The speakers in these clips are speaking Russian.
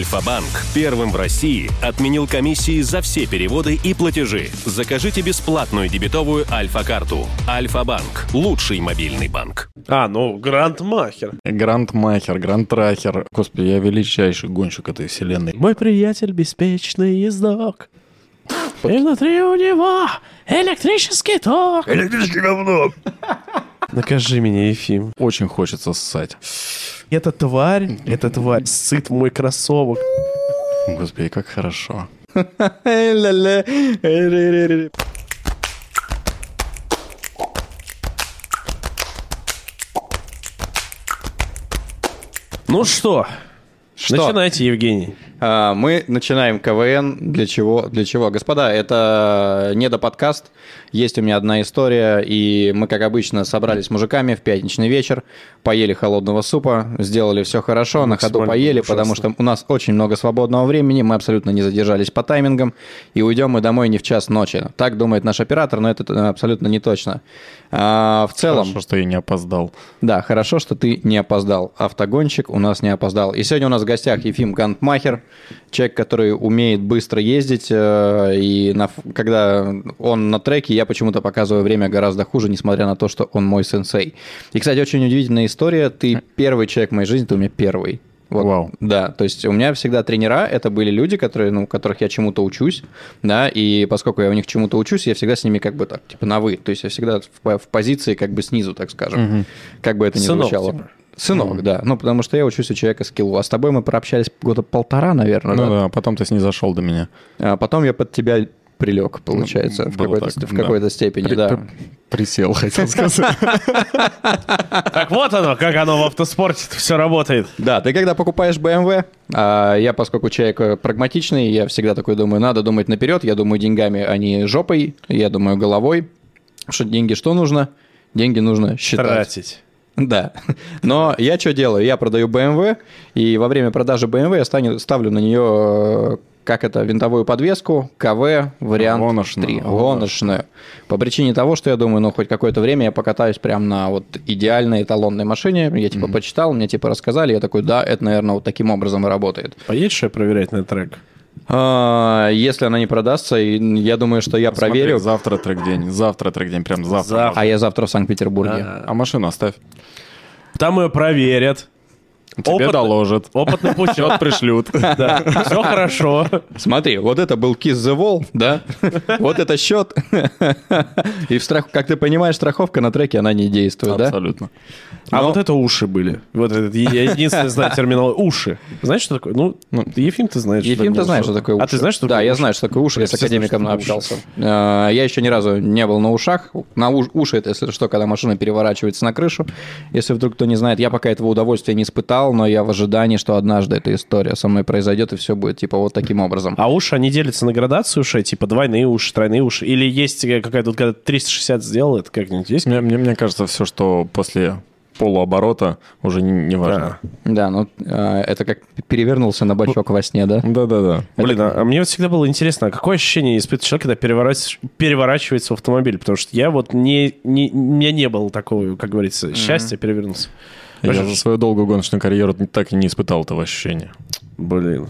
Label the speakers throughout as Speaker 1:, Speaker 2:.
Speaker 1: Альфа-банк первым в России отменил комиссии за все переводы и платежи. Закажите бесплатную дебетовую Альфа-карту. Альфа-банк – лучший мобильный банк.
Speaker 2: А, ну, Грандмахер.
Speaker 3: Грандмахер, Грандтрахер. Господи, я величайший гонщик этой вселенной.
Speaker 2: Мой приятель – беспечный ездок. И внутри у него электрический ток.
Speaker 3: Электрический говно.
Speaker 2: Накажи меня, Ефим.
Speaker 3: Очень хочется ссать.
Speaker 2: Эта тварь, эта тварь сыт в мой кроссовок.
Speaker 3: Господи, как хорошо.
Speaker 2: Ну что, начинайте, Евгений.
Speaker 4: А, Мы начинаем КВН. Для чего? Для чего? Господа, это не до подкаст. Есть у меня одна история, и мы, как обычно, собрались с мужиками в пятничный вечер, поели холодного супа, сделали все хорошо, на ходу
Speaker 2: Максимально
Speaker 4: поели,
Speaker 2: ужасно.
Speaker 4: потому что у нас очень много свободного времени, мы абсолютно не задержались по таймингам, и уйдем мы домой не в час ночи. Так думает наш оператор, но это э, абсолютно не точно. А, в целом...
Speaker 3: Хорошо, что я не опоздал.
Speaker 4: Да, хорошо, что ты не опоздал. Автогонщик у нас не опоздал. И сегодня у нас в гостях Ефим Гантмахер, человек, который умеет быстро ездить. э, И на ф- когда он на треке, я почему-то показываю время гораздо хуже, несмотря на то, что он мой сенсей. И, кстати, очень удивительная история. Ты первый человек в моей жизни, ты у меня первый. Вот.
Speaker 3: Вау.
Speaker 4: Да, то есть у меня всегда тренера, это были люди, которые, ну, у которых я чему-то учусь, да, и поскольку я у них чему-то учусь, я всегда с ними как бы так, типа на «вы», то есть я всегда в, по- в позиции как бы снизу, так скажем, как бы это ни
Speaker 2: Сынок,
Speaker 4: звучало.
Speaker 2: типа.
Speaker 4: Сынок, да, ну, потому что я учусь у человека скиллу, а с тобой мы прообщались года полтора, наверное,
Speaker 3: Ну да, потом ты снизошел до меня.
Speaker 4: а потом я под тебя прилег, получается, в
Speaker 3: Ну, Было
Speaker 4: какой-то,
Speaker 3: так,
Speaker 4: ст- в
Speaker 3: да.
Speaker 4: какой-то степени,
Speaker 3: При-
Speaker 4: да.
Speaker 3: при- Присел, хотел сказать.
Speaker 2: Так вот оно, как оно в автоспорте все работает.
Speaker 4: Да, ты когда покупаешь BMW, а я, поскольку человек э, прагматичный, я всегда такой думаю, надо думать наперед, я думаю деньгами, а не жопой, я думаю головой, что деньги что нужно? Деньги нужно считать.
Speaker 2: Тратить.
Speaker 4: Да. Но я что делаю? Я продаю BMW, и во время продажи BMW я станю- ставлю на нее, э, как это, винтовую подвеску, КВ, вариант
Speaker 3: Гоночную,
Speaker 4: 3.
Speaker 3: гоночную.
Speaker 4: Гоночную. По причине того, что я думаю, ну, хоть какое-то время я покатаюсь прям на вот идеальной эталонной машине. Я, типа, почитал, мне, типа, рассказали. Я такой, да, это, наверное, вот таким образом и работает.
Speaker 2: Поедешь ее проверять на трек?
Speaker 4: А, Если она не продастся, и, м, я думаю, что я
Speaker 3: Смотри,
Speaker 4: проверю.
Speaker 3: Завтра трек-день, завтра трек-день, прям завтра.
Speaker 2: Завтра.
Speaker 4: А я завтра в Санкт-Петербурге.
Speaker 3: А машину оставь.
Speaker 2: Там ее проверят.
Speaker 3: Тебе
Speaker 2: Опытно.
Speaker 3: доложат.
Speaker 2: Опытный путем.
Speaker 3: Счет пришлют.
Speaker 2: Да. Все хорошо.
Speaker 4: Смотри, вот это был Kiss the Wall, да? Вот это счет. И, в страх- как ты понимаешь, страховка на треке, она не действует, да?
Speaker 3: Абсолютно.
Speaker 2: А
Speaker 4: Но-
Speaker 2: вот это уши были. Вот этот е- я единственный знаю терминал уши. Знаешь, что такое? Ну, Ефим, ты знаешь.
Speaker 4: Ефим, ты
Speaker 2: такое
Speaker 4: знаешь, что такое уши?
Speaker 2: А ты знаешь, что
Speaker 4: Да,
Speaker 2: такое
Speaker 4: я
Speaker 2: уши?
Speaker 4: знаю, что такое уши, я с
Speaker 2: Все знают,
Speaker 4: академиком
Speaker 2: что такое
Speaker 4: общался. Э, Я еще ни разу не был на ушах. На уш- уши, это, если что, когда машина переворачивается на крышу. Если вдруг кто не знает, я пока этого удовольствия не испытал, но я в ожидании, что однажды эта история со мной произойдет, и все будет типа вот таким образом.
Speaker 2: А уши, они делятся на градацию ушей, типа двойные уши, тройные уши. Или есть э, какая-то, вот когда 360 сделал, это как-нибудь есть?
Speaker 3: Мне, мне, мне кажется, все, что после полуоборота, уже не, не важно.
Speaker 4: Да, ну э, это как перевернулся на бачок во сне, да?
Speaker 3: Да-да-да.
Speaker 2: Блин, а а мне вот всегда было интересно, а какое ощущение испытывает человек, когда переворачиваешь- переворачивается в автомобиль? Потому что я вот не, не, у меня не было такого, как говорится, счастья перевернуться.
Speaker 3: Я за свою долгую гоночную карьеру так и не испытал этого ощущения.
Speaker 2: Блин.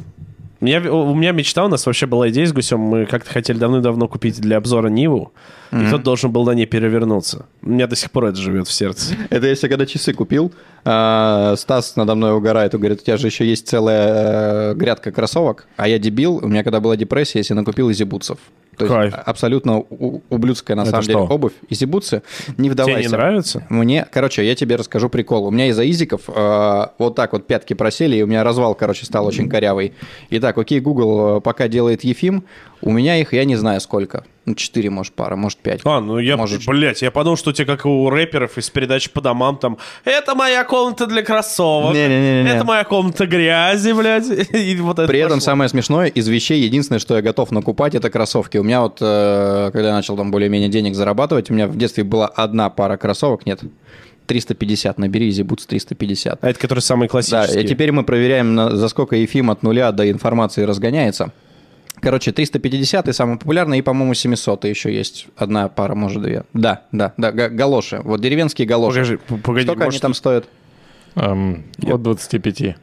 Speaker 2: У меня, у меня мечта, у нас вообще была идея с Гусем, мы как-то хотели давно-давно купить для обзора Ниву, и кто-то должен был на ней перевернуться. У меня до сих пор это живет в сердце.
Speaker 4: Это если когда часы купил, а, Стас надо мной угорает, он говорит, у тебя же еще есть целая э, грядка кроссовок, а я дебил, у меня когда была депрессия, я себе накупил изибутсов. То есть
Speaker 2: Кайф.
Speaker 4: а- абсолютно у- ублюдская на
Speaker 3: Это
Speaker 4: самом
Speaker 3: что?
Speaker 4: деле обувь. Изибутсы, не
Speaker 2: Тебе
Speaker 4: вдавайся.
Speaker 2: не нравится?
Speaker 4: Мне, короче, я тебе расскажу прикол. У меня из-за изиков э, вот так вот пятки просели, и у меня развал, короче, стал очень корявый. Итак, окей, Google э, пока делает Ефим, у меня их я не знаю сколько. Ну, четыре, может, пара, может, пять.
Speaker 2: А, ну я,
Speaker 4: Может.
Speaker 2: блядь, я подумал, что у тебя, как у рэперов из передачи по домам, там, это моя комната для кроссовок,
Speaker 4: Не-не-не-не.
Speaker 2: это моя комната грязи, блядь, и вот это
Speaker 4: При этом
Speaker 2: пошло.
Speaker 4: самое смешное, из вещей единственное, что я готов накупать, это кроссовки. У меня вот, э, когда я начал там более-менее денег зарабатывать, у меня в детстве была одна пара кроссовок, нет, 350, набери Easy Boots 350.
Speaker 2: А это который самый
Speaker 4: Да,
Speaker 2: классический.
Speaker 4: и теперь мы проверяем, на- за сколько Ефим от нуля до информации разгоняется. Короче, 350 и самый популярный, и, по-моему, 700 еще есть. Одна пара, может, две. Да, да, да, га- галоши. Вот деревенские галоши.
Speaker 2: Покажи, п- погоди,
Speaker 4: Сколько они
Speaker 2: может,
Speaker 4: там стоят?
Speaker 3: Эм, от 25.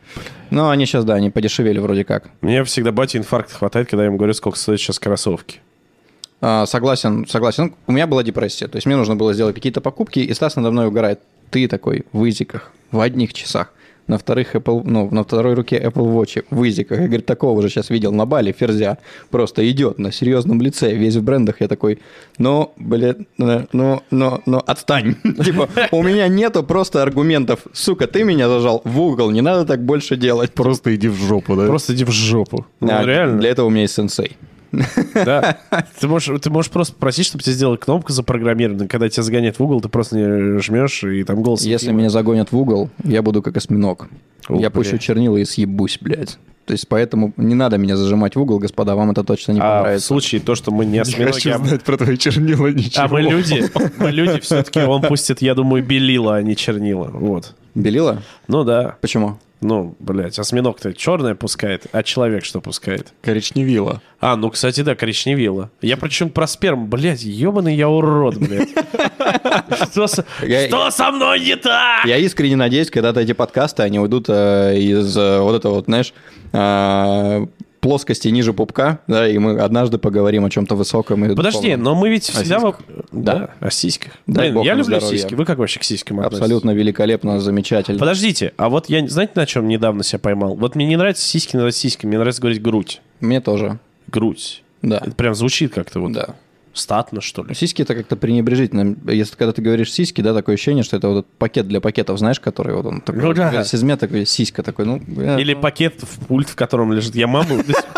Speaker 4: Но Ну, они сейчас, да, они подешевели вроде как.
Speaker 2: Мне всегда батя инфаркт хватает, когда я ему говорю, сколько стоят сейчас кроссовки.
Speaker 4: А, согласен, согласен. Ну, У меня была депрессия. То есть мне нужно было сделать какие-то покупки, и Стас надо мной угорает. Ты такой в изиках, в одних часах. На, вторых Apple, ну, на второй руке Apple Watch в изиках. Я, говорит, такого же сейчас видел на Бали, ферзя. Просто идет на серьезном лице, весь в брендах. Я такой, ну, блин, ну, ну, ну, ну, отстань. Типа, у меня нету просто аргументов. Сука, ты меня зажал в угол, не надо так больше делать.
Speaker 3: Просто иди в жопу, да?
Speaker 2: Просто иди в жопу. Ну,
Speaker 4: А,
Speaker 2: реально.
Speaker 4: Для этого у меня есть сенсей.
Speaker 2: Да. Ты можешь, ты можешь просто просить, чтобы тебе сделали кнопку запрограммированную. Когда тебя загонят в угол, ты просто не жмешь, и там голос...
Speaker 4: Если меня загонят в угол, я буду как осьминог.
Speaker 2: О,
Speaker 4: я пущу
Speaker 2: бля.
Speaker 4: чернила и съебусь, блядь. То есть поэтому не надо меня зажимать в угол, господа, вам это точно не
Speaker 2: А в
Speaker 4: понравится.
Speaker 2: случае то, что мы не осьминоги, а-
Speaker 3: знать про твои чернила ничего.
Speaker 2: а мы люди, мы люди, все-таки он пустит, я думаю, белила, а не чернила. Вот.
Speaker 4: Белила?
Speaker 2: Ну да.
Speaker 4: Почему?
Speaker 2: Ну, блядь, осьминог-то черное пускает, а человек что пускает?
Speaker 3: Коричневила.
Speaker 2: А, ну, кстати, да, коричневило. Я причем про сперму, блядь, ебаный я урод, блядь. Что со-
Speaker 4: Я-
Speaker 2: что со мной не так?
Speaker 4: Я искренне надеюсь, когда-то эти подкасты, они уйдут э, из э, вот этого, вот, знаешь, э, плоскости ниже пупка, да, и мы однажды поговорим о чем-то высоком и
Speaker 2: Подожди, ну,
Speaker 4: духовном.
Speaker 2: но мы ведь всегда... во-
Speaker 4: Да.
Speaker 2: О сиськах.
Speaker 4: Дай
Speaker 2: Блин,
Speaker 4: бог
Speaker 2: я
Speaker 4: им
Speaker 2: люблю
Speaker 4: здоровья.
Speaker 2: сиськи. Вы как вообще к сиськам относитесь?
Speaker 4: Абсолютно великолепно, замечательно.
Speaker 2: Подождите, а вот я, знаете, на чем недавно себя поймал? Вот мне не нравятся сиськи, не нравятся сиськи, мне нравится говорить грудь.
Speaker 4: Мне тоже,
Speaker 2: Грудь.
Speaker 4: да.
Speaker 2: Это прям звучит как-то вот
Speaker 4: Да.
Speaker 2: статно, что ли.
Speaker 4: Сиськи это как-то пренебрежительно. Если когда ты говоришь сиськи, да, такое ощущение, что это вот этот пакет для пакетов, знаешь, который вот он такой.
Speaker 2: Ну да.
Speaker 4: весь из меня такой, сиська такой, ну, бля,
Speaker 2: Или пакет в пульт, в котором лежит. Я маму... до сих-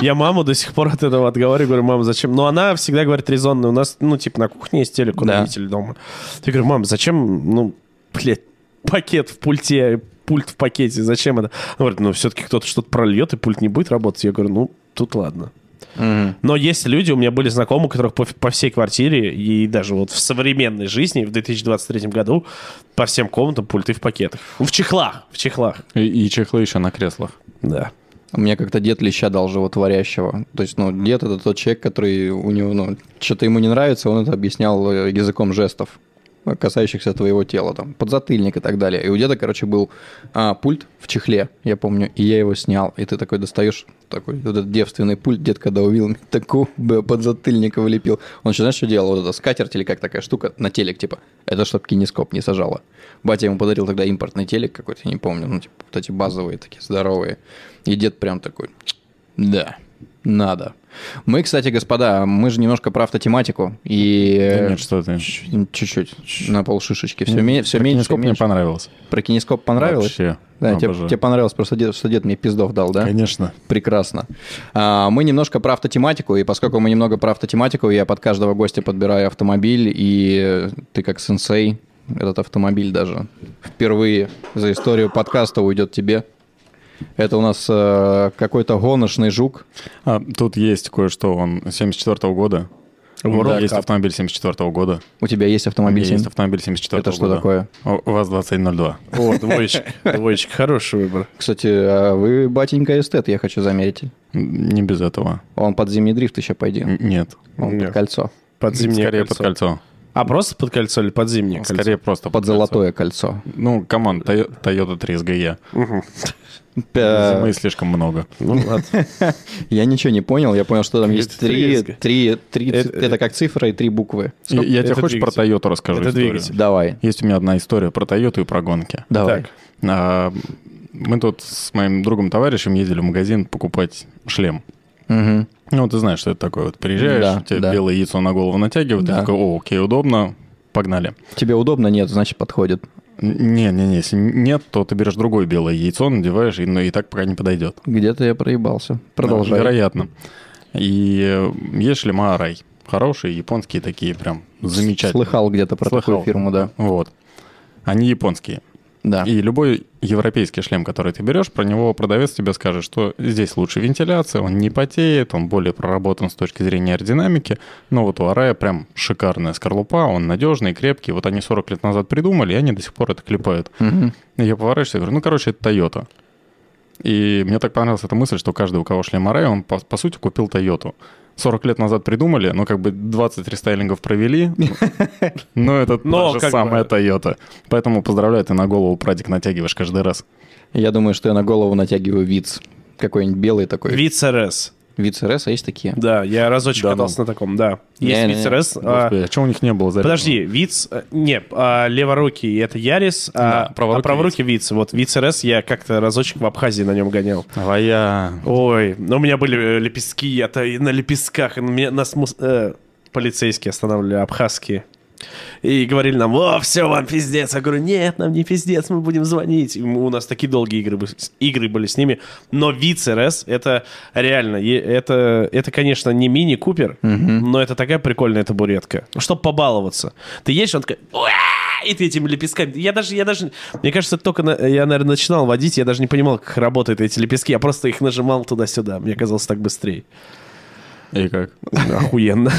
Speaker 2: Я маму до сих пор от этого отговариваю, говорю, мама, зачем? Но она всегда говорит резонно. У нас, ну, типа, на кухне есть телек, у
Speaker 4: Да.
Speaker 2: родителей дома. Я говорю, мам, зачем, ну, блядь, пакет в пульте, пульт в пакете, зачем это? Она говорит, ну, все-таки кто-то что-то прольет, и пульт не будет работать. Я говорю, ну, тут ладно.
Speaker 4: Мгм.
Speaker 2: Но есть люди, у меня были знакомые, у которых по, по всей квартире и даже вот в современной жизни в 2023 году по всем комнатам пульты в пакетах. В чехлах, в чехлах.
Speaker 3: И, и чехлы еще на креслах.
Speaker 2: Да.
Speaker 4: У меня как-то дед леща дал животворящего. То есть, ну, дед это тот человек, который у него, ну, что-то ему не нравится, он это объяснял э, языком жестов э, касающихся твоего тела, там, подзатыльник и так далее. И у деда, короче, был а, пульт в чехле, я помню, и я его снял. И ты такой достаешь, такой, вот этот девственный пульт, дед когда увидел, мне такого бы подзатыльника влепил. Он еще, знаешь, что делал? Вот это скатерть или как такая штука на телек, типа, это чтоб кинескоп не сажало. Батя ему подарил тогда импортный телек какой-то, я не помню, ну, типа, вот эти базовые такие, здоровые. И дед прям такой, да, надо. Мы, кстати, господа, мы же немножко про автотематику. И...
Speaker 3: Да нет, что ты.
Speaker 4: Чуть-чуть, на полшишечки. Все, все меньше, и
Speaker 3: Ну, Кинескоп мне
Speaker 4: меньше.
Speaker 3: понравился.
Speaker 4: Про кинескоп понравилось?
Speaker 3: Вообще.
Speaker 4: Да, тебе,
Speaker 3: Обожаю.
Speaker 4: тебе понравилось, просто дед, что дед мне пиздов дал,
Speaker 3: А?
Speaker 4: да?
Speaker 3: Конечно.
Speaker 4: Прекрасно. А, мы немножко про автотематику, и поскольку мы немного про автотематику, я под каждого гостя подбираю автомобиль, и э, ты как сенсей, этот автомобиль даже впервые за историю подкаста уйдет тебе. Это у нас э, какой-то гоночный жук.
Speaker 3: А, тут есть кое-что, он 74 года.
Speaker 2: Урал
Speaker 3: Да, есть
Speaker 2: Кап.
Speaker 3: автомобиль 74 года.
Speaker 4: У тебя есть
Speaker 3: У меня
Speaker 4: автомобиль?
Speaker 3: Есть
Speaker 4: Сим?
Speaker 3: автомобиль 74
Speaker 4: Это что такое?
Speaker 3: УАЗ-2102.
Speaker 2: О, двоечка. Двоечка. Хороший выбор.
Speaker 4: Кстати, а вы батенька эстет, я хочу заметить.
Speaker 3: М, Не без этого.
Speaker 4: Он под зимний дрифт еще пойди.
Speaker 3: Н- Нет.
Speaker 4: Он
Speaker 2: Нет.
Speaker 4: под кольцо.
Speaker 2: Под зимнее
Speaker 3: Скорее
Speaker 2: кольцо.
Speaker 3: под кольцо.
Speaker 2: А просто под кольцо или под зимнее кольцо?
Speaker 3: Скорее просто
Speaker 4: Под
Speaker 3: кольцо.
Speaker 4: золотое кольцо.
Speaker 3: Ну, камон, Тойо- Toyota 3 SGE.
Speaker 4: Э,
Speaker 3: Зимы слишком много.
Speaker 2: Ну ладно.
Speaker 4: Я ничего не понял, я понял, что там есть
Speaker 2: Это
Speaker 4: три,
Speaker 2: резко.
Speaker 4: три, три,
Speaker 2: Это-
Speaker 4: ци- это как цифра и три буквы.
Speaker 3: Я, я
Speaker 2: Это
Speaker 3: тебе хочешь про
Speaker 2: двигатель.
Speaker 3: Toyota расскажу
Speaker 2: Это
Speaker 3: историю?
Speaker 2: двигатель.
Speaker 4: Давай,
Speaker 3: Есть у меня одна история про Toyota и про гонки.
Speaker 4: давай.
Speaker 2: Так.
Speaker 3: А, Мы тут с моим другом-товарищем ездили в магазин покупать шлем.
Speaker 4: Мгм.
Speaker 3: Ну, ты знаешь, что это такое. Вот приезжаешь,
Speaker 4: Да,
Speaker 3: тебе
Speaker 4: да.
Speaker 3: белое яйцо на голову натягивают,
Speaker 4: Да.
Speaker 3: ты такой, о, окей, удобно, погнали.
Speaker 4: Тебе удобно? Нет, значит подходит.
Speaker 3: Не-не-не, если нет, то ты берешь другое белое яйцо, надеваешь, и, ну, и так пока не подойдет.
Speaker 4: Где-то я проебался. Продолжай.
Speaker 3: Вероятно. И э, есть шлема Арай. Хорошие, японские такие прям замечательные.
Speaker 4: Слыхал где-то про такую
Speaker 3: Слыхал.
Speaker 4: фирму, да.
Speaker 3: Вот. Они японские.
Speaker 4: Да.
Speaker 3: И любой европейский шлем, который ты берешь, про него продавец тебе скажет, что здесь лучше вентиляция, он не потеет, он более проработан с точки зрения аэродинамики. Но вот у Арая прям шикарная скорлупа, он надежный, крепкий. Вот они 40 лет назад придумали, и они до сих пор это клепают.
Speaker 4: Мгм.
Speaker 3: И я поворачиваюсь и говорю, ну, короче, это Toyota. И мне так понравилась эта мысль, что каждый, у кого шлем Арая, он, по, по сути, купил Тойоту. 40 лет назад придумали, но как бы 20 рестайлингов провели, но это
Speaker 2: Но
Speaker 3: та же
Speaker 2: как
Speaker 3: самая
Speaker 2: бы-
Speaker 3: Тойота. Поэтому поздравляю, ты на голову прадик натягиваешь каждый раз.
Speaker 4: Я думаю, что я на голову натягиваю виц. Какой-нибудь белый такой.
Speaker 2: Виц РС.
Speaker 4: Виц РС, а есть такие?
Speaker 2: Да, я разочек
Speaker 3: Да ну.
Speaker 2: катался на таком, да. Есть
Speaker 4: Не-не-не.
Speaker 2: Виц РС. а,
Speaker 3: Господи, а чего у них не было зарядного?
Speaker 2: Подожди, Виц... э, Не, а, леворукий это Ярис, а,
Speaker 3: Да, праворукий
Speaker 2: а праворукий Виц. Вот Виц РС я как-то разочек в Абхазии на нем гонял.
Speaker 3: А я...
Speaker 2: Ой, ну у меня были э, лепестки, я-то и на лепестках, и на меня, нас мус- э, полицейские останавливали, абхазские. И говорили нам, о, все, вам пиздец. Я говорю, нет, нам не пиздец, мы будем звонить. И мы- у нас такие долгие игры, бы- с- игры были с ними. Но Вицерес, это реально, е- это, это, конечно, не мини-купер, но это такая прикольная табуретка. Чтобы побаловаться. Ты едешь, он такой, «Уа!» и ты этими лепестками. Я даже, я даже, мне кажется, только на- я, наверное, начинал водить, я даже не понимал, как работают эти лепестки. Я просто их нажимал туда-сюда. Мне казалось так быстрее.
Speaker 3: И как?
Speaker 2: Охуенно.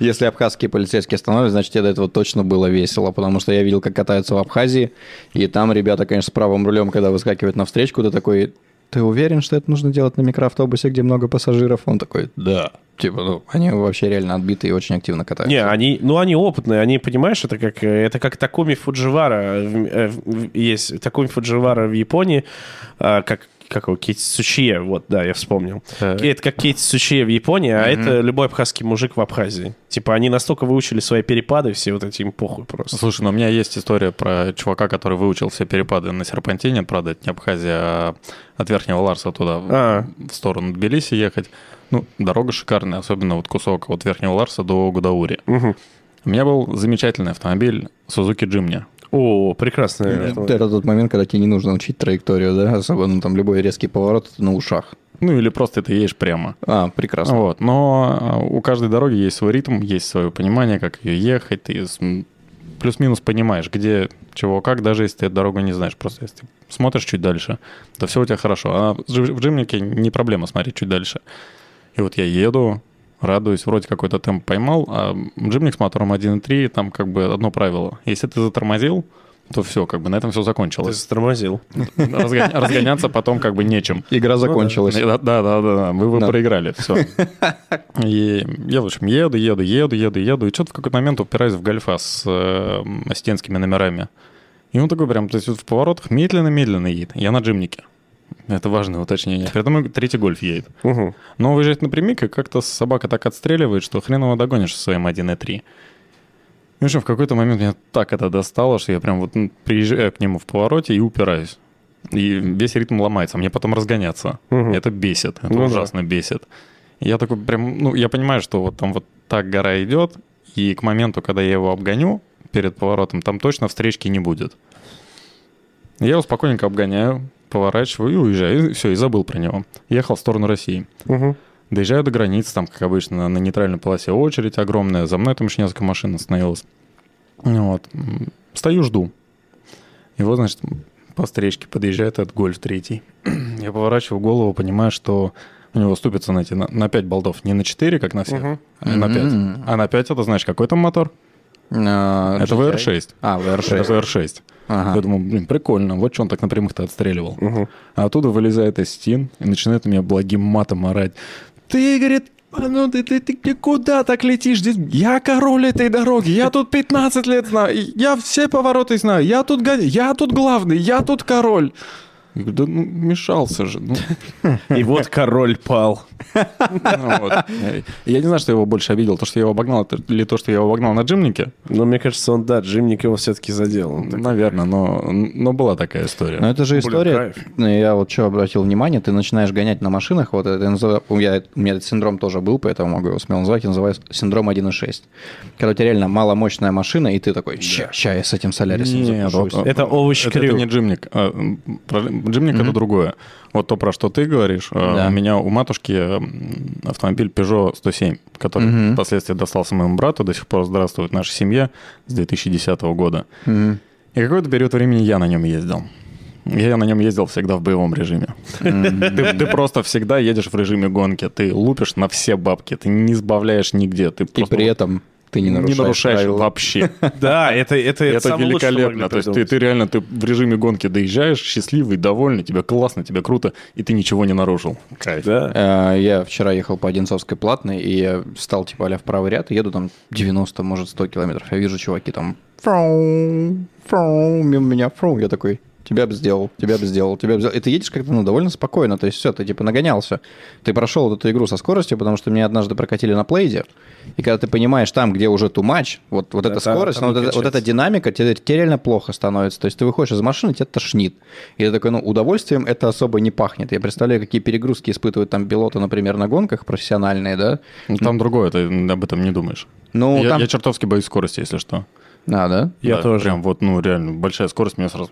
Speaker 4: Если абхазские полицейские остановят, значит, тебе до этого точно было весело, потому что я видел, как катаются в Абхазии, и там ребята, конечно, с правым рулем, когда выскакивают навстречу, ты такой, ты уверен, что это нужно делать на микроавтобусе, где много пассажиров? Он такой, да. Типа, ну, они вообще реально отбиты и очень активно катаются.
Speaker 2: Не, они, ну они опытные, они, понимаешь, это как, э, это как Такуми Фудживара, в- э, в- есть Такуми Фудживара в Японии, а, как как его, Кейти Сучие, вот, да, я вспомнил.
Speaker 3: Так.
Speaker 2: Это как Кейти Сучие в Японии, а это любой абхазский мужик в Абхазии. Типа они настолько выучили свои перепады, все вот эти им похуй просто.
Speaker 3: Слушай, ну у меня есть история про чувака, который выучил все перепады на серпантине, правда, это не Абхазия, а от Верхнего Ларса туда, в-
Speaker 2: А.
Speaker 3: в сторону Тбилиси ехать. Ну, дорога шикарная, особенно вот кусок от Верхнего Ларса до Гудаури. У меня был замечательный автомобиль Suzuki Jimny.
Speaker 2: О, прекрасно.
Speaker 4: Э, Вот Это тот момент, когда тебе не нужно учить траекторию, да? Особенно там любой резкий поворот на ушах.
Speaker 3: Ну, или просто ты едешь прямо.
Speaker 4: А, прекрасно.
Speaker 3: Вот. Но а, у каждой дороги есть свой ритм, есть свое понимание, как ее ехать. Ты с- м, плюс-минус понимаешь, где, чего, как, даже если ты эту дорогу не знаешь. Просто если ты смотришь чуть дальше, то все у тебя хорошо. А в джи- в джимнике не проблема смотреть чуть дальше. И вот я еду, радуюсь, вроде какой-то темп поймал, а джимник с мотором 1.3, там как бы одно правило. Если ты затормозил, то все, как бы на этом все
Speaker 2: Ты
Speaker 3: закончилось.
Speaker 2: затормозил.
Speaker 3: Разгоня- Разгоняться потом как бы нечем.
Speaker 4: Игра закончилась.
Speaker 3: ну Да, да, да, да, да. Вы, вы
Speaker 4: Да.
Speaker 3: проиграли, все. И я, в общем, еду, еду, еду, еду, еду, и что-то в какой-то момент упираюсь в гольфа с э, стенскими номерами. И он такой прям, то есть вот в поворотах медленно-медленно едет. Я на джимнике. Это важное уточнение. При этом и третий гольф едет.
Speaker 2: Мгм.
Speaker 3: Но выезжать напрямик, и как-то собака так отстреливает, что хрен его догонишь со своим 1.3. В общем, в какой-то момент меня так это достало, что я прям вот ну, приезжаю к нему в повороте и упираюсь. И весь ритм ломается, а мне потом разгоняться.
Speaker 2: Мгм.
Speaker 3: Это бесит, это
Speaker 2: Ну да.
Speaker 3: ужасно бесит. И Я такой прям, ну, я понимаю, что вот там вот так гора идет, и к моменту, когда я его обгоню перед поворотом, там точно встречки не будет. Я его спокойненько обгоняю, поворачиваю и уезжаю. И все, и забыл про него. Ехал в сторону России.
Speaker 2: Мгм.
Speaker 3: Доезжаю до границы, там, как обычно, на нейтральной полосе очередь огромная. За мной там еще несколько машин остановилось. Вот. М, Стою, жду. И вот, значит, по встречке подъезжает этот гольф третий. Я поворачиваю голову, понимаю, что у него ступится на, эти, на, 5 болтов. Не на 4, как на всех, а на 5.
Speaker 4: М.
Speaker 3: А на 5 это, значит, какой там мотор?
Speaker 4: А,
Speaker 3: это
Speaker 4: GTI?
Speaker 3: VR6.
Speaker 4: А,
Speaker 3: Это
Speaker 4: VR6.
Speaker 3: VR6.
Speaker 4: Ага.
Speaker 3: Я думаю, блин, прикольно, вот что он так напрямых-то отстреливал.
Speaker 2: Мгм.
Speaker 3: А оттуда вылезает Эстин и начинает на меня благим матом орать. Ты, говорит, «а ну ты, ты, ты, ты куда так летишь? Здесь... Я король этой дороги, я тут 15 лет знаю, и я все повороты знаю, я тут, гоня- я тут главный, я тут король. Я говорю, да ну, мешался же. ну».
Speaker 2: И вот король пал.
Speaker 3: Ну вот. Я я не знаю, что его больше обидел, то, что я его обогнал, это- или то, что я его обогнал на джимнике.
Speaker 2: Но Ну, мне кажется, он, да, Джимник его все-таки задел. Он так,
Speaker 3: Наверное, но, но была такая история.
Speaker 4: Ну это же
Speaker 2: Блин,
Speaker 4: история.
Speaker 2: кайф.
Speaker 4: Ну, Я вот что обратил внимание, ты начинаешь гонять на машинах, вот это называ- у меня, у меня этот синдром тоже был, поэтому могу его смело называть, я называю синдром 1.6. Когда у тебя реально маломощная машина, и ты такой, ща, ща я с этим солярисом
Speaker 3: Нет,
Speaker 4: запущусь».
Speaker 3: вот, э,
Speaker 2: Это овощ
Speaker 3: это,
Speaker 2: крю.
Speaker 3: это не джимник. А, м, про- джимник это другое. Вот то, про что ты говоришь. а,
Speaker 4: Да.
Speaker 3: У меня у матушки э, м, автомобиль Peugeot 107, который впоследствии достался моему брату, до сих пор здравствует наша семья с 2010 года.
Speaker 4: Мгм.
Speaker 3: И какой-то период времени я на нем ездил. Я на нем ездил всегда в боевом режиме. Ты, ты просто всегда едешь в режиме гонки. Ты лупишь на все бабки. Ты не сбавляешь нигде. Ты
Speaker 4: И
Speaker 3: просто
Speaker 4: при этом ты не нарушаешь,
Speaker 3: не нарушаешь
Speaker 4: правила.
Speaker 3: вообще.
Speaker 2: Да, это, это, это,
Speaker 3: Это
Speaker 2: самое лучшее, что
Speaker 3: великолепно.
Speaker 2: могли
Speaker 3: То есть ты,
Speaker 2: придумать.
Speaker 3: ты реально ты в режиме гонки доезжаешь, счастливый, довольный, тебе классно, тебе круто, и ты ничего не нарушил. Кайф.
Speaker 2: Да.
Speaker 4: Э, Я вчера ехал по Одинцовской платной, и я встал типа а в правый ряд, и еду там 90, может, 100 километров. Я вижу, чуваки там фрау, фрау, мимо меня фрау. Я такой, тебя бы сделал, тебя бы сделал, тебя бы сделал. И ты едешь как-то, ну, довольно спокойно, то есть все, ты типа нагонялся. Ты прошел вот эту игру со скоростью, потому что меня однажды прокатили на плейде, и когда ты понимаешь там, где уже too much, вот, вот эта
Speaker 2: там-
Speaker 4: скорость,
Speaker 2: там
Speaker 4: ну, вот,
Speaker 2: не
Speaker 4: эта- вот
Speaker 2: качается.
Speaker 4: эта динамика, тебе, тебе реально плохо становится. То есть ты выходишь из машины, тебя тошнит. И ты такой, ну, удовольствием это особо не пахнет. Я представляю, какие перегрузки испытывают там пилоты, например, на гонках профессиональные, да?
Speaker 3: Ну, Там другое, ты об этом не думаешь.
Speaker 4: Ну,
Speaker 3: я,
Speaker 4: там...
Speaker 3: я чертовски боюсь скорости, если что.
Speaker 4: А, да?
Speaker 2: Я
Speaker 3: Да,
Speaker 2: тоже.
Speaker 3: Прям вот, ну, реально, большая скорость меня сразу...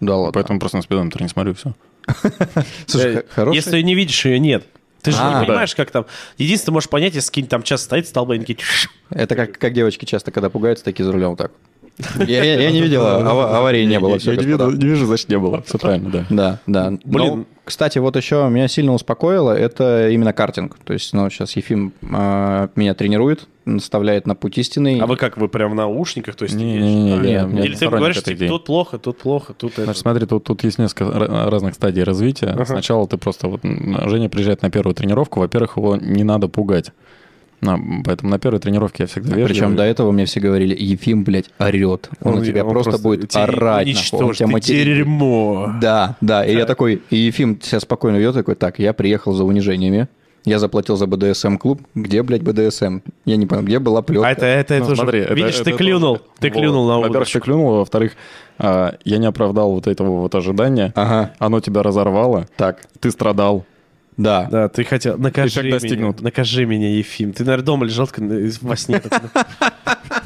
Speaker 4: Да ладно.
Speaker 3: Поэтому просто на спидометр не смотрю, все.
Speaker 4: Слушай,
Speaker 2: Э,
Speaker 4: х- хороший...
Speaker 2: Если не видишь ее, нет. Ты же
Speaker 4: А.
Speaker 2: не понимаешь, как там. Единственное, можешь понять, если какие-нибудь там час стоит столба, и такие... «Тш».
Speaker 4: Это как, как девочки часто, когда пугаются, такие за рулем так. Я, я- я не видел, ава- аварии не было.
Speaker 3: я,
Speaker 4: всё,
Speaker 3: я не,
Speaker 4: господа.
Speaker 3: вижу, не вижу, значит, не было. Все правильно, да.
Speaker 4: Да, да.
Speaker 2: Блин.
Speaker 4: Ну, кстати, вот еще меня сильно успокоило, это именно картинг. То есть, ну, сейчас Ефим э, меня тренирует, наставляет на путь истинный.
Speaker 2: А вы как, вы прям в наушниках? То есть
Speaker 3: Не-
Speaker 2: едешь?
Speaker 3: не- не- не,
Speaker 2: А,
Speaker 4: я- я
Speaker 2: Или ты
Speaker 3: сторонник
Speaker 2: говоришь,
Speaker 3: этой
Speaker 2: типа,
Speaker 3: идеи.
Speaker 2: тут плохо, тут плохо, тут это.
Speaker 3: Значит, смотри, тут, тут есть несколько ра- разных стадий развития. Сначала ты просто... Вот, м, Женя приезжает на первую тренировку. Во-первых, его не надо пугать. На- поэтому на первой тренировке я всегда вижу.
Speaker 4: Причем до этого мне все говорили, Ефим, блядь, орет. Он, у тебя просто, будет
Speaker 2: тебя
Speaker 4: орать. нахуй, он
Speaker 2: уничтожит,
Speaker 4: тебя
Speaker 2: ты
Speaker 4: материт.
Speaker 2: дерьмо.
Speaker 4: Да, да. И я такой, и Ефим себя спокойно ведет, такой, так, я приехал за унижениями. Я заплатил за БДСМ-клуб. Где, блядь, БДСМ? Я не понял, где была плетка?
Speaker 2: А это, это, это
Speaker 3: Ну,
Speaker 2: уже-
Speaker 3: смотри, это-
Speaker 2: Видишь,
Speaker 3: это
Speaker 2: ты
Speaker 3: тоже-
Speaker 2: клюнул. Ты
Speaker 3: Вот.
Speaker 2: клюнул на
Speaker 3: Во-первых,
Speaker 2: удочку.
Speaker 3: ты клюнул, а во-вторых, а, я не оправдал вот этого вот ожидания.
Speaker 4: Ага,
Speaker 3: Оно тебя разорвало,
Speaker 4: так,
Speaker 3: ты страдал.
Speaker 4: да.
Speaker 2: Да, ты хотел... Накажи
Speaker 3: так
Speaker 2: меня,
Speaker 3: достигнут.
Speaker 2: накажи меня, Ефим. Ты, наверное, дома лежал такой, на- во сне. такой,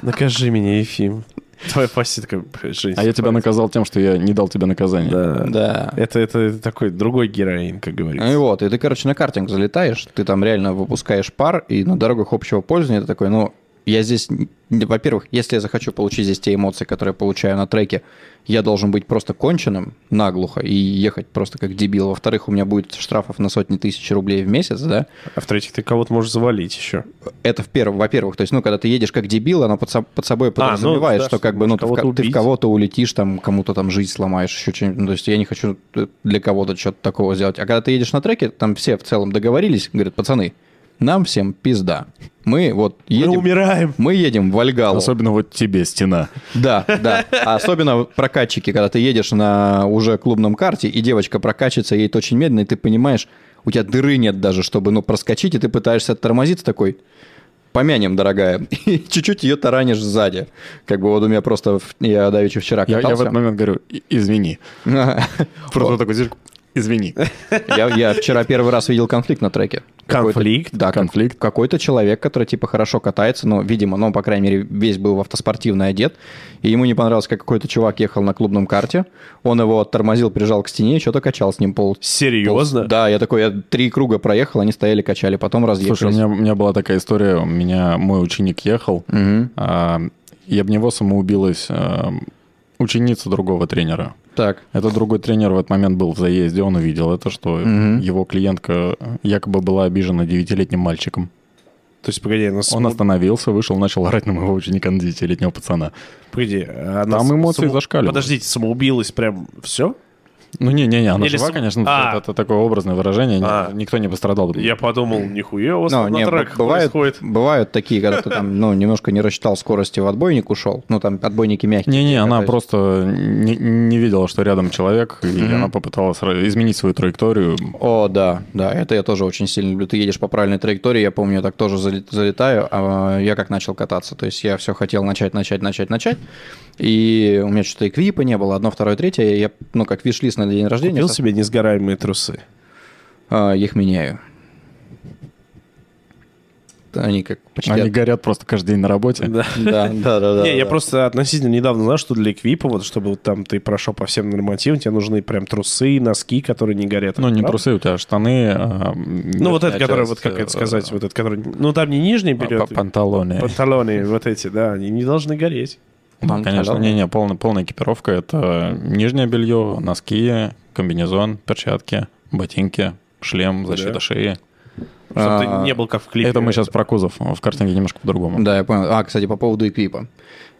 Speaker 2: Накажи меня, Ефим. Твоя пассия такая, «Бля, жизнь.
Speaker 3: А я тебя наказал тем, что я не дал тебе наказания.
Speaker 2: Да.
Speaker 4: Да.
Speaker 2: Это, это, это такой другой героин, как
Speaker 3: А
Speaker 4: Ну и
Speaker 2: говорится.
Speaker 4: вот, и ты, короче, на картинг залетаешь, ты там реально выпускаешь пар, и на дорогах общего пользования ты такой, ну, я здесь, н- н- во-первых, если я захочу получить здесь те эмоции, которые я получаю на треке, я должен быть просто конченым наглухо и ехать просто как дебил. Во-вторых, у меня будет штрафов на сотни тысяч рублей в месяц, да?
Speaker 2: А в-третьих, ты кого-то можешь завалить еще.
Speaker 4: Это в первом, во-первых, то есть, ну, когда ты едешь как дебил, оно под, со- под собой подразумевает,
Speaker 2: А, да,
Speaker 4: что
Speaker 2: что
Speaker 4: как бы, ну, ты в,
Speaker 2: кого-то
Speaker 4: ко- ты в
Speaker 2: убить.
Speaker 4: кого-то улетишь, там, кому-то там жизнь сломаешь, еще что-нибудь. Ну, то есть, я не хочу э, для кого-то что-то такого сделать. А когда ты едешь на треке, там все в целом договорились, говорят, пацаны, нам всем пизда. Мы вот едем...
Speaker 2: Мы умираем.
Speaker 4: Мы едем в Вальгалу.
Speaker 3: Особенно вот тебе стена.
Speaker 4: Да, да. А Особенно прокатчики, когда ты едешь на уже клубном карте, и девочка прокачивается, едет очень медленно, и ты понимаешь, у тебя дыры нет даже, чтобы ну, проскочить, и ты пытаешься тормозить такой, помянем, дорогая, и чуть-чуть ее таранишь сзади. Как бы вот у меня просто, в- я давеча вчера
Speaker 3: Я, я в
Speaker 4: катался.
Speaker 3: этот момент говорю, «И- извини. Просто вот такой сидишь, извини.
Speaker 4: Я, я вчера первый раз видел конфликт на треке. Какой-то-
Speaker 2: Конфликт?
Speaker 4: да, конфликт.
Speaker 3: Конфликт.
Speaker 4: Какой-то человек, который типа хорошо катается, но, видимо, ну, по крайней мере, весь был в автоспортивный одет, и ему не понравилось, как какой-то чувак ехал на клубном карте, он его оттормозил, прижал к стене и что-то качал с ним пол...
Speaker 2: Серьезно?
Speaker 4: Да, я такой, я три круга проехал, они стояли, качали, потом разъехались.
Speaker 3: Слушай, у меня, у меня была такая история, у меня мой ученик ехал,
Speaker 4: Мгм.
Speaker 3: а, и об него самоубилась а, ученица другого тренера.
Speaker 4: Так,
Speaker 3: Это другой тренер в этот момент был в заезде, он увидел это, что
Speaker 4: Мгм.
Speaker 3: его клиентка якобы была обижена девятилетним мальчиком.
Speaker 2: То есть, погоди, она...
Speaker 3: Он
Speaker 2: см-
Speaker 3: остановился, вышел, начал орать на моего ученика, на девятилетнего пацана.
Speaker 2: Погоди, а она...
Speaker 3: Там
Speaker 2: сам-
Speaker 3: эмоции
Speaker 2: само-
Speaker 3: зашкаливают.
Speaker 2: Подождите, самоубилась прям все?
Speaker 3: Ну, не-не-не, она
Speaker 2: Или
Speaker 3: жива,
Speaker 2: с-
Speaker 3: конечно,
Speaker 2: А.
Speaker 3: это, это такое образное выражение, ни-
Speaker 2: А.
Speaker 3: никто не пострадал.
Speaker 2: Я подумал, нихуя у вас
Speaker 4: Ну,
Speaker 2: там на
Speaker 4: не,
Speaker 2: треках
Speaker 4: бывают,
Speaker 2: происходит.
Speaker 4: бывают такие, когда ты там, ну, немножко не рассчитал скорости в отбойник ушел, ну, там отбойники мягкие.
Speaker 3: Не-не, она
Speaker 4: катаюсь.
Speaker 3: просто не, не видела, что рядом человек, и она попыталась ра- изменить свою траекторию.
Speaker 4: О, да, да, это я тоже очень сильно люблю. Ты едешь по правильной траектории, я помню, я так тоже зали- залетаю, а я как начал кататься. То есть я все хотел начать, начать, начать, начать, и у меня что-то эквипа не было, одно, второе, третье. Я, ну, как виш-лист на день рождения,
Speaker 2: Купил
Speaker 4: со-
Speaker 2: себе несгораемые трусы.
Speaker 4: а, их меняю. Они как почти...
Speaker 3: Они
Speaker 4: от-
Speaker 3: горят просто каждый день на работе.
Speaker 2: Да.
Speaker 4: Да, да, да, да.
Speaker 2: Не, я
Speaker 4: да.
Speaker 2: просто относительно недавно знал, что для эквипа, вот чтобы вот там ты прошел по всем нормативам, тебе нужны прям трусы, носки, которые не горят.
Speaker 3: Ну, не
Speaker 2: Правда?
Speaker 3: трусы, у тебя штаны. а, м,
Speaker 2: Ну, вот это,
Speaker 3: верхняя
Speaker 2: который,
Speaker 3: часть,
Speaker 2: вот как это
Speaker 3: э,
Speaker 2: сказать, вот это, который... Ну, там не нижний
Speaker 3: п-
Speaker 2: берет,
Speaker 3: Панталоны.
Speaker 2: панталоны вот эти, да, они не должны гореть.
Speaker 3: Да, Ну, Конечно,
Speaker 4: Панталоны.
Speaker 3: не-не, полная, полная экипировка — это нижнее белье, носки, комбинезон, перчатки, ботинки, шлем, защита
Speaker 2: Да.
Speaker 3: шеи.
Speaker 2: Чтобы ты
Speaker 4: А,
Speaker 2: не был как в клипе.
Speaker 3: Это мы сейчас про кузов, в картинке немножко по-другому.
Speaker 4: Да, я понял. А, кстати, по поводу эквипа.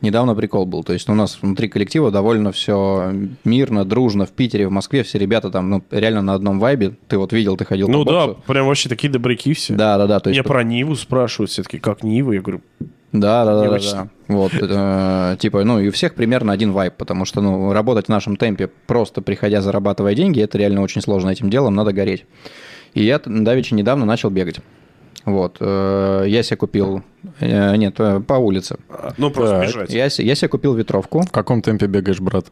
Speaker 4: Недавно прикол был. То есть у нас внутри коллектива довольно все мирно, дружно. В Питере, в Москве все ребята там ну, реально на одном вайбе. Ты вот видел, ты ходил
Speaker 2: Ну
Speaker 4: по
Speaker 2: да,
Speaker 4: боксу.
Speaker 2: прям вообще такие добряки все.
Speaker 4: Да, да, да. То есть,
Speaker 2: Мне про Ниву спрашивают все-таки, как Нива? Я говорю,
Speaker 4: Да, да,
Speaker 2: Не
Speaker 4: да, да,
Speaker 2: очень.
Speaker 4: да. Вот, э, типа, ну и у всех примерно один вайп, потому что, ну, работать в нашем темпе, просто приходя, зарабатывая деньги, это реально очень сложно этим делом, надо гореть. И я т- давеча недавно начал бегать. Вот, э, я себе купил, э, нет, э, по улице.
Speaker 2: «А, ну просто
Speaker 3: Так.
Speaker 2: бежать.
Speaker 4: Я, се- я себе купил ветровку,
Speaker 3: В каком темпе бегаешь, брат?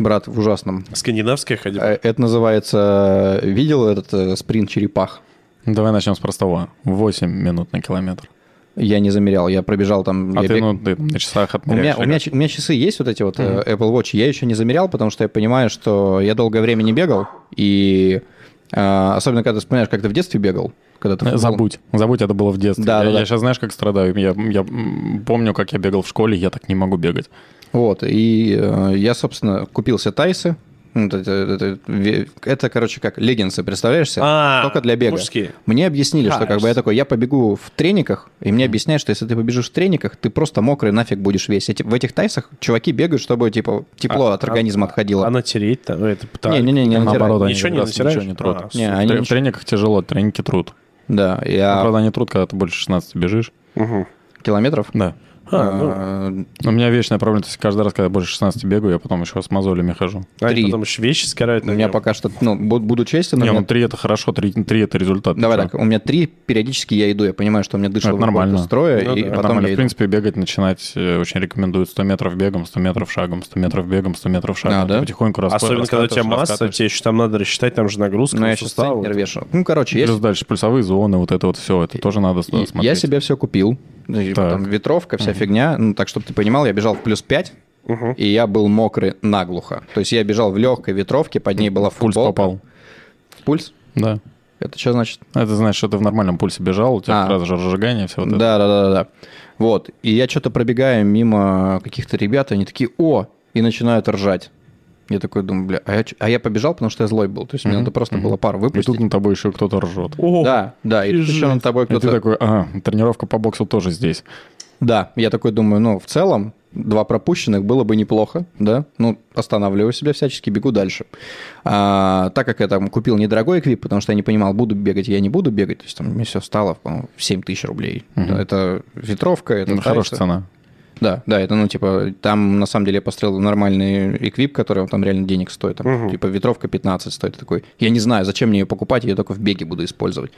Speaker 4: брат, в ужасном.
Speaker 2: Скандинавская ходила.
Speaker 4: Э, Это называется, э, видел этот э, спринт черепах?
Speaker 3: Давай начнем с простого. 8 минут на километр.
Speaker 4: Я не замерял, я пробежал там...
Speaker 3: А
Speaker 4: я
Speaker 3: ты,
Speaker 4: бег-
Speaker 3: ну, ты на часах
Speaker 4: У меня,
Speaker 3: отмеряешь.
Speaker 4: у, меня, ч- у меня часы есть вот эти вот э, Apple Watch, я еще не замерял, потому что я понимаю, что я долгое время не бегал, и э, особенно когда ты вспоминаешь, как ты в детстве бегал, когда ты... в
Speaker 3: Э,
Speaker 4: футбол-
Speaker 3: Забудь. Забудь, это было в детстве.
Speaker 4: Да,
Speaker 3: я,
Speaker 4: да, да.
Speaker 3: сейчас, знаешь, как страдаю. Я, я м, помню, как я бегал в школе, я так не могу бегать.
Speaker 4: Вот, и э, я, собственно, купился тайсы, Ну, это, это- это ве- это, короче, как леггинсы, представляешь себе?
Speaker 2: А,
Speaker 4: Только для бега.
Speaker 2: мужские.
Speaker 4: Мне объяснили, что как бы я такой, я побегу в трениках, и мне объясняют, что если ты побежишь в трениках, ты просто мокрый нафиг будешь весь. Эти- в этих тайсах чуваки бегают, чтобы, типа, тепло от организма отходило.
Speaker 2: А натереть там, ну, это так.
Speaker 4: Не-не-не, не натирай.
Speaker 3: Наоборот, они
Speaker 2: Ничего не
Speaker 3: как раз
Speaker 2: натираешь?
Speaker 3: ничего не трут.
Speaker 2: А,
Speaker 4: Не, А.
Speaker 3: в,
Speaker 4: они
Speaker 3: тре- в
Speaker 4: ничего-
Speaker 3: трениках тяжело, треники труд.
Speaker 4: Да,
Speaker 3: Ну,
Speaker 4: я
Speaker 3: Правда, они трут, когда ты больше 16 бежишь.
Speaker 2: Мгм.
Speaker 4: километров.
Speaker 3: Да.
Speaker 2: А,
Speaker 4: э,
Speaker 3: Но у меня вечная проблема. То есть каждый раз, когда я больше 16 бегаю, я потом еще с мозолями хожу.
Speaker 2: ну, они
Speaker 4: три.
Speaker 2: потом еще вещи скарают.
Speaker 4: у меня пока что, ну, бу- буду честен, у
Speaker 3: не,
Speaker 4: меня-
Speaker 3: ну 3 это хорошо, 3, это результат. Ты
Speaker 4: Давай
Speaker 3: чё?
Speaker 4: так, у меня три, периодически я иду, я понимаю, что у меня дышит
Speaker 3: Это нормально.
Speaker 4: строя,
Speaker 2: Ну
Speaker 4: и
Speaker 2: да.
Speaker 4: потом
Speaker 3: Нормально. в
Speaker 4: я иду.
Speaker 3: принципе, бегать начинать э, очень рекомендуют 100 метров бегом, 100 метров шагом, 100 метров бегом, 100 метров шагом.
Speaker 4: А, да?
Speaker 3: Ты Потихоньку расход-
Speaker 2: Особенно, когда у тебя
Speaker 3: раскатываешь,
Speaker 2: масса,
Speaker 3: раскатываешь.
Speaker 2: тебе еще там надо рассчитать, там же нагрузка.
Speaker 4: Но
Speaker 2: на
Speaker 4: Ну, я сейчас
Speaker 2: суставы.
Speaker 4: центнер вешу. Ну, короче, я,
Speaker 3: Плюс дальше пульсовые зоны, вот это вот все, это тоже надо с-
Speaker 4: и-
Speaker 3: смотреть.
Speaker 4: я себе все купил. Ну, и
Speaker 3: Так.
Speaker 4: Там ветровка, вся фигня. Ну, так, чтобы ты понимал, я бежал в плюс 5,
Speaker 2: Мгм.
Speaker 4: и я был мокрый наглухо. То есть я бежал в легкой ветровке, под ней была
Speaker 3: Пульс
Speaker 4: футболка.
Speaker 3: попал.
Speaker 4: Пульс?
Speaker 3: Да.
Speaker 4: Это что значит?
Speaker 3: Это значит, что ты в нормальном пульсе бежал, у тебя
Speaker 4: А.
Speaker 3: сразу же разжигание, все вот это.
Speaker 4: да, да, да, да, да. Вот. И я что-то пробегаю мимо каких-то ребят, и они такие, о, и начинают ржать. Я такой думаю, бля, а я, чё- а я побежал, потому что я злой был. То есть мне надо просто было пару
Speaker 3: И тут
Speaker 4: выпустить.
Speaker 3: на тобой еще кто-то ржет.
Speaker 2: О,
Speaker 4: Да, да, и тут еще над тобой
Speaker 3: И ты
Speaker 4: кто-то...
Speaker 3: такой, ага, тренировка по боксу тоже здесь.
Speaker 4: Да, я такой думаю, ну, в целом, два пропущенных было бы неплохо, да? Ну, останавливаю себя всячески, бегу дальше. А, так как я там купил недорогой эквип, потому что я не понимал, буду бегать, я не буду бегать, то есть там мне все стало, по-моему, в 7 тысяч рублей. Это ветровка, это
Speaker 3: Ну,
Speaker 4: тайцы.
Speaker 3: Хорошая цена.
Speaker 4: Да, да, это, ну, типа, там, на самом деле, я построил нормальный эквип, который там реально денег стоит. Там, Типа, ветровка 15 стоит. Я Такой, я не знаю, зачем мне ее покупать, я ее только в беге буду использовать.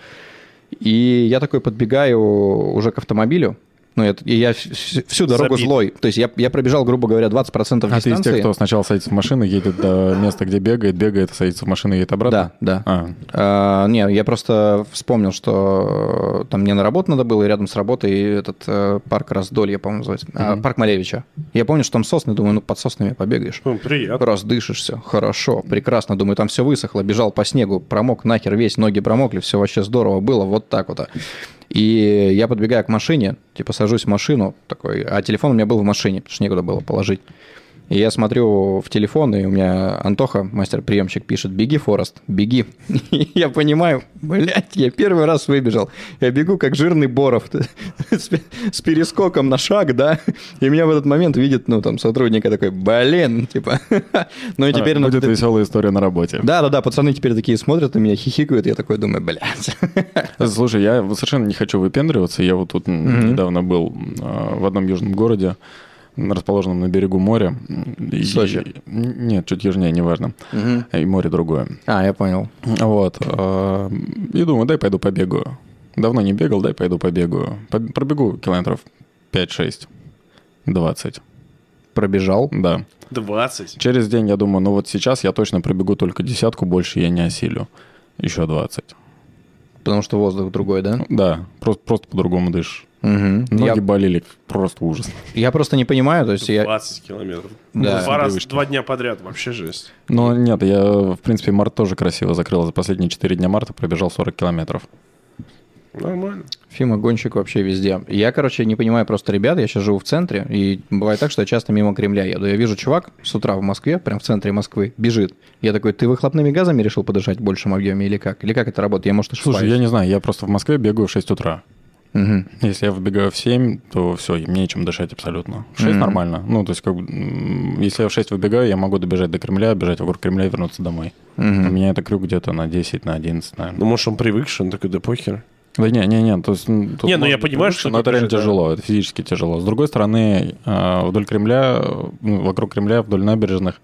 Speaker 4: И я такой подбегаю уже к автомобилю, ну, я, и я вс- вс- всю дорогу
Speaker 2: Забит.
Speaker 4: злой. То есть я, я пробежал, грубо говоря, 20% дистанции.
Speaker 3: А ты из тех, кто сначала садится в машину, едет до места, где бегает, бегает, садится в машину, едет обратно?
Speaker 4: Да, да.
Speaker 3: А,
Speaker 4: А, не, я просто вспомнил, что э, там мне на работу надо было, и рядом с работой этот э, парк Раздолье, по-моему, называется. А, парк Малевича. Я помню, что там сосны, думаю, ну, под соснами побегаешь.
Speaker 2: ну, приятно.
Speaker 4: Раз дышишься, хорошо, прекрасно, думаю, там все высохло, бежал по снегу, промок нахер весь, ноги промокли, все вообще здорово было, вот так вот. И я подбегаю к машине, типа сажусь в машину, такой, а телефон у меня был в машине, потому что некуда было положить. И я смотрю в телефон, и у меня Антоха, мастер-приемщик, пишет «Беги, Форест, беги». И я понимаю, блядь, я первый раз выбежал. Я бегу, как жирный Боров, с пе- с перескоком на шаг, да. И меня в этот момент видит, ну, там, сотрудник я такой «Блин», типа. Ну, и теперь...
Speaker 3: А,
Speaker 4: ну,
Speaker 3: будет
Speaker 4: ты-
Speaker 3: веселая история на работе.
Speaker 4: Да-да-да, пацаны теперь такие смотрят на меня, хихикают, я такой думаю, блядь.
Speaker 3: Слушай, я вот совершенно не хочу выпендриваться. Я вот тут м, недавно был а, в одном южном городе, м, расположенном на берегу моря. И-
Speaker 4: Сочи.
Speaker 3: м, Нет, чуть южнее, неважно. И море другое.
Speaker 4: А, я понял.
Speaker 3: Вот. а, И думаю, дай пойду побегаю. Давно не бегал, дай пойду побегаю. Поб- Пробегу километров 5-6. 20,
Speaker 4: Пробежал.
Speaker 3: да.
Speaker 2: 20.
Speaker 3: Через день я думаю, ну вот сейчас я точно пробегу только десятку, больше я не осилю. Еще 20.
Speaker 4: Потому что воздух другой, да?
Speaker 3: Да, просто, просто по-другому дышишь.
Speaker 4: Мгм.
Speaker 3: Ноги
Speaker 4: Ну, Я,
Speaker 3: болели, просто ужас.
Speaker 4: я просто не понимаю, то есть я...
Speaker 2: 20 километров. Ну,
Speaker 4: Да.
Speaker 2: два, раза,
Speaker 3: Привычки.
Speaker 2: два дня подряд, вообще жесть.
Speaker 3: Но нет, я, в принципе, март тоже красиво закрыл. За последние 4 дня марта пробежал 40 километров.
Speaker 2: Нормально.
Speaker 4: Фима гонщик вообще везде. Я, короче, не понимаю просто ребят, я сейчас живу в центре, и бывает так, что я часто мимо Кремля еду. Я вижу чувак с утра в Москве, прям в центре Москвы, бежит. Я такой, ты выхлопными газами решил подышать в большем объеме или как? Или как это работает? Я, может, ошибаюсь.
Speaker 3: Слушай, я не знаю, я просто в Москве бегаю в 6 утра.
Speaker 4: Мгм.
Speaker 3: Если я выбегаю в 7, то все, мне нечем дышать абсолютно. В 6
Speaker 4: Мгм.
Speaker 3: нормально. Ну, то есть, как бы, м, если я в 6 выбегаю, я могу добежать до Кремля, бежать вокруг Кремля и вернуться домой. У
Speaker 4: Мгм.
Speaker 3: меня это крюк где-то на 10, на 11, наверное.
Speaker 2: Ну, может, он привыкший, он такой, да похер.
Speaker 3: Да не, не, не, то есть... м, тут
Speaker 2: Не, ну,
Speaker 3: может
Speaker 2: я
Speaker 3: быть
Speaker 2: понимаю,
Speaker 3: лучше,
Speaker 2: что
Speaker 3: Но это
Speaker 2: такое
Speaker 3: реально
Speaker 2: же, да.
Speaker 3: тяжело, это физически тяжело. С другой стороны, а, вдоль Кремля, э, ну, вокруг Кремля, вдоль набережных,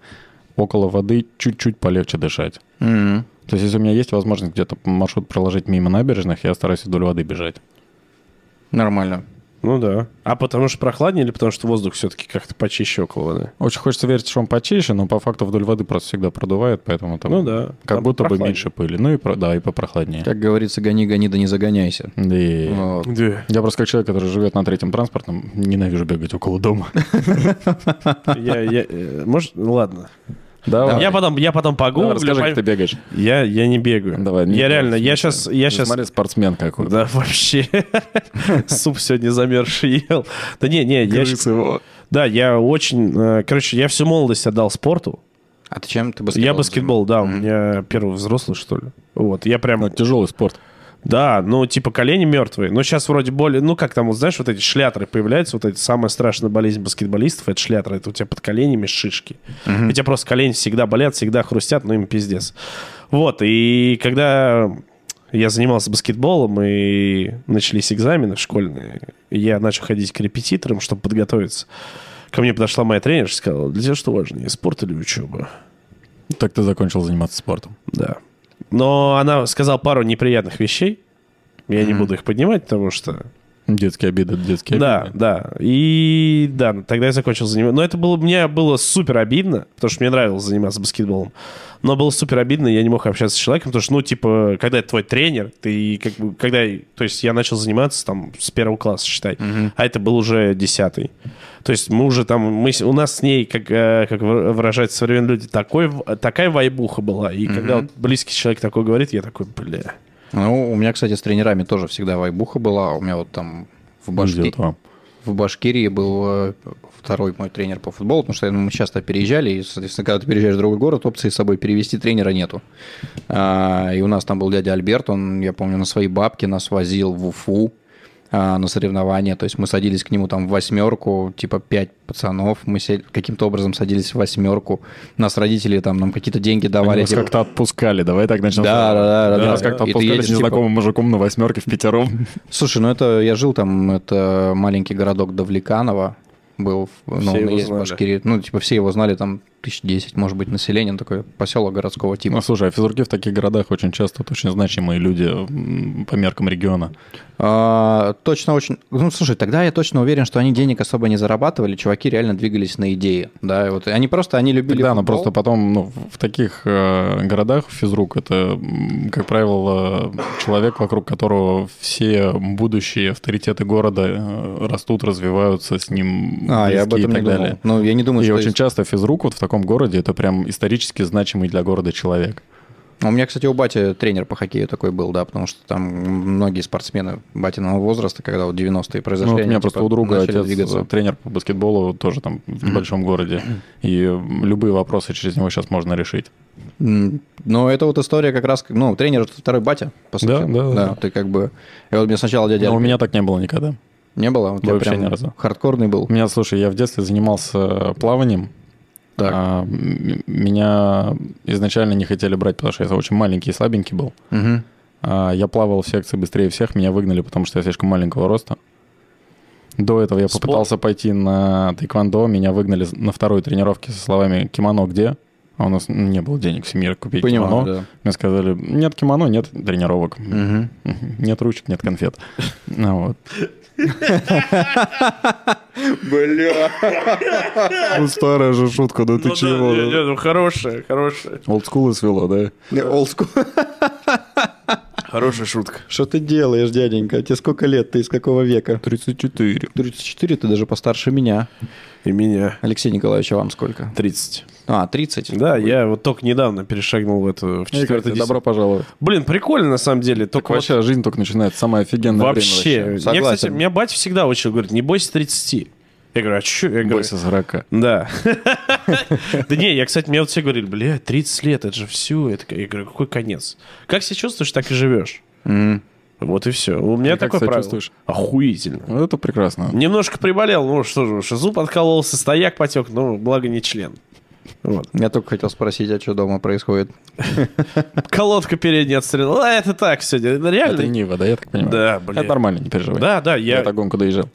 Speaker 3: около воды чуть-чуть полегче дышать.
Speaker 4: Мгм.
Speaker 3: То есть, если у меня есть возможность где-то маршрут проложить мимо набережных, я стараюсь вдоль воды бежать.
Speaker 4: Нормально.
Speaker 2: Ну да. А потому что прохладнее или потому что воздух все-таки как-то почище около воды?
Speaker 3: Очень хочется верить, что он почище, но по факту вдоль воды просто всегда продувает, поэтому там
Speaker 2: Ну да.
Speaker 3: как
Speaker 2: Там
Speaker 3: будто бы
Speaker 2: прохладнее.
Speaker 3: меньше пыли. Ну и про- да, и попрохладнее.
Speaker 4: Как говорится, гони, гони, да не загоняйся.
Speaker 3: И-
Speaker 2: Ну.
Speaker 4: Вот.
Speaker 2: Да.
Speaker 3: Я просто как человек, который живет на третьем транспортном, ненавижу бегать около дома.
Speaker 2: Я, я, э, может, ну, ладно.
Speaker 3: Давай.
Speaker 2: Я потом, я потом
Speaker 3: Давай,
Speaker 2: погуглю.
Speaker 3: расскажи,
Speaker 2: пой-
Speaker 3: как ты бегаешь.
Speaker 2: Я, я не бегаю.
Speaker 3: Давай, не
Speaker 2: я
Speaker 3: бегай,
Speaker 2: реально, я
Speaker 3: в смысле.
Speaker 2: сейчас, я
Speaker 3: Ты
Speaker 2: сейчас
Speaker 3: Ну, Смотри, спортсмен какой.
Speaker 2: Да вообще. Суп сегодня замерзший ел. Да не, не, я... щас-
Speaker 3: его.
Speaker 2: Да, я очень... э, Короче, я всю молодость отдал спорту.
Speaker 4: А ты чем? Ты
Speaker 2: Я
Speaker 4: баскетбол?
Speaker 2: баскетбол, да, у меня первый взрослый, что ли. Вот, я прям...
Speaker 3: Тяжелый спорт.
Speaker 2: Да, ну, типа колени мертвые. Но сейчас вроде более... Ну, как там, вот знаешь, вот эти шлятры появляются, вот эти самая страшная болезнь баскетболистов, это шлятры, это у тебя под коленями шишки. У тебя просто колени всегда болят, всегда хрустят, ну, им пиздец. Вот, и когда я занимался баскетболом, и начались экзамены школьные, и я начал ходить к репетиторам, чтобы подготовиться. Ко мне подошла моя тренерша и сказала, для тебя что важнее, спорт или учеба?
Speaker 3: Так ты закончил заниматься спортом.
Speaker 2: Да. Но она сказала пару неприятных вещей. Я не буду их поднимать, потому что...
Speaker 3: Детские обиды, детские
Speaker 2: да,
Speaker 3: обиды.
Speaker 2: да. И да, тогда я закончил заниматься. Но это было, мне было супер обидно, потому что мне нравилось заниматься баскетболом. Но было супер обидно, я не мог общаться с человеком, потому что, ну, типа, когда это твой тренер, ты как бы, когда, то есть я начал заниматься там с первого класса, считай, а это был уже десятый. То есть мы уже там, мы, с- у нас с ней, как, э, как вы- выражаются современные люди, такой, в- такая вайбуха была. И когда вот близкий человек такой говорит, я такой, бля.
Speaker 4: Ну, у меня, кстати, с тренерами тоже всегда вайбуха была. У меня вот там в башке...
Speaker 3: Идет вам.
Speaker 4: в Башкирии был э, второй мой тренер по футболу, потому что ну, мы часто переезжали, и, соответственно, когда ты переезжаешь в другой город, опции с собой перевести тренера нету. А, и у нас там был дядя Альберт, он, я помню, на свои бабки нас возил в Уфу а, на соревнования, то есть мы садились к нему там в восьмерку, типа пять пацанов, мы се- каким-то образом садились в восьмерку, нас родители там нам какие-то деньги давали.
Speaker 3: Они вас
Speaker 4: типа,
Speaker 3: как-то отпускали. Давай так начнем.
Speaker 4: Да, да, да, да,
Speaker 3: Они
Speaker 4: да.
Speaker 3: вас как-то
Speaker 4: И ты
Speaker 3: отпускали с
Speaker 4: едешь, типа-
Speaker 3: незнакомым мужиком на восьмерке в пятером.
Speaker 4: Слушай, ну это я жил там, это маленький городок Давлеканово был, в-
Speaker 2: Все
Speaker 4: ну, он
Speaker 2: его
Speaker 4: есть
Speaker 2: знали.
Speaker 4: в Башкирии. Ну, типа, все его знали, там, тысяч десять, может быть, население, ну, такой поселок городского
Speaker 3: Ну,
Speaker 4: типа.
Speaker 3: слушай, а физруки в таких городах очень часто это очень значимые люди м, по меркам региона.
Speaker 4: А, точно очень... Ну, слушай, тогда я точно уверен, что они денег особо не зарабатывали, чуваки реально двигались на идеи, да, и вот и они просто, они любили
Speaker 3: Да, но
Speaker 4: футбол.
Speaker 3: просто потом ну, в в таких э, городах физрук это, м, как правило, человек, вокруг которого все будущие авторитеты города э, растут, развиваются с ним
Speaker 4: А, я об
Speaker 3: близки и
Speaker 4: этом не
Speaker 3: так
Speaker 4: думал.
Speaker 3: далее.
Speaker 4: Ну, я не думаю,
Speaker 3: и
Speaker 4: что...
Speaker 3: очень
Speaker 4: из-
Speaker 3: часто физрук вот в таком городе это прям исторически значимый для города человек.
Speaker 4: У меня, кстати, у бати тренер по хоккею такой был, да, потому что там многие спортсмены батиного возраста, когда вот 90-е произошли,
Speaker 3: Ну, вот у
Speaker 4: они,
Speaker 3: меня
Speaker 4: типа,
Speaker 3: просто у друга
Speaker 4: начали
Speaker 3: отец
Speaker 4: двигаться.
Speaker 3: э, тренер по баскетболу тоже там в небольшом городе. И м, любые вопросы через него сейчас можно решить.
Speaker 4: М, Ну, это вот история как раз... Ну, тренер это второй батя, по сути.
Speaker 3: Да, да, да.
Speaker 4: Ты как бы... И вот мне сначала дядя...
Speaker 3: Но у
Speaker 4: Альберт
Speaker 3: меня так не было никогда.
Speaker 4: Не было? У тебя
Speaker 3: вообще
Speaker 4: прям
Speaker 3: ни разу.
Speaker 4: Хардкорный был?
Speaker 3: У меня, слушай, я в детстве занимался плаванием.
Speaker 4: Так.
Speaker 3: А, м- м- меня изначально не хотели брать, потому что я очень маленький и слабенький был.
Speaker 4: Мгм.
Speaker 3: А, я плавал в секции быстрее всех, меня выгнали, потому что я слишком маленького роста. До этого я
Speaker 2: Спорт.
Speaker 3: попытался пойти на тайквандо, меня выгнали с- на второй тренировке со словами «Кимоно где?», а у нас не было денег в семье купить
Speaker 4: Понимаю,
Speaker 3: кимоно.
Speaker 4: да.
Speaker 3: Мне сказали «Нет кимоно, нет тренировок,
Speaker 4: Мгм.
Speaker 3: нет ручек, нет конфет». Ну вот. Бля. Ну, старая же шутка, да ты
Speaker 2: ну, хорошая, хорошая.
Speaker 3: Олдскулы свело, да?
Speaker 4: Олдскул.
Speaker 2: Хорошая шутка.
Speaker 4: Что ты делаешь, дяденька? Тебе сколько лет? Ты из какого века?
Speaker 3: 34.
Speaker 4: 34, ты даже постарше меня.
Speaker 2: И меня.
Speaker 4: Алексей Николаевич, а вам сколько?
Speaker 2: 30.
Speaker 4: А, 30.
Speaker 2: Да, я вот только недавно перешагнул в эту, в четвертый десяток.
Speaker 4: Добро пожаловать.
Speaker 2: Блин, прикольно на самом деле. Только
Speaker 3: Так
Speaker 2: вот
Speaker 3: вообще жизнь только начинается. Самое офигенное
Speaker 2: Вообще.
Speaker 3: время
Speaker 2: Меня,
Speaker 4: Согласен.
Speaker 2: кстати, меня батя всегда учил, говорит, не бойся 30. Я говорю, а чё? Я
Speaker 3: вообще.
Speaker 2: говорю,
Speaker 3: Бойся 40.
Speaker 2: да. Да не, я, кстати, мне вот все говорили, бля, 30 лет, это же все. Это... Я говорю, какой конец? Как себя чувствуешь, так и живешь. Вот и все. У меня
Speaker 3: Ты как
Speaker 2: такое
Speaker 3: себя
Speaker 2: правило.
Speaker 3: чувствуешь?
Speaker 2: Охуительно.
Speaker 3: Вот Ну, это прекрасно.
Speaker 2: Немножко приболел, ну что же, уж и зуб откололся, стояк потек, ну, благо не член. Вот.
Speaker 4: Я только хотел спросить, а что дома происходит?
Speaker 2: Колодка передняя отстрелила. А, это так сегодня. Это Реально?
Speaker 3: Это Нива, да, я так понимаю?
Speaker 2: Да, блин.
Speaker 3: Это нормально, не переживай.
Speaker 2: Да, да, я...
Speaker 3: Я так гонку доезжал.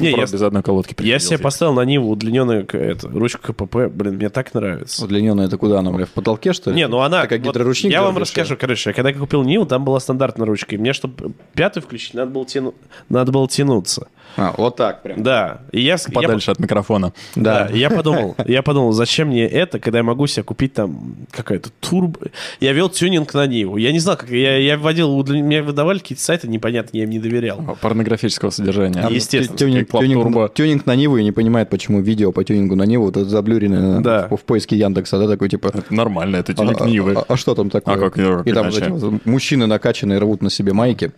Speaker 2: не, я,
Speaker 3: Правда, без одной колодки
Speaker 2: я
Speaker 3: переходил
Speaker 2: себе
Speaker 3: здесь.
Speaker 2: поставил на Ниву удлиненную к- это, ручку КПП. Блин, мне так нравится.
Speaker 4: Удлиненная это куда она, бля, в потолке, что ли?
Speaker 2: Не, ну она...
Speaker 4: Ты как
Speaker 2: вот
Speaker 4: гидроручник
Speaker 2: я вам
Speaker 4: держишь,
Speaker 2: расскажу, короче. Когда я купил Ниву, там была стандартная ручка. И мне, чтобы пятую включить, надо было, тяну... надо было тянуться.
Speaker 4: что ли? А, вот так прям.
Speaker 2: Да. И я... с- я
Speaker 3: Подальше от микрофона.
Speaker 2: Да, я подумал, я подумал, зачем мне это, когда я могу себе купить там какая-то турбо. Я вел тюнинг на Ниву. Я не знал, как я, я вводил, удли- мне выдавали какие-то сайты непонятные, я им не доверял.
Speaker 3: Порнографического содержания.
Speaker 2: Есть. естественно,
Speaker 4: Тю- Тюнинг,
Speaker 3: как Клаб
Speaker 4: тюнинг-
Speaker 3: Турбо.
Speaker 4: тюнинг на Ниву и не понимает, почему видео по тюнингу на Ниву вот это заблюренное
Speaker 2: Да.
Speaker 4: в, в поиске Яндекса, да, такой типа...
Speaker 3: Это Нормально, это
Speaker 4: А,
Speaker 3: тюнинг Нивы.
Speaker 4: а- а что там такое?
Speaker 3: А как- как
Speaker 4: и там
Speaker 3: иначе?
Speaker 4: эти вот мужчины накачанные рвут на себе майки.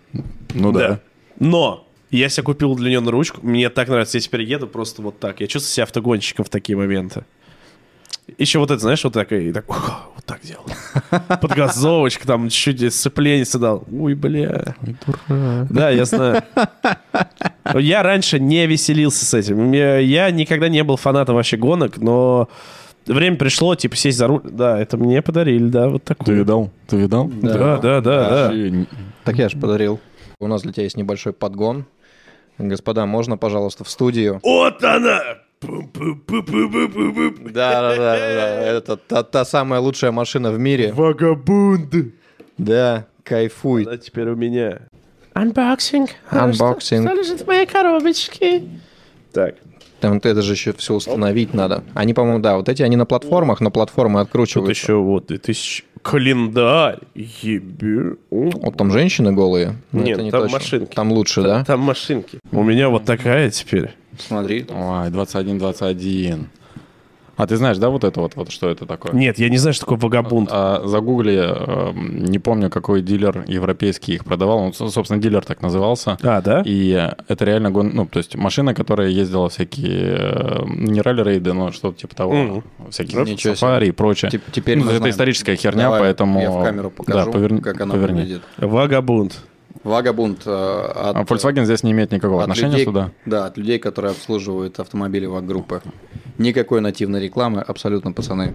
Speaker 3: Ну да.
Speaker 2: Но я себе купил удлиненную ручку, мне так нравится, я теперь еду просто вот так. Я чувствую себя автогонщиком в такие моменты. Еще вот это, знаешь, вот так, и так, ух, вот так делал. Подгазовочка, там чуть-чуть сцепление сюда. Ой, бля. Да, я знаю. Но Я раньше не веселился с этим. Я я никогда не был фанатом вообще гонок, но время пришло, типа, сесть за руль. Да, это мне подарили, да, вот
Speaker 3: Ты
Speaker 2: такую.
Speaker 3: видал? Ты видал?
Speaker 2: Да, да, да, да.
Speaker 3: Вообще,
Speaker 4: Так я же подарил. У нас для тебя есть небольшой подгон. Господа, можно, пожалуйста, в студию?
Speaker 2: Вот она! Пум-пум-пум-пум-пум-пум.
Speaker 4: Да, да, да, да. Это та, та самая лучшая машина в мире.
Speaker 2: Вагабунды.
Speaker 4: Да, кайфуй.
Speaker 2: Да, теперь у меня. Анбоксинг.
Speaker 4: Unboxing. что
Speaker 2: лежит в моей коробочке? Так.
Speaker 4: Там вот это же еще все установить надо. Они, по-моему, да, вот эти они на платформах, но платформы
Speaker 2: Тут
Speaker 4: откручиваются.
Speaker 2: еще вот 2000... Календарь. Ебе. О,
Speaker 4: Вот там женщины голые. но
Speaker 2: Нет,
Speaker 4: это не
Speaker 2: там
Speaker 4: точно.
Speaker 2: машинки.
Speaker 4: Там лучше, да?
Speaker 2: Там машинки. У меня вот такая теперь.
Speaker 4: Смотри.
Speaker 3: Ой, 21, 21. А ты знаешь, да, вот это вот, вот что это такое?
Speaker 2: Нет, я не знаю, что такое вагабунт.
Speaker 3: А, загугли, эм, не помню, какой дилер европейский их продавал. Он, со- собственно, дилер так назывался.
Speaker 2: А, да?
Speaker 3: И это реально гон... ну, то есть машина, которая ездила всякие э, не ралли-рейды, но что-то типа того,
Speaker 2: Мгм.
Speaker 3: всякие
Speaker 4: Ничего себе.
Speaker 3: сафари и прочее.
Speaker 4: Теп- теперь
Speaker 3: Ну,
Speaker 4: мы
Speaker 3: это
Speaker 4: знаем.
Speaker 3: историческая херня,
Speaker 4: Давай
Speaker 3: поэтому
Speaker 4: Я в камеру покажу,
Speaker 3: да, поверни,
Speaker 4: как она
Speaker 3: поверни.
Speaker 4: выглядит.
Speaker 2: Вагабунт.
Speaker 4: Вагабунт э, от, э,
Speaker 3: А Volkswagen здесь не имеет никакого
Speaker 4: от
Speaker 3: отношения
Speaker 4: людей,
Speaker 3: сюда.
Speaker 4: Да, от людей, которые обслуживают автомобили в группах. Никакой нативной рекламы, абсолютно, пацаны.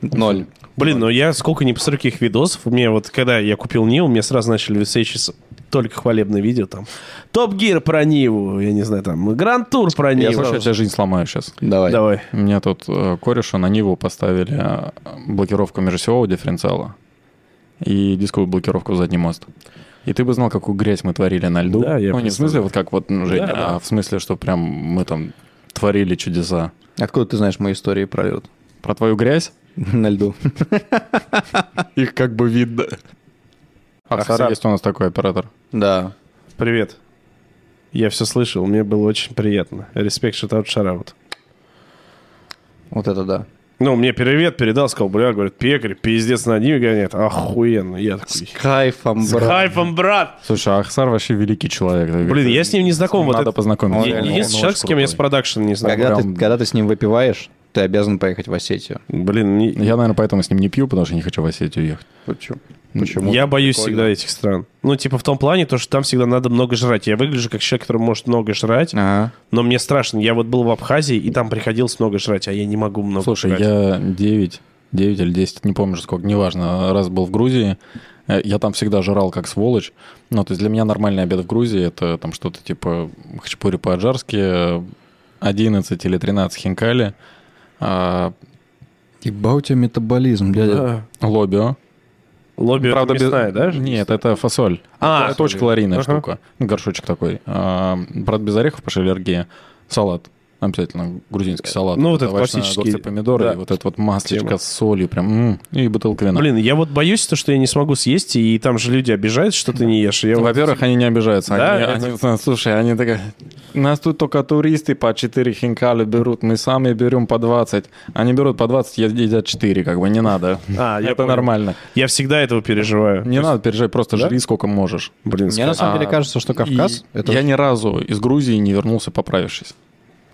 Speaker 4: Ноль.
Speaker 2: Блин, ну я сколько не посмотрю каких видосов. Мне вот, когда я купил Ниву, мне сразу начали высвечиваться только хвалебные видео там. Топ Гир про Ниву, я не знаю, там, Гранд Тур про Ниву.
Speaker 3: Я слушаю, я тебе жизнь сломаю сейчас.
Speaker 4: Давай.
Speaker 2: Давай.
Speaker 3: У меня тут э, кореша на Ниву поставили э, блокировку межосевого дифференциала и дисковую блокировку в задний мост. И ты бы знал, какую грязь мы творили на льду.
Speaker 2: Да, я
Speaker 3: ну, не в смысле, вот как вот, ну, Женя,
Speaker 2: Да, да.
Speaker 3: а в смысле, что прям мы там творили чудеса.
Speaker 4: Откуда ты знаешь мои истории про лед?
Speaker 3: Про твою грязь?
Speaker 4: На льду.
Speaker 3: Их как бы видно. Ахсар,
Speaker 2: Ахсар.
Speaker 3: есть у нас такой оператор.
Speaker 4: Да.
Speaker 2: Привет. Я все слышал, мне было очень приятно. Респект, шатаут, шараут.
Speaker 4: Вот это да.
Speaker 2: Ну, мне привет передал, сказал, бля, говорит, пекарь, пиздец на ними гонят. Охуенно, я такой.
Speaker 4: Кайфом,
Speaker 2: С кайфом, брат!
Speaker 3: Слушай, Ахсар вообще великий человек.
Speaker 2: Блин, я с ним не знаком. Вот
Speaker 3: Надо
Speaker 2: это-
Speaker 3: познакомиться.
Speaker 2: Е-
Speaker 4: Он-
Speaker 2: Единственный человек, с кем я с продакшн не знаком.
Speaker 4: Когда,
Speaker 3: прям-
Speaker 4: ты, когда ты с ним выпиваешь, ты обязан поехать в Осетию.
Speaker 2: Блин, не-
Speaker 3: Я, наверное, поэтому с ним не пью, потому что не хочу в Осетию ехать.
Speaker 4: Почему? Почему?
Speaker 2: я боюсь
Speaker 4: Прикольно.
Speaker 2: всегда этих стран. Ну, типа в том плане, то, что там всегда надо много жрать. Я выгляжу как человек, который может много жрать,
Speaker 4: Ага.
Speaker 2: но мне страшно. Я вот был в Абхазии, и там приходилось много жрать, а я не могу много
Speaker 3: Слушай,
Speaker 2: жрать.
Speaker 3: я 9, 9 или 10, не помню уже сколько, неважно, раз был в Грузии, э, я там всегда жрал как сволочь. Ну, то есть для меня нормальный обед в Грузии это там что-то типа хачапури по-аджарски, э, 11 или 13 хинкали, а,
Speaker 4: Ебать, у тебя метаболизм, дядя.
Speaker 2: Да.
Speaker 3: лобио.
Speaker 2: Лобби это
Speaker 3: без-
Speaker 2: мясная, да?
Speaker 3: Нет, это фасоль.
Speaker 2: А,
Speaker 3: это очень калорийная
Speaker 2: Ага.
Speaker 3: штука. Ну, горшочек такой. А, правда, без орехов, потому что аллергия. Салат. Обязательно грузинский салат.
Speaker 2: Ну, вот это
Speaker 3: овощная,
Speaker 2: классический,
Speaker 3: огурцы, помидоры,
Speaker 2: да.
Speaker 3: и вот это вот маслечко
Speaker 2: Тема.
Speaker 3: с солью прям, м, и бутылка вина.
Speaker 2: Блин, я вот боюсь, то, что я не смогу съесть, и там же люди обижаются, что ты не ешь. Я
Speaker 4: Ну,
Speaker 2: вот-
Speaker 3: Ну, Во-первых, они не обижаются.
Speaker 2: Да,
Speaker 3: Они-
Speaker 2: это-
Speaker 3: они, э, слушай, они такая, нас тут только туристы по 4 хинкали берут, мы сами берем по 20. Они берут по 20, е- едят 4, как бы не надо.
Speaker 2: А, я
Speaker 3: Это
Speaker 2: понял.
Speaker 3: нормально.
Speaker 2: Я всегда этого переживаю.
Speaker 3: Не надо переживать, просто жри сколько можешь.
Speaker 2: Блин,
Speaker 4: Мне на самом деле
Speaker 3: А,
Speaker 4: кажется, что Кавказ...
Speaker 3: И
Speaker 4: это
Speaker 3: Я ни разу из Грузии не вернулся, поправившись.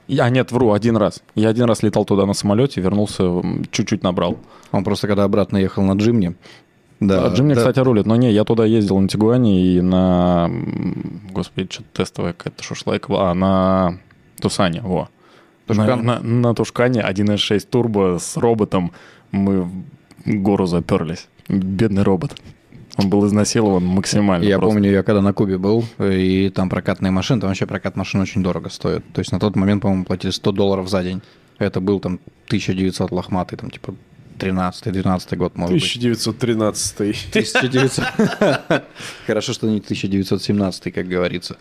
Speaker 3: Я нет, вру, один раз. Я один раз летал туда на самолете, вернулся, м, чуть-чуть набрал.
Speaker 4: Он просто когда обратно ехал на Джимне... Да,
Speaker 3: А Джим мне,
Speaker 4: да.
Speaker 3: кстати, рулит. Но не, я туда ездил на Тигуане и на... м, Господи, что-то тестовая какая-то шушлайка была. А, на Тусане, во.
Speaker 4: Тушкан?
Speaker 3: На, на, на Тушкане 1.6 турбо с роботом мы в гору заперлись. Бедный робот. Он был изнасилован максимально.
Speaker 4: Я
Speaker 3: просто.
Speaker 4: помню, я когда на Кубе был, и там прокатные машины, там вообще прокат машин очень дорого стоит. То есть на тот момент, по-моему, платили 100 долларов за день. Это был там 1900 лохматый, там типа 13-12 год, может быть.
Speaker 2: 1913
Speaker 4: 1900. Хорошо, что не 1917, как говорится.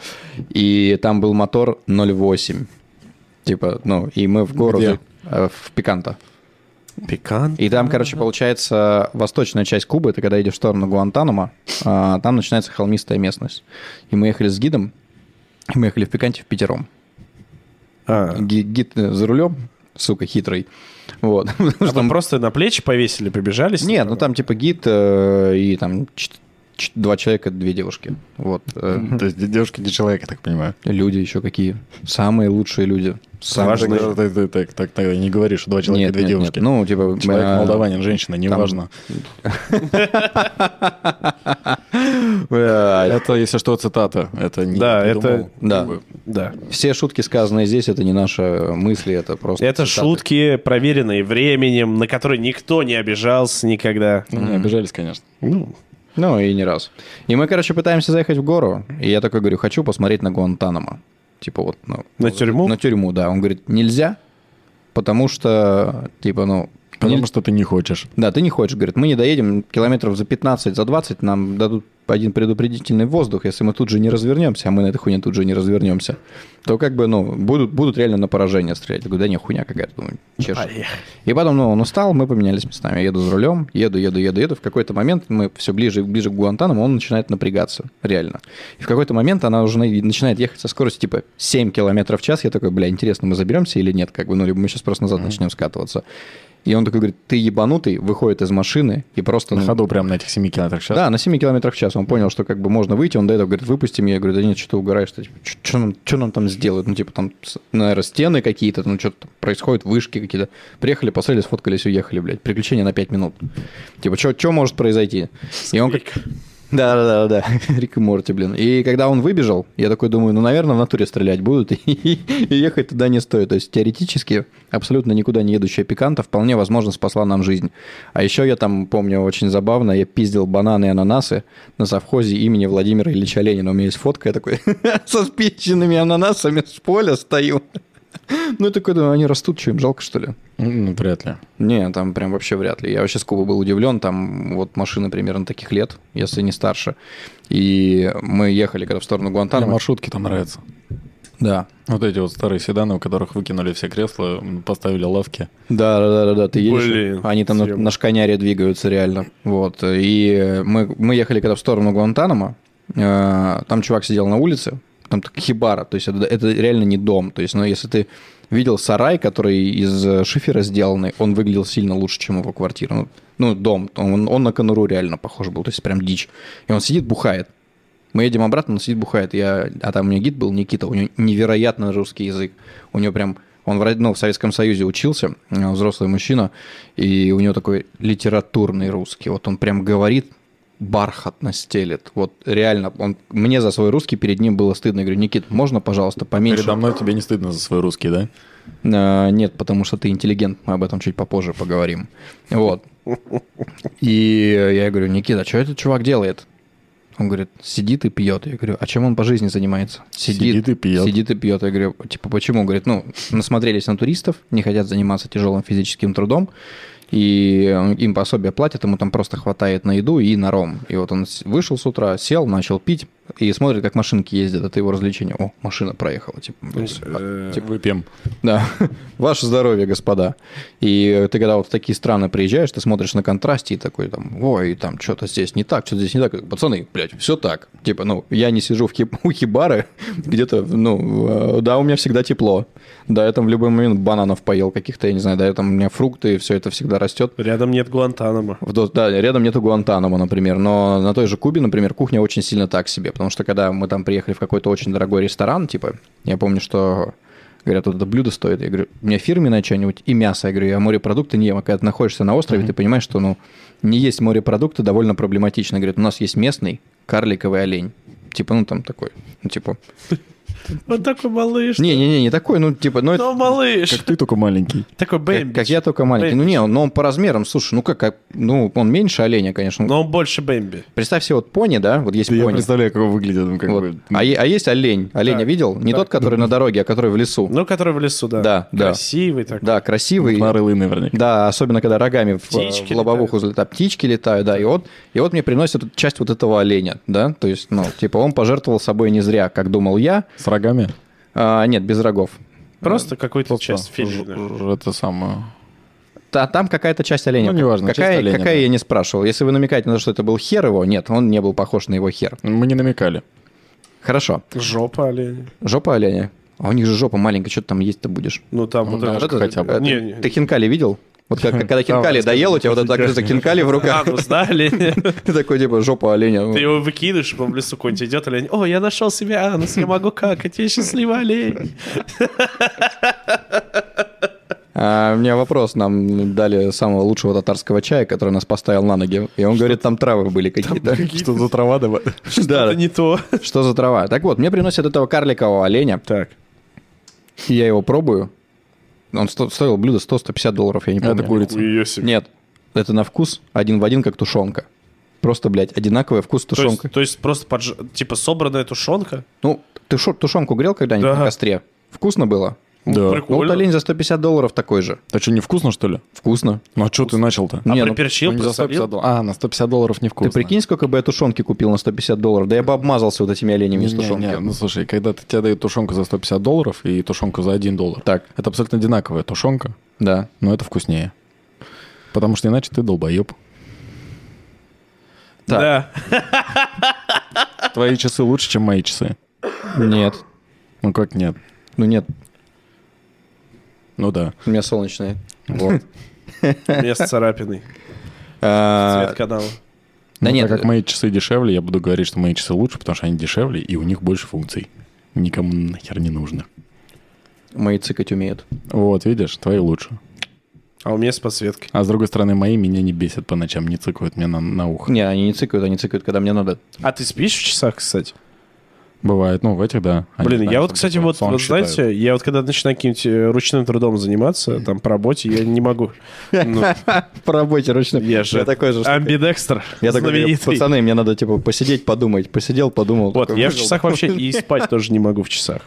Speaker 4: И там был мотор 0,8. Типа, ну, и мы в городе, э, в Пиканто.
Speaker 2: Пикант.
Speaker 4: И там, короче, получается, восточная часть Кубы, это когда идешь в сторону Гуантанамо, а, там начинается холмистая местность. И мы ехали с гидом, и мы ехали в Пиканте в пятером.
Speaker 2: А,
Speaker 4: Ги- Гид э, за рулем, сука, хитрый. Вот. Потому
Speaker 2: а
Speaker 4: что
Speaker 2: вы
Speaker 4: мы-
Speaker 2: просто на плечи повесили, побежали? с ним?
Speaker 4: Нет, ну там типа гид э, и там ч- ч- два человека, две девушки. Вот. э,
Speaker 3: То есть девушки не человек, я так понимаю.
Speaker 4: Люди еще какие. Самые лучшие люди.
Speaker 3: Ты,
Speaker 4: Самые...
Speaker 3: ты- ты- так, так тогда не говоришь, что два человека,
Speaker 4: Нет,
Speaker 3: две
Speaker 4: нет, нет.
Speaker 3: девушки.
Speaker 4: Ну, типа...
Speaker 3: Человек
Speaker 4: э,
Speaker 3: молдаванин, женщина, неважно.
Speaker 4: э,
Speaker 3: Это, если что, цитата. Это не
Speaker 2: Да,
Speaker 3: я
Speaker 2: это-
Speaker 3: придумал.
Speaker 4: Да.
Speaker 2: Да.
Speaker 4: Все шутки, сказанные здесь, это не наши мысли, это просто...
Speaker 2: Это
Speaker 4: цитаты.
Speaker 2: шутки, проверенные временем, на которые никто не обижался никогда.
Speaker 3: Ну, не обижались, конечно.
Speaker 2: Ну,
Speaker 4: Ну, и не раз. И мы, короче, пытаемся заехать в гору. И я такой говорю, хочу посмотреть на Гуантанамо. Типа вот, ну...
Speaker 2: на тюрьму?
Speaker 4: На тюрьму, да. Он говорит, нельзя, потому что, типа, ну...
Speaker 3: Потому
Speaker 4: нель-
Speaker 3: что ты не хочешь.
Speaker 4: Да, ты не хочешь, говорит, мы не доедем километров за 15, за 20, нам дадут один предупредительный воздух, если мы тут же не развернемся, а мы на этой хуйне тут же не развернемся, то как бы, ну, будут, будут реально на поражение стрелять. Я говорю, да не, хуйня какая-то, думаю, чешет. И потом, ну, он устал, мы поменялись местами. Я еду за рулем, еду, еду, еду, еду. В какой-то момент мы все ближе и ближе к Гуантанаму, он начинает напрягаться, реально. И в какой-то момент она уже на- начинает ехать со скоростью типа 7 километров в час. Я такой, бля, интересно, мы заберемся или нет, как бы, ну, либо мы сейчас просто назад начнем скатываться. И он такой говорит, ты ебанутый, выходит из машины и просто...
Speaker 3: На
Speaker 4: ну,
Speaker 3: ходу прям на этих 7 километрах сейчас.
Speaker 4: да, на 7 километрах в час. Он понял, что как бы можно выйти. Он до этого говорит, выпусти меня. Я говорю, да нет, что ты угораешь? Что нам, чё нам там сделают? Ну, типа там, с- наверное, стены какие-то, ну, что-то происходит, вышки какие-то. Приехали, посмотрели, сфоткались, уехали, блядь. Приключения на 5 минут. Типа, что может произойти? И он как... Да, да, да, да. Рик и Морти, блин. И когда он выбежал, я такой думаю, ну, наверное, в натуре стрелять будут, и, и ехать туда не стоит. То есть теоретически абсолютно никуда не едущая пиканта вполне возможно спасла нам жизнь. А еще я там помню очень забавно, я пиздил бананы и ананасы на совхозе имени Владимира Ильича Ленина. У меня есть фотка, я такой со спиченными ананасами с поля стою. Ну, я такой думаю, они растут, что им жалко, что ли?
Speaker 3: М, Ну, Вряд ли.
Speaker 4: Не, там прям вообще вряд ли. Я вообще с Кубы был удивлен. Там вот машины примерно таких лет, если не старше. И мы ехали когда в сторону
Speaker 3: Мне
Speaker 4: Гуантанамо.
Speaker 3: маршрутки там нравятся.
Speaker 4: Да.
Speaker 3: Вот эти вот старые седаны, у которых выкинули все кресла, м, поставили лавки.
Speaker 4: Да, да, да, да, да, ты едешь,
Speaker 2: Блин,
Speaker 4: они там на,
Speaker 2: съем.
Speaker 4: на шканяре двигаются реально, вот, и мы, мы ехали когда в сторону Гуантанамо, э, там чувак сидел на улице, там так хибара, то есть это, это реально не дом, то есть, ну, если ты видел сарай, который из э, шифера сделанный, он выглядел сильно лучше, чем его квартира, ну, ну, дом, он, он на конуру реально похож был, то есть прям дичь, и он сидит, бухает, мы едем обратно, он сидит, бухает. Я, а там у меня гид был, Никита, у него невероятно русский язык. У него прям... Он в, род- ну, в Советском Союзе учился, э, взрослый мужчина, и у него такой литературный русский. Вот он прям говорит, бархатно стелет. Вот реально, он, мне за свой русский перед ним было стыдно. Я говорю, Никит, можно, пожалуйста, поменьше?
Speaker 3: Передо мной тебе не стыдно за свой русский, да?
Speaker 4: Э, Нет, потому что ты интеллигент, мы об этом чуть попозже поговорим. Вот. И я говорю, Никита, что этот чувак делает? Он говорит, сидит и пьет. Я говорю, а чем он по жизни занимается?
Speaker 3: Сидит и пьет.
Speaker 4: Сидит и пьет. Я говорю, типа, почему? Он говорит, ну, насмотрелись на туристов, не хотят заниматься тяжелым физическим трудом, и он- им пособие платят, ему там просто хватает на еду и на ром. И вот он с- вышел с утра, сел, начал пить, и смотрит, как машинки ездят. Это его развлечение. О, машина проехала. Типа, блин,
Speaker 3: Типа, выпьем.
Speaker 4: да, ваше здоровье, господа. И ты когда вот в такие страны приезжаешь, ты смотришь на контрасте и такой там, ой, там что-то здесь не так, что-то здесь не так. Пацаны, блядь, все так. Типа, ну, я не сижу в хиб- у хибары где-то, ну, э, да, у меня всегда тепло. Да, я там в любой момент бананов поел каких-то, я не знаю, да, я там у меня фрукты, все это всегда растет.
Speaker 2: Рядом нет Гуантанамо.
Speaker 4: В Дос- да, рядом нету Гуантанамо, например, но на той же Кубе, например, кухня очень сильно так себе, потому что когда мы там приехали в какой-то очень дорогой ресторан, типа, я помню, что говорят, вот это блюдо стоит, я говорю, у меня фирменное что-нибудь и мясо, я говорю, я морепродукты не ем, а когда ты находишься на острове, ты понимаешь, что, ну, не есть морепродукты довольно проблематично, говорят, у нас есть местный карликовый олень, типа, ну, там такой, ну, типа,
Speaker 2: Он такой малыш.
Speaker 4: не-не-не, не такой, ну, типа, ну, это
Speaker 2: Ну, малыш.
Speaker 3: Как ты только маленький.
Speaker 2: Такой
Speaker 4: как,
Speaker 2: Бэмби.
Speaker 4: как я только маленький. Ну, не, он- но он по размерам, слушай, ну, как, как- ну, он меньше оленя, конечно,
Speaker 2: Но он больше Бэмби.
Speaker 4: Представь себе вот пони, Ну. да, вот есть
Speaker 3: Я
Speaker 4: пони.
Speaker 3: представляю, как он выглядит. он как
Speaker 4: Вот.
Speaker 3: бы-
Speaker 4: А, е- а есть олень. Оленя
Speaker 2: Так,
Speaker 4: видел? Не
Speaker 2: так.
Speaker 4: тот, который на дороге, а который в лесу.
Speaker 2: Ну, который в лесу, да.
Speaker 4: Да, да.
Speaker 2: Красивый такой.
Speaker 4: Да, красивый.
Speaker 3: Нарылый наверняка.
Speaker 4: Да, особенно когда рогами в,
Speaker 2: Птички
Speaker 4: в лобовуху залетают. Птички летают, да. И вот, и вот мне приносят часть вот этого оленя, да. То есть, ну, типа он пожертвовал собой не зря, как думал я.
Speaker 3: С рогами.
Speaker 4: А, нет, без рогов.
Speaker 2: Просто какой-то часть
Speaker 3: Просто
Speaker 2: фильма.
Speaker 3: ж- ж- Это самое.
Speaker 4: Та, там какая-то часть оленя.
Speaker 3: Ну, неважно,
Speaker 4: Какая,
Speaker 3: часть оленя,
Speaker 4: какая
Speaker 3: да.
Speaker 4: я не спрашивал. Если вы намекаете на то, что это был хер его, нет, он не был похож на его хер.
Speaker 3: Мы не намекали.
Speaker 4: Хорошо.
Speaker 2: Жопа оленя.
Speaker 4: Жопа оленя. А у них же жопа маленькая, что ты там есть-то будешь?
Speaker 2: Ну, там
Speaker 3: Ну,
Speaker 2: вот это...
Speaker 3: даже хотя бы.
Speaker 4: э,
Speaker 2: Не,
Speaker 4: ты-
Speaker 2: не.
Speaker 4: Ты хинкали видел? Вот как, когда хинкали
Speaker 3: Давай,
Speaker 4: доел, у тебя вот это за хинкали в руках.
Speaker 2: Анус, да, олень?
Speaker 4: Ты такой, типа, жопа оленя.
Speaker 2: Ты его выкидываешь, потом в лесу какой-нибудь идет олень. О, я нашел себе анус, я могу какать, я счастливый олень.
Speaker 4: А, у меня вопрос. Нам дали самого лучшего татарского чая, который нас поставил на ноги. И он говорит, там травы были какие-то.
Speaker 3: Что за трава давай?
Speaker 4: Да,
Speaker 2: Это не то.
Speaker 4: что за трава. Так вот, мне приносят этого карликового оленя.
Speaker 2: Так.
Speaker 4: и Я его пробую. Он сто- стоил блюдо 100-150 долларов, я не
Speaker 3: Это
Speaker 4: помню.
Speaker 3: курица.
Speaker 4: Нет, это на вкус один в один, как тушенка. Просто, блядь, одинаковый вкус
Speaker 2: То
Speaker 4: тушенка.
Speaker 2: есть, то есть просто подж- типа собранная тушенка?
Speaker 4: Ну, ты шо- тушенку грел когда-нибудь
Speaker 2: Да.
Speaker 4: на костре? Вкусно было?
Speaker 2: Ну,
Speaker 3: Да.
Speaker 4: Ну, вот
Speaker 2: Прикольно.
Speaker 4: олень за 150 долларов такой же.
Speaker 3: А что, невкусно, что ли?
Speaker 4: Вкусно.
Speaker 3: Ну а что ты начал-то?
Speaker 2: А
Speaker 4: Не, ну,
Speaker 2: приперчил,
Speaker 3: Ну, не за
Speaker 2: присолил?
Speaker 3: 150 долларов. А, на 150 долларов невкусно.
Speaker 4: Ты прикинь, сколько бы я тушенки купил на 150 долларов? Да я бы обмазался вот этими оленями
Speaker 3: Не,
Speaker 4: из
Speaker 3: не,
Speaker 4: тушенки.
Speaker 3: не, ну слушай, когда ты, тебе дают тушенку за 150 долларов и тушенку за 1 доллар,
Speaker 4: Так.
Speaker 3: это абсолютно одинаковая тушенка,
Speaker 4: Да.
Speaker 3: но это вкуснее. Потому что иначе ты долбоеб.
Speaker 4: Так.
Speaker 2: Да.
Speaker 3: Твои часы лучше, чем мои часы.
Speaker 4: Нет.
Speaker 3: Ну как нет?
Speaker 4: Ну нет,
Speaker 3: Ну да.
Speaker 4: у меня солнечные. Вот.
Speaker 2: У меня с царапиной.
Speaker 4: А,
Speaker 2: Цвет канала.
Speaker 3: Ну,
Speaker 4: Да нет, э,
Speaker 3: так как мои часы дешевле, я буду говорить, что мои часы лучше, потому что они дешевле и у них больше функций. Никому нахер не нужно.
Speaker 4: мои цикать умеют.
Speaker 3: Вот, видишь, твои лучше.
Speaker 2: А у меня с подсветкой.
Speaker 3: А с другой стороны, мои меня не бесят по ночам, не цикают мне на, на ухо.
Speaker 4: Не, они не цикают, они цикают, когда мне надо.
Speaker 2: А ты спишь в часах, кстати?
Speaker 3: Бывает, ну в этих, да. Они
Speaker 2: Блин,
Speaker 3: знают,
Speaker 2: А я
Speaker 3: что
Speaker 2: вот, кстати,
Speaker 3: такое
Speaker 2: вот,
Speaker 3: сон
Speaker 2: вот
Speaker 3: считают.
Speaker 2: знаете, я вот когда начинаю каким-нибудь э, ручным трудом заниматься, там, по работе, я не могу. Ну,
Speaker 4: По работе ручно.
Speaker 2: я же
Speaker 4: такой же. штука.
Speaker 2: амбидекстер,
Speaker 4: Я такой, говорю,
Speaker 2: знаменитый.
Speaker 4: пацаны, мне надо, типа, посидеть, подумать. Посидел, подумал.
Speaker 2: Вот,
Speaker 4: такой
Speaker 2: я в
Speaker 4: выжил.
Speaker 2: часах вообще и спать тоже не могу в часах.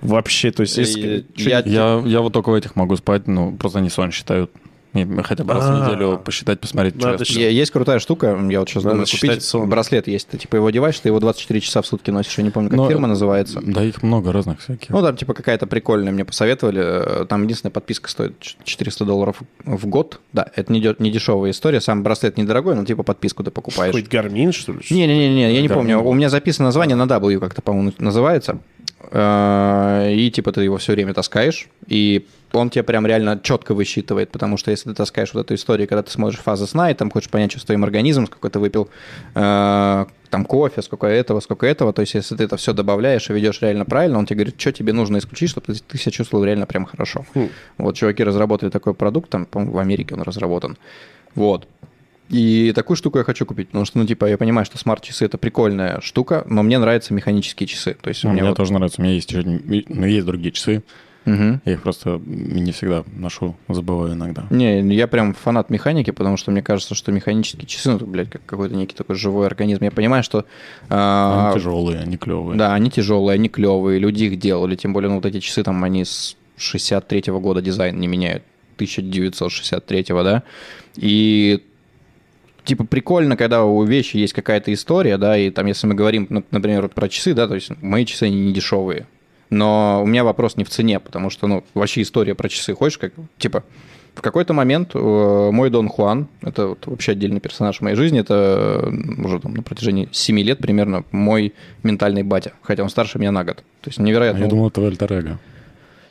Speaker 2: Вообще, то есть...
Speaker 4: И-
Speaker 2: если-
Speaker 4: Я
Speaker 3: Я, я вот только в этих могу спать, ну, просто они сон считают. И хотя бы раз в
Speaker 2: А.
Speaker 3: неделю посчитать, посмотреть, что я
Speaker 2: Надо
Speaker 3: сплю.
Speaker 4: Е- Есть крутая штука, я вот сейчас
Speaker 2: Надо
Speaker 4: думаю
Speaker 2: считать
Speaker 4: купить.
Speaker 2: сон.
Speaker 4: Браслет есть, ты типа его одеваешь, ты его 24 часа в сутки носишь, я не помню, как
Speaker 3: Но-
Speaker 4: фирма называется.
Speaker 3: Да их много разных всяких.
Speaker 4: Ну, там типа какая-то прикольная, мне посоветовали. Э, Там единственная подписка стоит ч- 400 долларов в год. Да, это не, дё- не дешевая история, сам браслет недорогой, но типа подписку ты покупаешь.
Speaker 2: Какой-то гармин, что ли?
Speaker 4: Не-не-не, я не
Speaker 3: Да.
Speaker 4: помню. У меня записано название на W как-то, по-моему, называется. Э, И типа ты его все время таскаешь, и он тебе прям реально четко высчитывает, потому что если ты таскаешь вот эту историю, когда ты смотришь фазы сна, и там хочешь понять, что с твоим организмом, сколько ты выпил э, там кофе, сколько этого, сколько этого, то есть если ты это все добавляешь и ведешь реально правильно, он тебе говорит, что тебе нужно исключить, чтобы ты- ты себя чувствовал реально прям хорошо.
Speaker 2: Хм.
Speaker 4: Вот чуваки разработали такой продукт, там, по-моему, в Америке он разработан. Вот. И такую штуку я хочу купить, потому что, ну, типа, я понимаю, что смарт-часы это прикольная штука, но мне нравятся механические часы. То есть у
Speaker 3: Ну,
Speaker 4: меня
Speaker 3: Мне
Speaker 4: вот...
Speaker 3: тоже нравится. У меня есть еще, ну, есть другие часы.
Speaker 4: Мгм.
Speaker 3: Я их просто не всегда ношу, забываю иногда.
Speaker 4: Не, ну, я прям фанат механики, потому что мне кажется, что механические часы, ну, это, блядь, как какой-то некий такой живой организм. Я понимаю, что... а,
Speaker 3: Они тяжелые, они клевые.
Speaker 4: Да, они тяжелые, они клевые, люди их делали, тем более, ну, вот эти часы там, они с 63 года дизайн не меняют, 1963, да, и типа прикольно, когда у вещи есть какая-то история, да, и там, если мы говорим, ну, например, вот про часы, да, то есть мои часы они не дешевые. Но у меня вопрос не в цене, потому что, ну, вообще история про часы. Хочешь, как, типа, в какой-то момент э, мой Дон Хуан, это вот вообще отдельный персонаж в моей жизни, это э, уже там на протяжении 7 лет примерно мой ментальный батя, хотя он старше меня на год. То есть невероятно.
Speaker 3: А Я думал, это альтер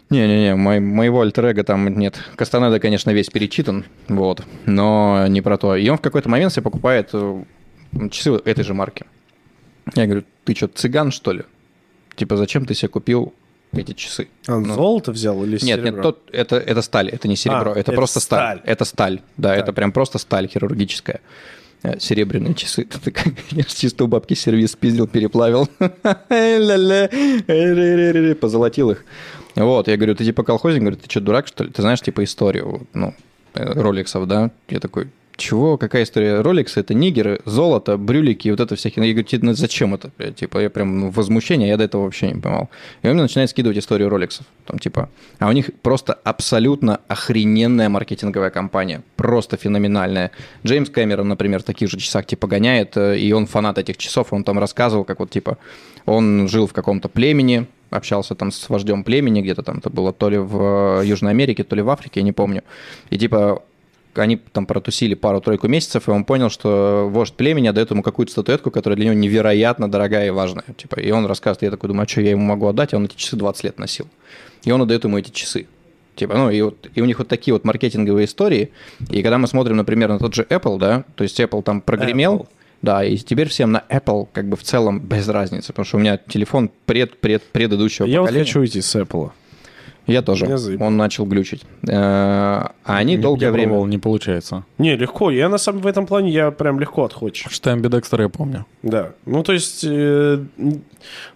Speaker 4: Не-не-не, мой- моего альтер там нет. Кастанеда, конечно, весь перечитан, вот, но не про то. И он в какой-то момент себе покупает э, часы вот этой же марки. Я говорю, ты что, цыган, что ли? Типа, зачем ты себе купил эти часы?
Speaker 2: А Он
Speaker 4: Ну,
Speaker 2: золото взял или
Speaker 4: Нет,
Speaker 2: серебро?
Speaker 4: нет, тот, это, это сталь, это не серебро,
Speaker 2: А,
Speaker 4: это,
Speaker 2: это
Speaker 4: просто сталь.
Speaker 2: сталь.
Speaker 4: Это сталь, да, это
Speaker 2: Так.
Speaker 4: прям просто сталь хирургическая. Э, Серебряные часы. Ты, конечно, чисто у бабки сервис пиздил, переплавил. Ля-ля. Эй-ре-ре-ре-ре. Позолотил их. Вот, я говорю, ты типа колхозник, говорю, ты что, дурак, что ли? Ты знаешь, типа, историю, вот, ну, э, роликсов, да? Я такой, чего? Какая история? Роликсы — это нигеры, золото, брюлики и вот это всякие. Я говорю, «Ти- ну, зачем это? блядь?» Типа, я прям ну, возмущение, я до этого вообще не понимал. И он мне начинает скидывать историю роликсов. Там типа, а у них просто абсолютно охрененная маркетинговая компания. Просто феноменальная. Джеймс Кэмерон, например, в таких же часах типа гоняет, э, и он фанат этих часов, он там рассказывал, как вот типа, он жил в каком-то племени, общался там с вождем племени, где-то там это было то ли в э, Южной Америке, то ли в Африке, я не помню. И типа они там протусили пару-тройку месяцев, и он понял, что вождь племени отдает ему какую-то статуэтку, которая для него невероятно дорогая и важная. Типа, и он рассказывает, я такой думаю, а что я ему могу отдать? А он эти часы 20 лет носил. И он отдает ему эти часы. Типа, ну, и, вот, и у них вот такие вот маркетинговые истории. И когда мы смотрим, например, на тот же Apple, да, то есть Apple там прогремел,
Speaker 2: Apple.
Speaker 4: да, и теперь всем на Apple как бы в целом без разницы, потому что у меня телефон пред-пред предыдущего
Speaker 2: Я вот
Speaker 4: поколения.
Speaker 2: хочу уйти с Apple.
Speaker 4: Я тоже.
Speaker 2: Меня заеб-
Speaker 4: Он начал глючить. Э, А они долгое
Speaker 3: я
Speaker 4: время...
Speaker 3: пробовал, не получается.
Speaker 2: Не, легко. Я на самом в этом плане я прям легко отходишь.
Speaker 3: Штамби Декстера я помню.
Speaker 2: Да. Ну, то есть, э, м,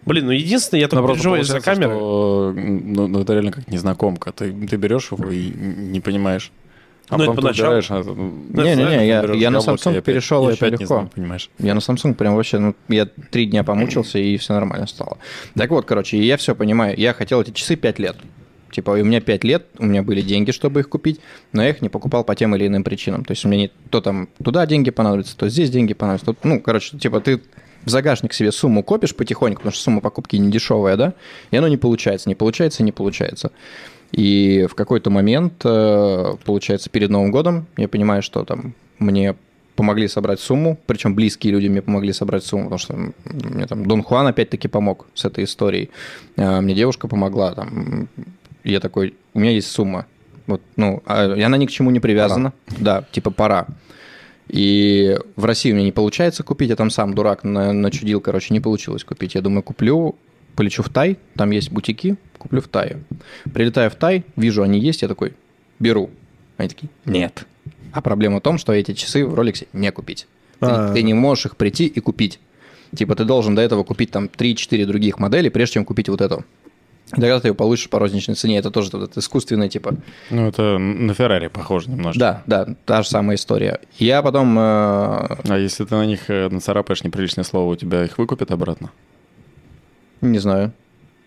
Speaker 2: блин, ну, единственное, я только
Speaker 3: Ну, просто
Speaker 2: переживаю за
Speaker 3: получается,
Speaker 2: камеры.
Speaker 3: что, ну, ну, это реально как незнакомка. Ты, ты берешь его и не понимаешь. А
Speaker 2: Ну, это
Speaker 3: потом ты
Speaker 2: поначалу.
Speaker 3: убираешь, а,
Speaker 4: Не-не-не, я-
Speaker 3: берешь
Speaker 4: я на
Speaker 3: яблоко
Speaker 4: Samsung
Speaker 3: и опять-
Speaker 4: перешел
Speaker 3: и
Speaker 4: очень
Speaker 3: опять не
Speaker 4: легко.
Speaker 3: знаю, понимаешь.
Speaker 4: Я на Samsung прям вообще, ну, я три дня помучился, и все нормально стало. Так вот, короче, я все понимаю. Я хотел эти часы 5 лет. Типа, и у меня 5 лет, у меня были деньги, чтобы их купить, но я их не покупал по тем или иным причинам. То есть, у меня не то там туда деньги понадобятся, то здесь деньги понадобятся. то- ну, короче, типа, ты в загашник себе сумму копишь потихоньку, потому что сумма покупки не дешевая, да, и оно не получается, не получается, не получается. И в какой-то момент, э, получается, перед Новым годом я понимаю, что там мне помогли собрать сумму, причем близкие люди мне помогли собрать сумму, потому что м, мне там Дон Хуан опять-таки помог с этой историей, Э, мне девушка помогла, там, м, я такой, у меня есть сумма, вот, ну, а, и она ни к чему не привязана, да, типа пора. И в России у меня не получается купить, я там сам дурак на- начудил, короче, не получилось купить. Я думаю, куплю, полечу в Тай, там есть бутики, куплю в Тае. Прилетаю в Тай, вижу, они есть, я такой, беру. Они такие, нет. А проблема в том, что эти часы в Роликсе не купить. Ты,
Speaker 2: А.
Speaker 4: ты не можешь их прийти и купить. Типа ты должен до этого купить там 3-4 других модели, прежде чем купить вот эту. И Тогда ты ее получишь по розничной цене. Это тоже вот это искусственное, типа,
Speaker 3: Ну, это на Феррари похоже немножко.
Speaker 4: да, да, та же самая история. Я потом э,
Speaker 3: А если ты на них э, нацарапаешь неприличное слово, у тебя их выкупят обратно?
Speaker 4: Не знаю.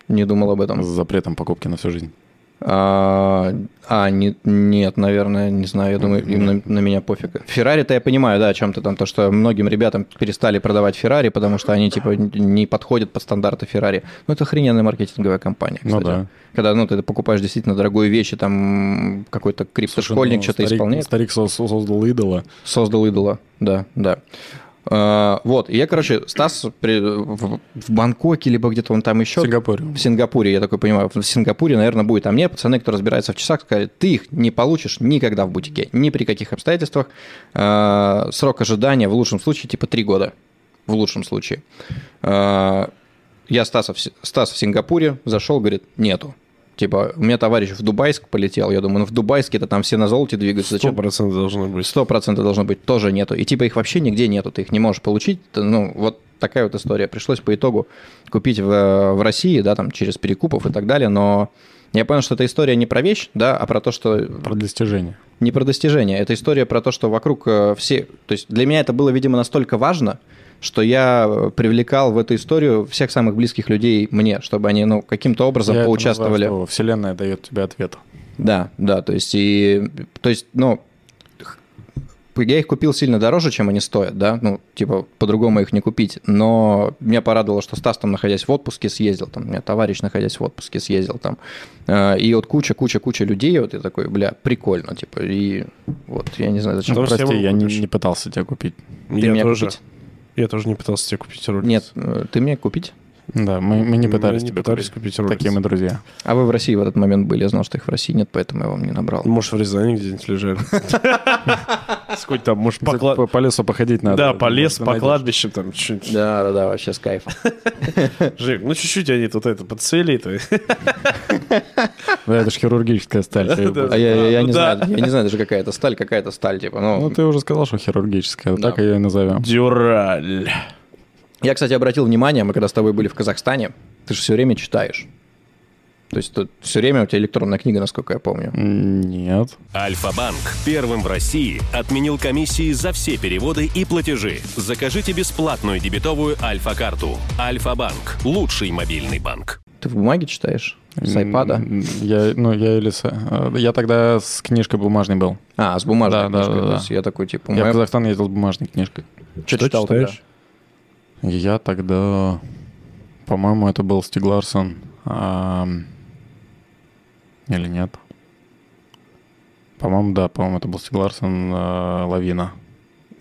Speaker 4: Не думал об
Speaker 3: С
Speaker 4: этом.
Speaker 3: запретом покупки на всю жизнь.
Speaker 4: А, а, не- нет, наверное, не знаю. Я думаю, им на, на меня пофиг. Феррари-то я понимаю, да, о чем ты там. То, что многим ребятам перестали продавать Феррари, потому что они, типа, н- не подходят под стандарты Феррари. Ну, это охрененная маркетинговая компания,
Speaker 3: Ну
Speaker 4: кстати.
Speaker 3: да.
Speaker 4: Когда, ну, ты покупаешь действительно дорогую вещь, и там какой-то криптошкольник
Speaker 3: Слушай, ну,
Speaker 4: что-то
Speaker 3: старик-
Speaker 4: исполняет.
Speaker 3: Старик со- со- создал идола.
Speaker 4: Создал идола, да, да. А, вот, и я, короче, Стас при- в, в Бангкоке, либо где-то он там еще...
Speaker 3: В Сингапуре.
Speaker 4: В Сингапуре, я такой понимаю, в Сингапуре, наверное, будет. А мне пацаны, кто разбирается в часах, сказали, ты их не получишь никогда в бутике, ни при каких обстоятельствах. А, срок ожидания в лучшем случае типа 3 года. В лучшем случае. А, я Стаса в, Си- Стас в Сингапуре зашел, говорит, нету. Типа, у меня товарищ в Дубайск полетел. Я думаю, ну в Дубайске-то там все на золоте двигаются.
Speaker 2: Сто
Speaker 4: Зачем
Speaker 2: процентов должно быть.
Speaker 4: сто процентов должно быть, тоже нету. И типа их вообще нигде нету, ты их не можешь получить. Т- Ну, вот такая вот история. Пришлось по итогу купить в, э, в России, да, там через перекупов и так далее, но я понял, что эта история не про вещь, да, а про то, что
Speaker 3: Про достижение.
Speaker 4: не про достижение, это история про то, что вокруг э, все... То есть для меня это было, видимо, настолько важно, что я э, привлекал в эту историю всех самых близких людей мне, чтобы они, ну, каким-то образом
Speaker 3: Я это
Speaker 4: поучаствовали.
Speaker 3: называю, что вселенная дает тебе ответ.
Speaker 4: Да, да, то есть и, то есть, ну, х- я их купил сильно дороже, чем они стоят, да, ну, типа, по-другому их не купить, но меня порадовало, что Стас там, находясь в отпуске, съездил, там, у меня товарищ, находясь в отпуске, съездил там, Э, и вот куча-куча-куча людей, вот я такой, бля, прикольно, типа, и вот, я не знаю, зачем.
Speaker 2: Потому что
Speaker 3: Ну, Прости,
Speaker 2: я
Speaker 3: я
Speaker 2: могу
Speaker 3: не,
Speaker 2: купить.
Speaker 3: не пытался тебя купить.
Speaker 2: я
Speaker 4: меня
Speaker 2: тоже.
Speaker 4: купить?
Speaker 2: Я тоже не пытался тебе купить ролик.
Speaker 4: Нет, э, ты мне купить?
Speaker 3: Да, мы, мы не
Speaker 2: Мы
Speaker 3: пытались
Speaker 2: не
Speaker 3: тебя
Speaker 2: пытались
Speaker 3: купить.
Speaker 2: купить Rolex.
Speaker 3: Такие мы друзья.
Speaker 4: А вы в России в этот момент были, я знал, что их в России нет, поэтому я вам не набрал.
Speaker 2: Может, в Рязани где-нибудь лежали. Сколько там, может, по кла-
Speaker 3: По, по лесу походить надо.
Speaker 2: А Да, по лесу, по
Speaker 3: Найдешь.
Speaker 2: кладбищам там чуть-чуть.
Speaker 4: Да-да-да, вообще с кайфом.
Speaker 2: Жень, ну чуть-чуть они тут это подцвели. то
Speaker 3: Да, это же хирургическая сталь. ты-
Speaker 2: Да.
Speaker 4: А я, я- я
Speaker 2: А, ну
Speaker 4: не
Speaker 2: да.
Speaker 4: знаю, я не знаю даже какая это сталь, какая-то сталь, типа,
Speaker 3: Ну,
Speaker 4: ну...
Speaker 3: ты уже сказал, что хирургическая,
Speaker 4: Да.
Speaker 3: так ее и назовем.
Speaker 2: Дюраль.
Speaker 4: Я, кстати, обратил внимание, мы когда с тобой были в Казахстане, ты же все время читаешь. То есть тут все время у тебя электронная книга, насколько я помню.
Speaker 3: М, Нет.
Speaker 1: Альфа-банк первым в России отменил комиссии за все переводы и платежи. Закажите бесплатную дебетовую Альфа-карту. Альфа-банк – лучший мобильный банк.
Speaker 4: Ты в бумаге читаешь? С айпада?
Speaker 3: М, Я, ну, я или с- э, Я тогда с книжкой бумажной был.
Speaker 4: А, с бумажной
Speaker 3: Да, да,
Speaker 4: книжкой.
Speaker 3: да,
Speaker 4: То
Speaker 3: да.
Speaker 4: есть я такой, типа,
Speaker 3: Я в
Speaker 4: моя-
Speaker 3: Казахстан ездил с бумажной книжкой.
Speaker 4: что читал тогда?
Speaker 3: Я тогда... По-моему, это был Стиг Ларсон. ам, Или нет? По-моему, да, по-моему, это был Стиг Ларсон а, «Лавина».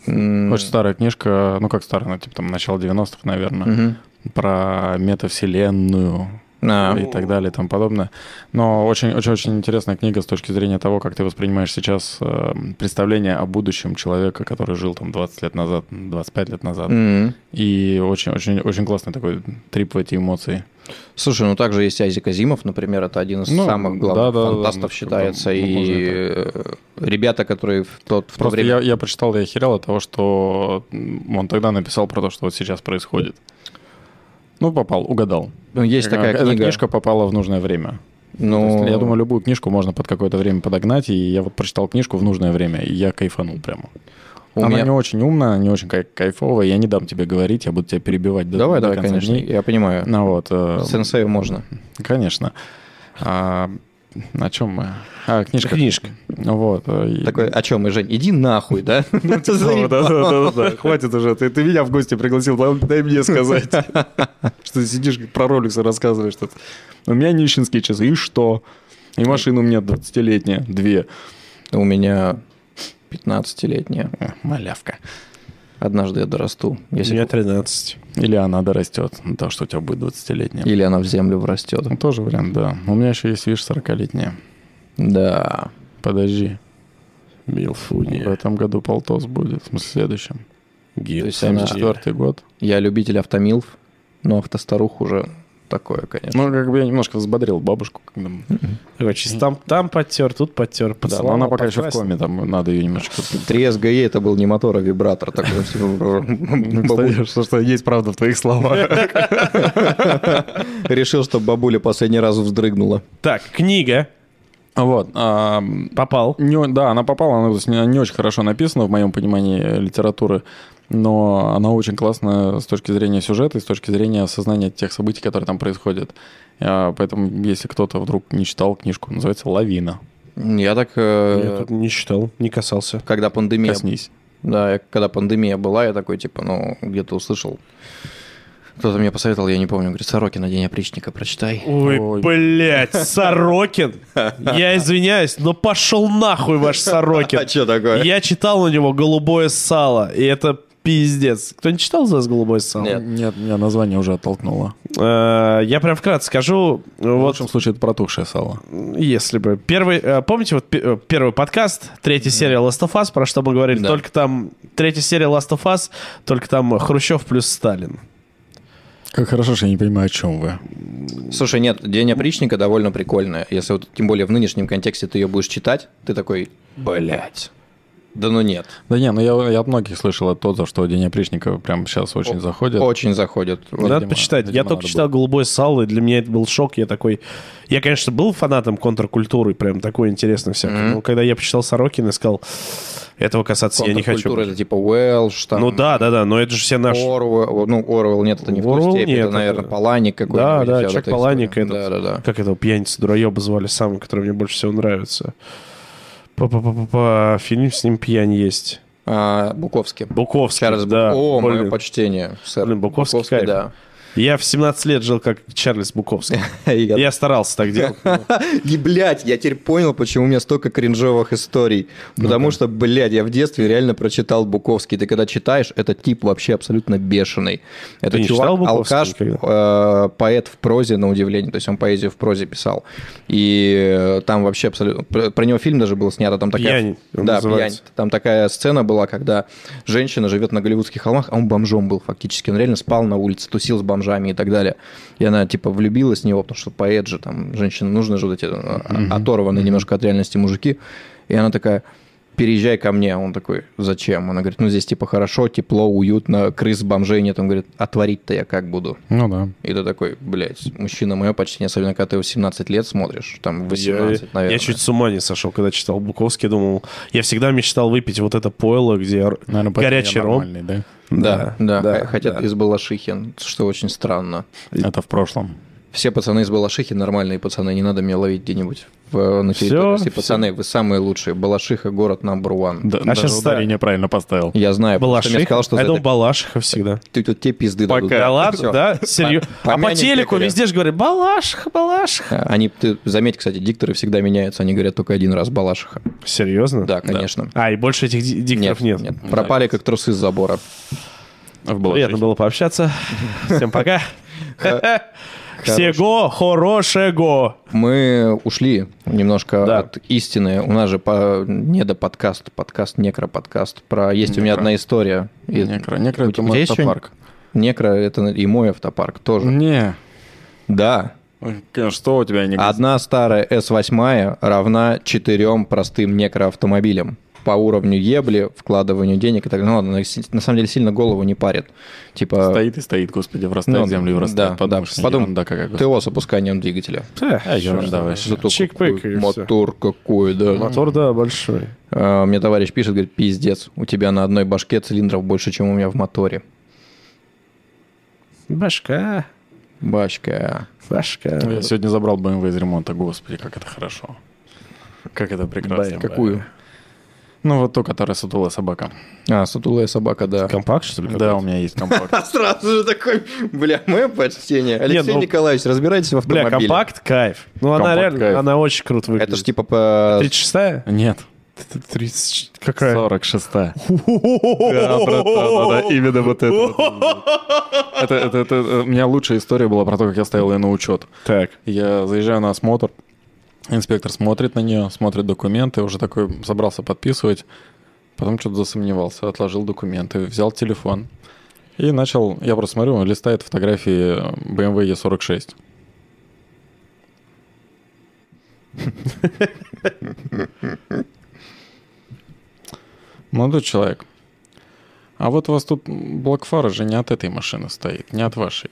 Speaker 4: М,
Speaker 3: Очень старая книжка, ну как старая, ну типа там начало 90-х, наверное,
Speaker 4: мгм.
Speaker 3: про метавселенную э,
Speaker 4: А,
Speaker 3: и так далее и тому подобное. Но очень-очень-очень интересная книга с точки зрения того, как ты воспринимаешь сейчас э, представление о будущем человека, который жил там 20 лет назад, 25 лет назад.
Speaker 4: м.
Speaker 3: И очень-очень-очень классный такой трип в эти эмоции.
Speaker 4: Слушай, ну также есть Айзек Азимов, например, это один из
Speaker 3: Ну,
Speaker 4: самых главных
Speaker 3: да-да-да, ну,
Speaker 4: фантастов считается,
Speaker 3: как бы, ну,
Speaker 4: и
Speaker 3: можно
Speaker 4: э, ребята, которые в тот в то
Speaker 3: Просто
Speaker 4: время...
Speaker 3: я, я прочитал, я охерел от того, что м, он тогда написал про то, что вот сейчас происходит. Ну, попал, угадал. Э,
Speaker 4: Ну, Есть такая
Speaker 3: Эта
Speaker 4: книга.
Speaker 3: книжка попала в нужное время. То
Speaker 4: Ну,
Speaker 3: есть, я думаю, любую книжку можно под какое-то время подогнать, и я вот прочитал книжку в нужное время, и я кайфанул прямо.
Speaker 4: у
Speaker 3: она
Speaker 4: меня-
Speaker 3: не очень умная, она не очень кай- кайфовая, я не дам тебе говорить, я буду тебя перебивать до,
Speaker 4: Давай,
Speaker 3: до
Speaker 4: давай,
Speaker 3: конца
Speaker 4: конечно,
Speaker 3: дней.
Speaker 4: я понимаю.
Speaker 3: Ну вот, э,
Speaker 4: Сенсею можно.
Speaker 3: конечно. А, о чем мы? А, книжка.
Speaker 2: Книжка.
Speaker 3: Вот. э, и-
Speaker 4: Такой, о чем мы, Жень? Иди нахуй, да?
Speaker 3: Ну, Да, да, да, да, да, да. Хватит уже. Ты, ты меня в гости пригласил, дай- дай мне сказать. Что ты сидишь про Роликса рассказываешь тут. У меня нищенские часы. И что? И машина у меня 20-летняя, две.
Speaker 4: У меня 15-летняя.
Speaker 3: Э, Малявка.
Speaker 4: Однажды я дорасту.
Speaker 2: У
Speaker 4: Если...
Speaker 2: меня 13.
Speaker 3: Или она дорастет, то, что у тебя будет 20-летняя.
Speaker 4: Или она в землю врастет.
Speaker 3: Ну, Тоже вариант, да. У меня еще есть, видишь, 40-летняя.
Speaker 4: Да.
Speaker 3: Подожди. В
Speaker 2: Милфуния.
Speaker 3: этом году полтос будет, в смысле, в следующем.
Speaker 4: То есть она-
Speaker 3: 74-й год.
Speaker 4: Я любитель автомилф, но автостарух уже такое, конечно.
Speaker 3: Ну, как бы я немножко взбодрил бабушку. Когда...
Speaker 2: Там, там потер, тут потер.
Speaker 3: Да, но
Speaker 2: поцеловал,
Speaker 3: она пока еще в
Speaker 2: подкрасил.
Speaker 3: коме, там надо ее немножко
Speaker 4: Три СГИ это был не мотор, а вибратор такой. Бабу-
Speaker 3: что, что есть правда в твоих словах.
Speaker 4: Решил, что бабуля последний раз вздрыгнула.
Speaker 2: Так, книга.
Speaker 3: Вот. ам,
Speaker 2: Попал.
Speaker 3: не о- да, она попала, она то есть, не не очень хорошо написана, в моем понимании, э, литературы, но она очень классная с точки зрения сюжета и с точки зрения осознания тех событий, которые там происходят. А, Поэтому, если кто-то вдруг не читал книжку, называется «Лавина».
Speaker 4: Я так,
Speaker 2: Я
Speaker 4: э,
Speaker 2: тут не читал, не касался.
Speaker 4: когда пандемия
Speaker 3: Коснись.
Speaker 4: Да, я- когда пандемия была, я такой, типа, ну, где-то услышал. Кто-то мне посоветовал, я не помню, говорит, Сорокин на день опричника прочитай.
Speaker 2: Ой,
Speaker 3: Ой.
Speaker 2: блядь, Сорокин. Я извиняюсь, но пошел нахуй ваш Сорокин.
Speaker 4: что такое?
Speaker 2: Я читал у него «Голубое сало», и это пиздец. Кто не читал за вас «Голубое сало»?
Speaker 4: Нет.
Speaker 3: Нет, меня название уже оттолкнуло.
Speaker 2: Э, Я прям вкратце скажу.
Speaker 3: В
Speaker 2: Вот
Speaker 3: лучшем случае это протухшее сало.
Speaker 2: если бы. Первый, э, помните, вот пе- э, первый подкаст, третья серия Last of Us, про что мы говорили,
Speaker 4: Да.
Speaker 2: только там, третья серия Last of Us, только там Хрущев плюс Сталин.
Speaker 3: Как хорошо, что я не понимаю, о чем вы.
Speaker 4: Слушай, нет, день опричника довольно прикольная. Если вот, тем более в нынешнем контексте ты ее будешь читать, ты такой, блядь. Да ну нет.
Speaker 3: Да не, ну я, я от многих слышал это то, за что День опричника прям сейчас очень заходит.
Speaker 4: Очень заходит. Вот.
Speaker 2: Надо
Speaker 3: видимо,
Speaker 2: почитать. Я
Speaker 3: видимо,
Speaker 2: только
Speaker 3: надо
Speaker 2: читал «Голубое сало», и для меня это был шок. Я такой... Я, конечно, был фанатом контркультуры, прям такой интересный всякое. Но когда я почитал Сорокина, сказал, этого касаться я не хочу.
Speaker 4: Контркультура это типа Уэлш, там...
Speaker 2: Ну да, да, да, но это же все наши.
Speaker 4: Орвел, ну, Орвел нет, это не в
Speaker 2: Орвел
Speaker 4: той степени,
Speaker 2: нет,
Speaker 4: это,
Speaker 2: это-
Speaker 4: наверное, Паланик
Speaker 2: Да,
Speaker 4: какой-нибудь.
Speaker 2: да,
Speaker 4: вся вот
Speaker 2: Чак
Speaker 4: эта
Speaker 2: Паланик,
Speaker 4: история.
Speaker 2: этот,
Speaker 4: Да-да-да.
Speaker 2: как этого пьяница дураеба звали, самый, который мне больше всего нравится. Па-па-па-па-па, фильм с ним пьянь есть.
Speaker 4: а, Буковский.
Speaker 2: Буковский,
Speaker 4: Чарльз Бу-
Speaker 2: да.
Speaker 4: О, мое
Speaker 2: блин.
Speaker 4: почтение, сэр.
Speaker 2: Блин, Буковский кайф.
Speaker 4: да.
Speaker 2: Я в 17 лет жил как Чарльз Буковский. Я старался так делать.
Speaker 4: И, блядь, я теперь понял, почему у меня столько кринжовых историй.
Speaker 2: Ну
Speaker 4: Потому что, блядь, я в детстве реально прочитал Буковский. Ты когда читаешь, этот тип вообще абсолютно бешеный. Это
Speaker 2: Ты не
Speaker 4: чувак,
Speaker 2: читал Буковского
Speaker 4: алкаш, э, поэт в прозе, на удивление. То есть он поэзию в прозе писал. И э, там вообще абсолютно... Про, про него фильм даже был снят, а там такая...
Speaker 2: «Пьянь» он
Speaker 4: Да,
Speaker 2: называется.
Speaker 4: «Пьянь». Там такая сцена была, когда женщина живет на голливудских холмах, а он бомжом был фактически. Он реально спал на улице, тусил с бомжами и так далее. И она, типа, влюбилась в него, потому что поэт же, там, женщинам нужны же вот эти э, оторванные немножко от реальности мужики. И она такая, переезжай ко мне. Он такой, зачем? Она говорит, ну, здесь, типа, хорошо, тепло, уютно, крыс, бомжей нет. Он говорит, отворить-то я как буду?
Speaker 3: Ну да.
Speaker 4: И ты такой, блядь, мужчина мое почти, особенно когда ты 18 лет смотришь, там 18,
Speaker 2: я,
Speaker 4: наверное.
Speaker 2: я чуть с ума не сошел, когда читал Буковский, думал, я всегда мечтал выпить вот это пойло, где р-
Speaker 3: Наверное, поэтому
Speaker 2: горячий
Speaker 3: я
Speaker 2: ром.
Speaker 3: нормальный, да?
Speaker 4: Да, да,
Speaker 2: да,
Speaker 4: х- хотя
Speaker 2: да.
Speaker 4: ты из Балашихин, что очень странно.
Speaker 3: Это в прошлом.
Speaker 4: Все пацаны из Балашихи нормальные пацаны, не надо меня ловить где-нибудь в- на
Speaker 2: Всё,
Speaker 4: территории. Все
Speaker 2: всё.
Speaker 4: пацаны, вы самые лучшие. Балашиха город number one.
Speaker 3: Да,
Speaker 2: А
Speaker 3: даже
Speaker 2: щас-
Speaker 3: ударение правильно поставил.
Speaker 4: Я знаю, потому что
Speaker 2: Балашиха.
Speaker 4: мне сказал, что
Speaker 2: я
Speaker 4: за
Speaker 2: думал,
Speaker 4: это
Speaker 2: Балашиха всегда.
Speaker 4: ты тут тебе пизды дадут.
Speaker 2: Да ладно,
Speaker 4: Всё.
Speaker 2: да? Серьезно. А по
Speaker 4: помянем
Speaker 2: телеку
Speaker 4: пекаря.
Speaker 2: везде же говорят Балашиха, Балашиха.
Speaker 4: А, Они, ты заметь, кстати, дикторы всегда меняются, они говорят только один раз Балашиха.
Speaker 2: Серьезно?
Speaker 4: Да, конечно.
Speaker 2: А, и больше этих ди- дикторов нет.
Speaker 4: Пропали как трусы с забора.
Speaker 3: В
Speaker 2: Приятно
Speaker 3: Балашихе.
Speaker 2: было пообщаться. Всем пока.
Speaker 4: Хорош.
Speaker 2: Всего хорошего.
Speaker 4: Мы ушли немножко
Speaker 2: Да.
Speaker 4: от истины. У нас же по... не до подкаст, подкаст, некроподкаст. Про есть у меня
Speaker 3: Некро.
Speaker 4: одна история. И-
Speaker 3: Некро. Некро
Speaker 4: У
Speaker 3: это
Speaker 4: тебя
Speaker 3: мой
Speaker 4: есть что-нибудь?
Speaker 3: автопарк.
Speaker 4: Некро это и мой автопарк тоже.
Speaker 3: Не.
Speaker 4: Да.
Speaker 3: Ой, конечно, Что у тебя не
Speaker 4: Одна старая S8 равна четырем простым некроавтомобилям по уровню ебли, вкладыванию денег и так далее. Ну ладно, на с- на самом деле сильно голову не парит. Типа...
Speaker 3: Стоит и стоит, господи, врастает
Speaker 4: ну,
Speaker 3: землю и врастает.
Speaker 4: Да, да.
Speaker 3: Подумаешь,
Speaker 4: Потом
Speaker 3: ерунда какая, господи.
Speaker 4: ТО с опусканием двигателя.
Speaker 3: А, ерунда вообще.
Speaker 4: Зато
Speaker 2: Чик-пык
Speaker 4: какой
Speaker 2: и всё.
Speaker 4: Мотор какой, да.
Speaker 2: Мотор, да, большой.
Speaker 4: А, Мне товарищ пишет, говорит, пиздец, у тебя на одной башке цилиндров больше, чем у меня в моторе.
Speaker 2: Башка.
Speaker 4: Башка.
Speaker 2: Башка.
Speaker 3: Я сегодня забрал BMW из ремонта, господи, как это хорошо. Как это прекрасно.
Speaker 4: Какую?
Speaker 3: Ну, вот ту, которая сутулая собака.
Speaker 4: А, сутулая собака, да.
Speaker 2: Компакт, что ли?
Speaker 3: Да, у меня есть компакт.
Speaker 4: А Сразу же такой, бля, мое почтение. Алексей
Speaker 2: ну-
Speaker 4: Николаевич, разбирайтесь в
Speaker 2: Бля,
Speaker 4: автомобиле.
Speaker 2: компакт, кайф. Ну, она
Speaker 3: Компакт,
Speaker 2: реально,
Speaker 3: кайф.
Speaker 2: она очень круто выглядит.
Speaker 4: Это ж типа по...
Speaker 2: 36-я?
Speaker 3: Нет,
Speaker 2: 30... Какая?
Speaker 3: 46 Да, братан, да, именно вот это. вот. Это, это, это, э, у меня лучшая история была про то, как я ставил ее на учет.
Speaker 2: Так.
Speaker 3: Я заезжаю на осмотр, инспектор смотрит на нее, смотрит документы, уже такой собрался подписывать, потом что-то засомневался, отложил документы, взял телефон и начал, я просто смотрю, он листает фотографии BMW E46. Молодой человек, а вот у вас тут блокфара же не от этой машины стоит, не от вашей.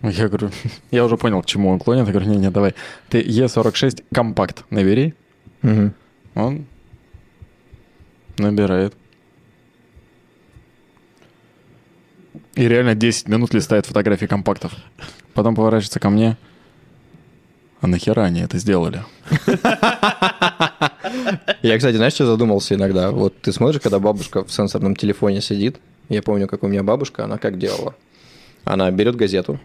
Speaker 3: Я говорю, я уже понял, к чему он клонит. Я говорю, не-не, давай. Ты Е46 компакт набери.
Speaker 4: Мгм.
Speaker 3: Он набирает. И реально 10 минут листает фотографии компактов. Потом поворачивается ко мне. А нахера они это сделали?
Speaker 4: Я, кстати, знаешь, что задумался иногда? Вот ты смотришь, когда бабушка в сенсорном телефоне сидит. Я помню, как у меня бабушка, она как делала? Она берет газету.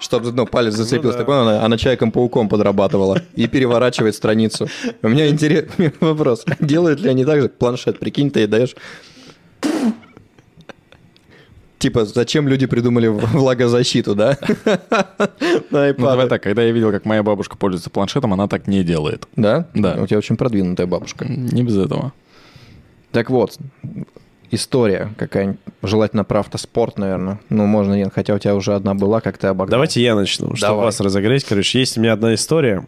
Speaker 4: Чтобы ну, палец зацепился. Такой, она, она Человеком-пауком подрабатывала и переворачивает страницу. У меня интересный вопрос. Делают ли они так же? Планшет, прикинь, ты ей даешь... Типа, зачем люди придумали влагозащиту, да? На
Speaker 3: Ну, давай
Speaker 4: iPad.
Speaker 3: так, когда я видел, как моя бабушка пользуется планшетом, она так не делает.
Speaker 4: Да?
Speaker 3: Да.
Speaker 4: У тебя очень продвинутая бабушка.
Speaker 3: Не без этого.
Speaker 4: Так вот, история какая-нибудь, желательно про автоспорт, наверное. Ну, можно, нет, хотя у тебя уже одна была, как ты обогнал.
Speaker 2: Давайте я начну, чтобы
Speaker 4: Давай.
Speaker 2: вас разогреть. Короче, есть у меня одна история.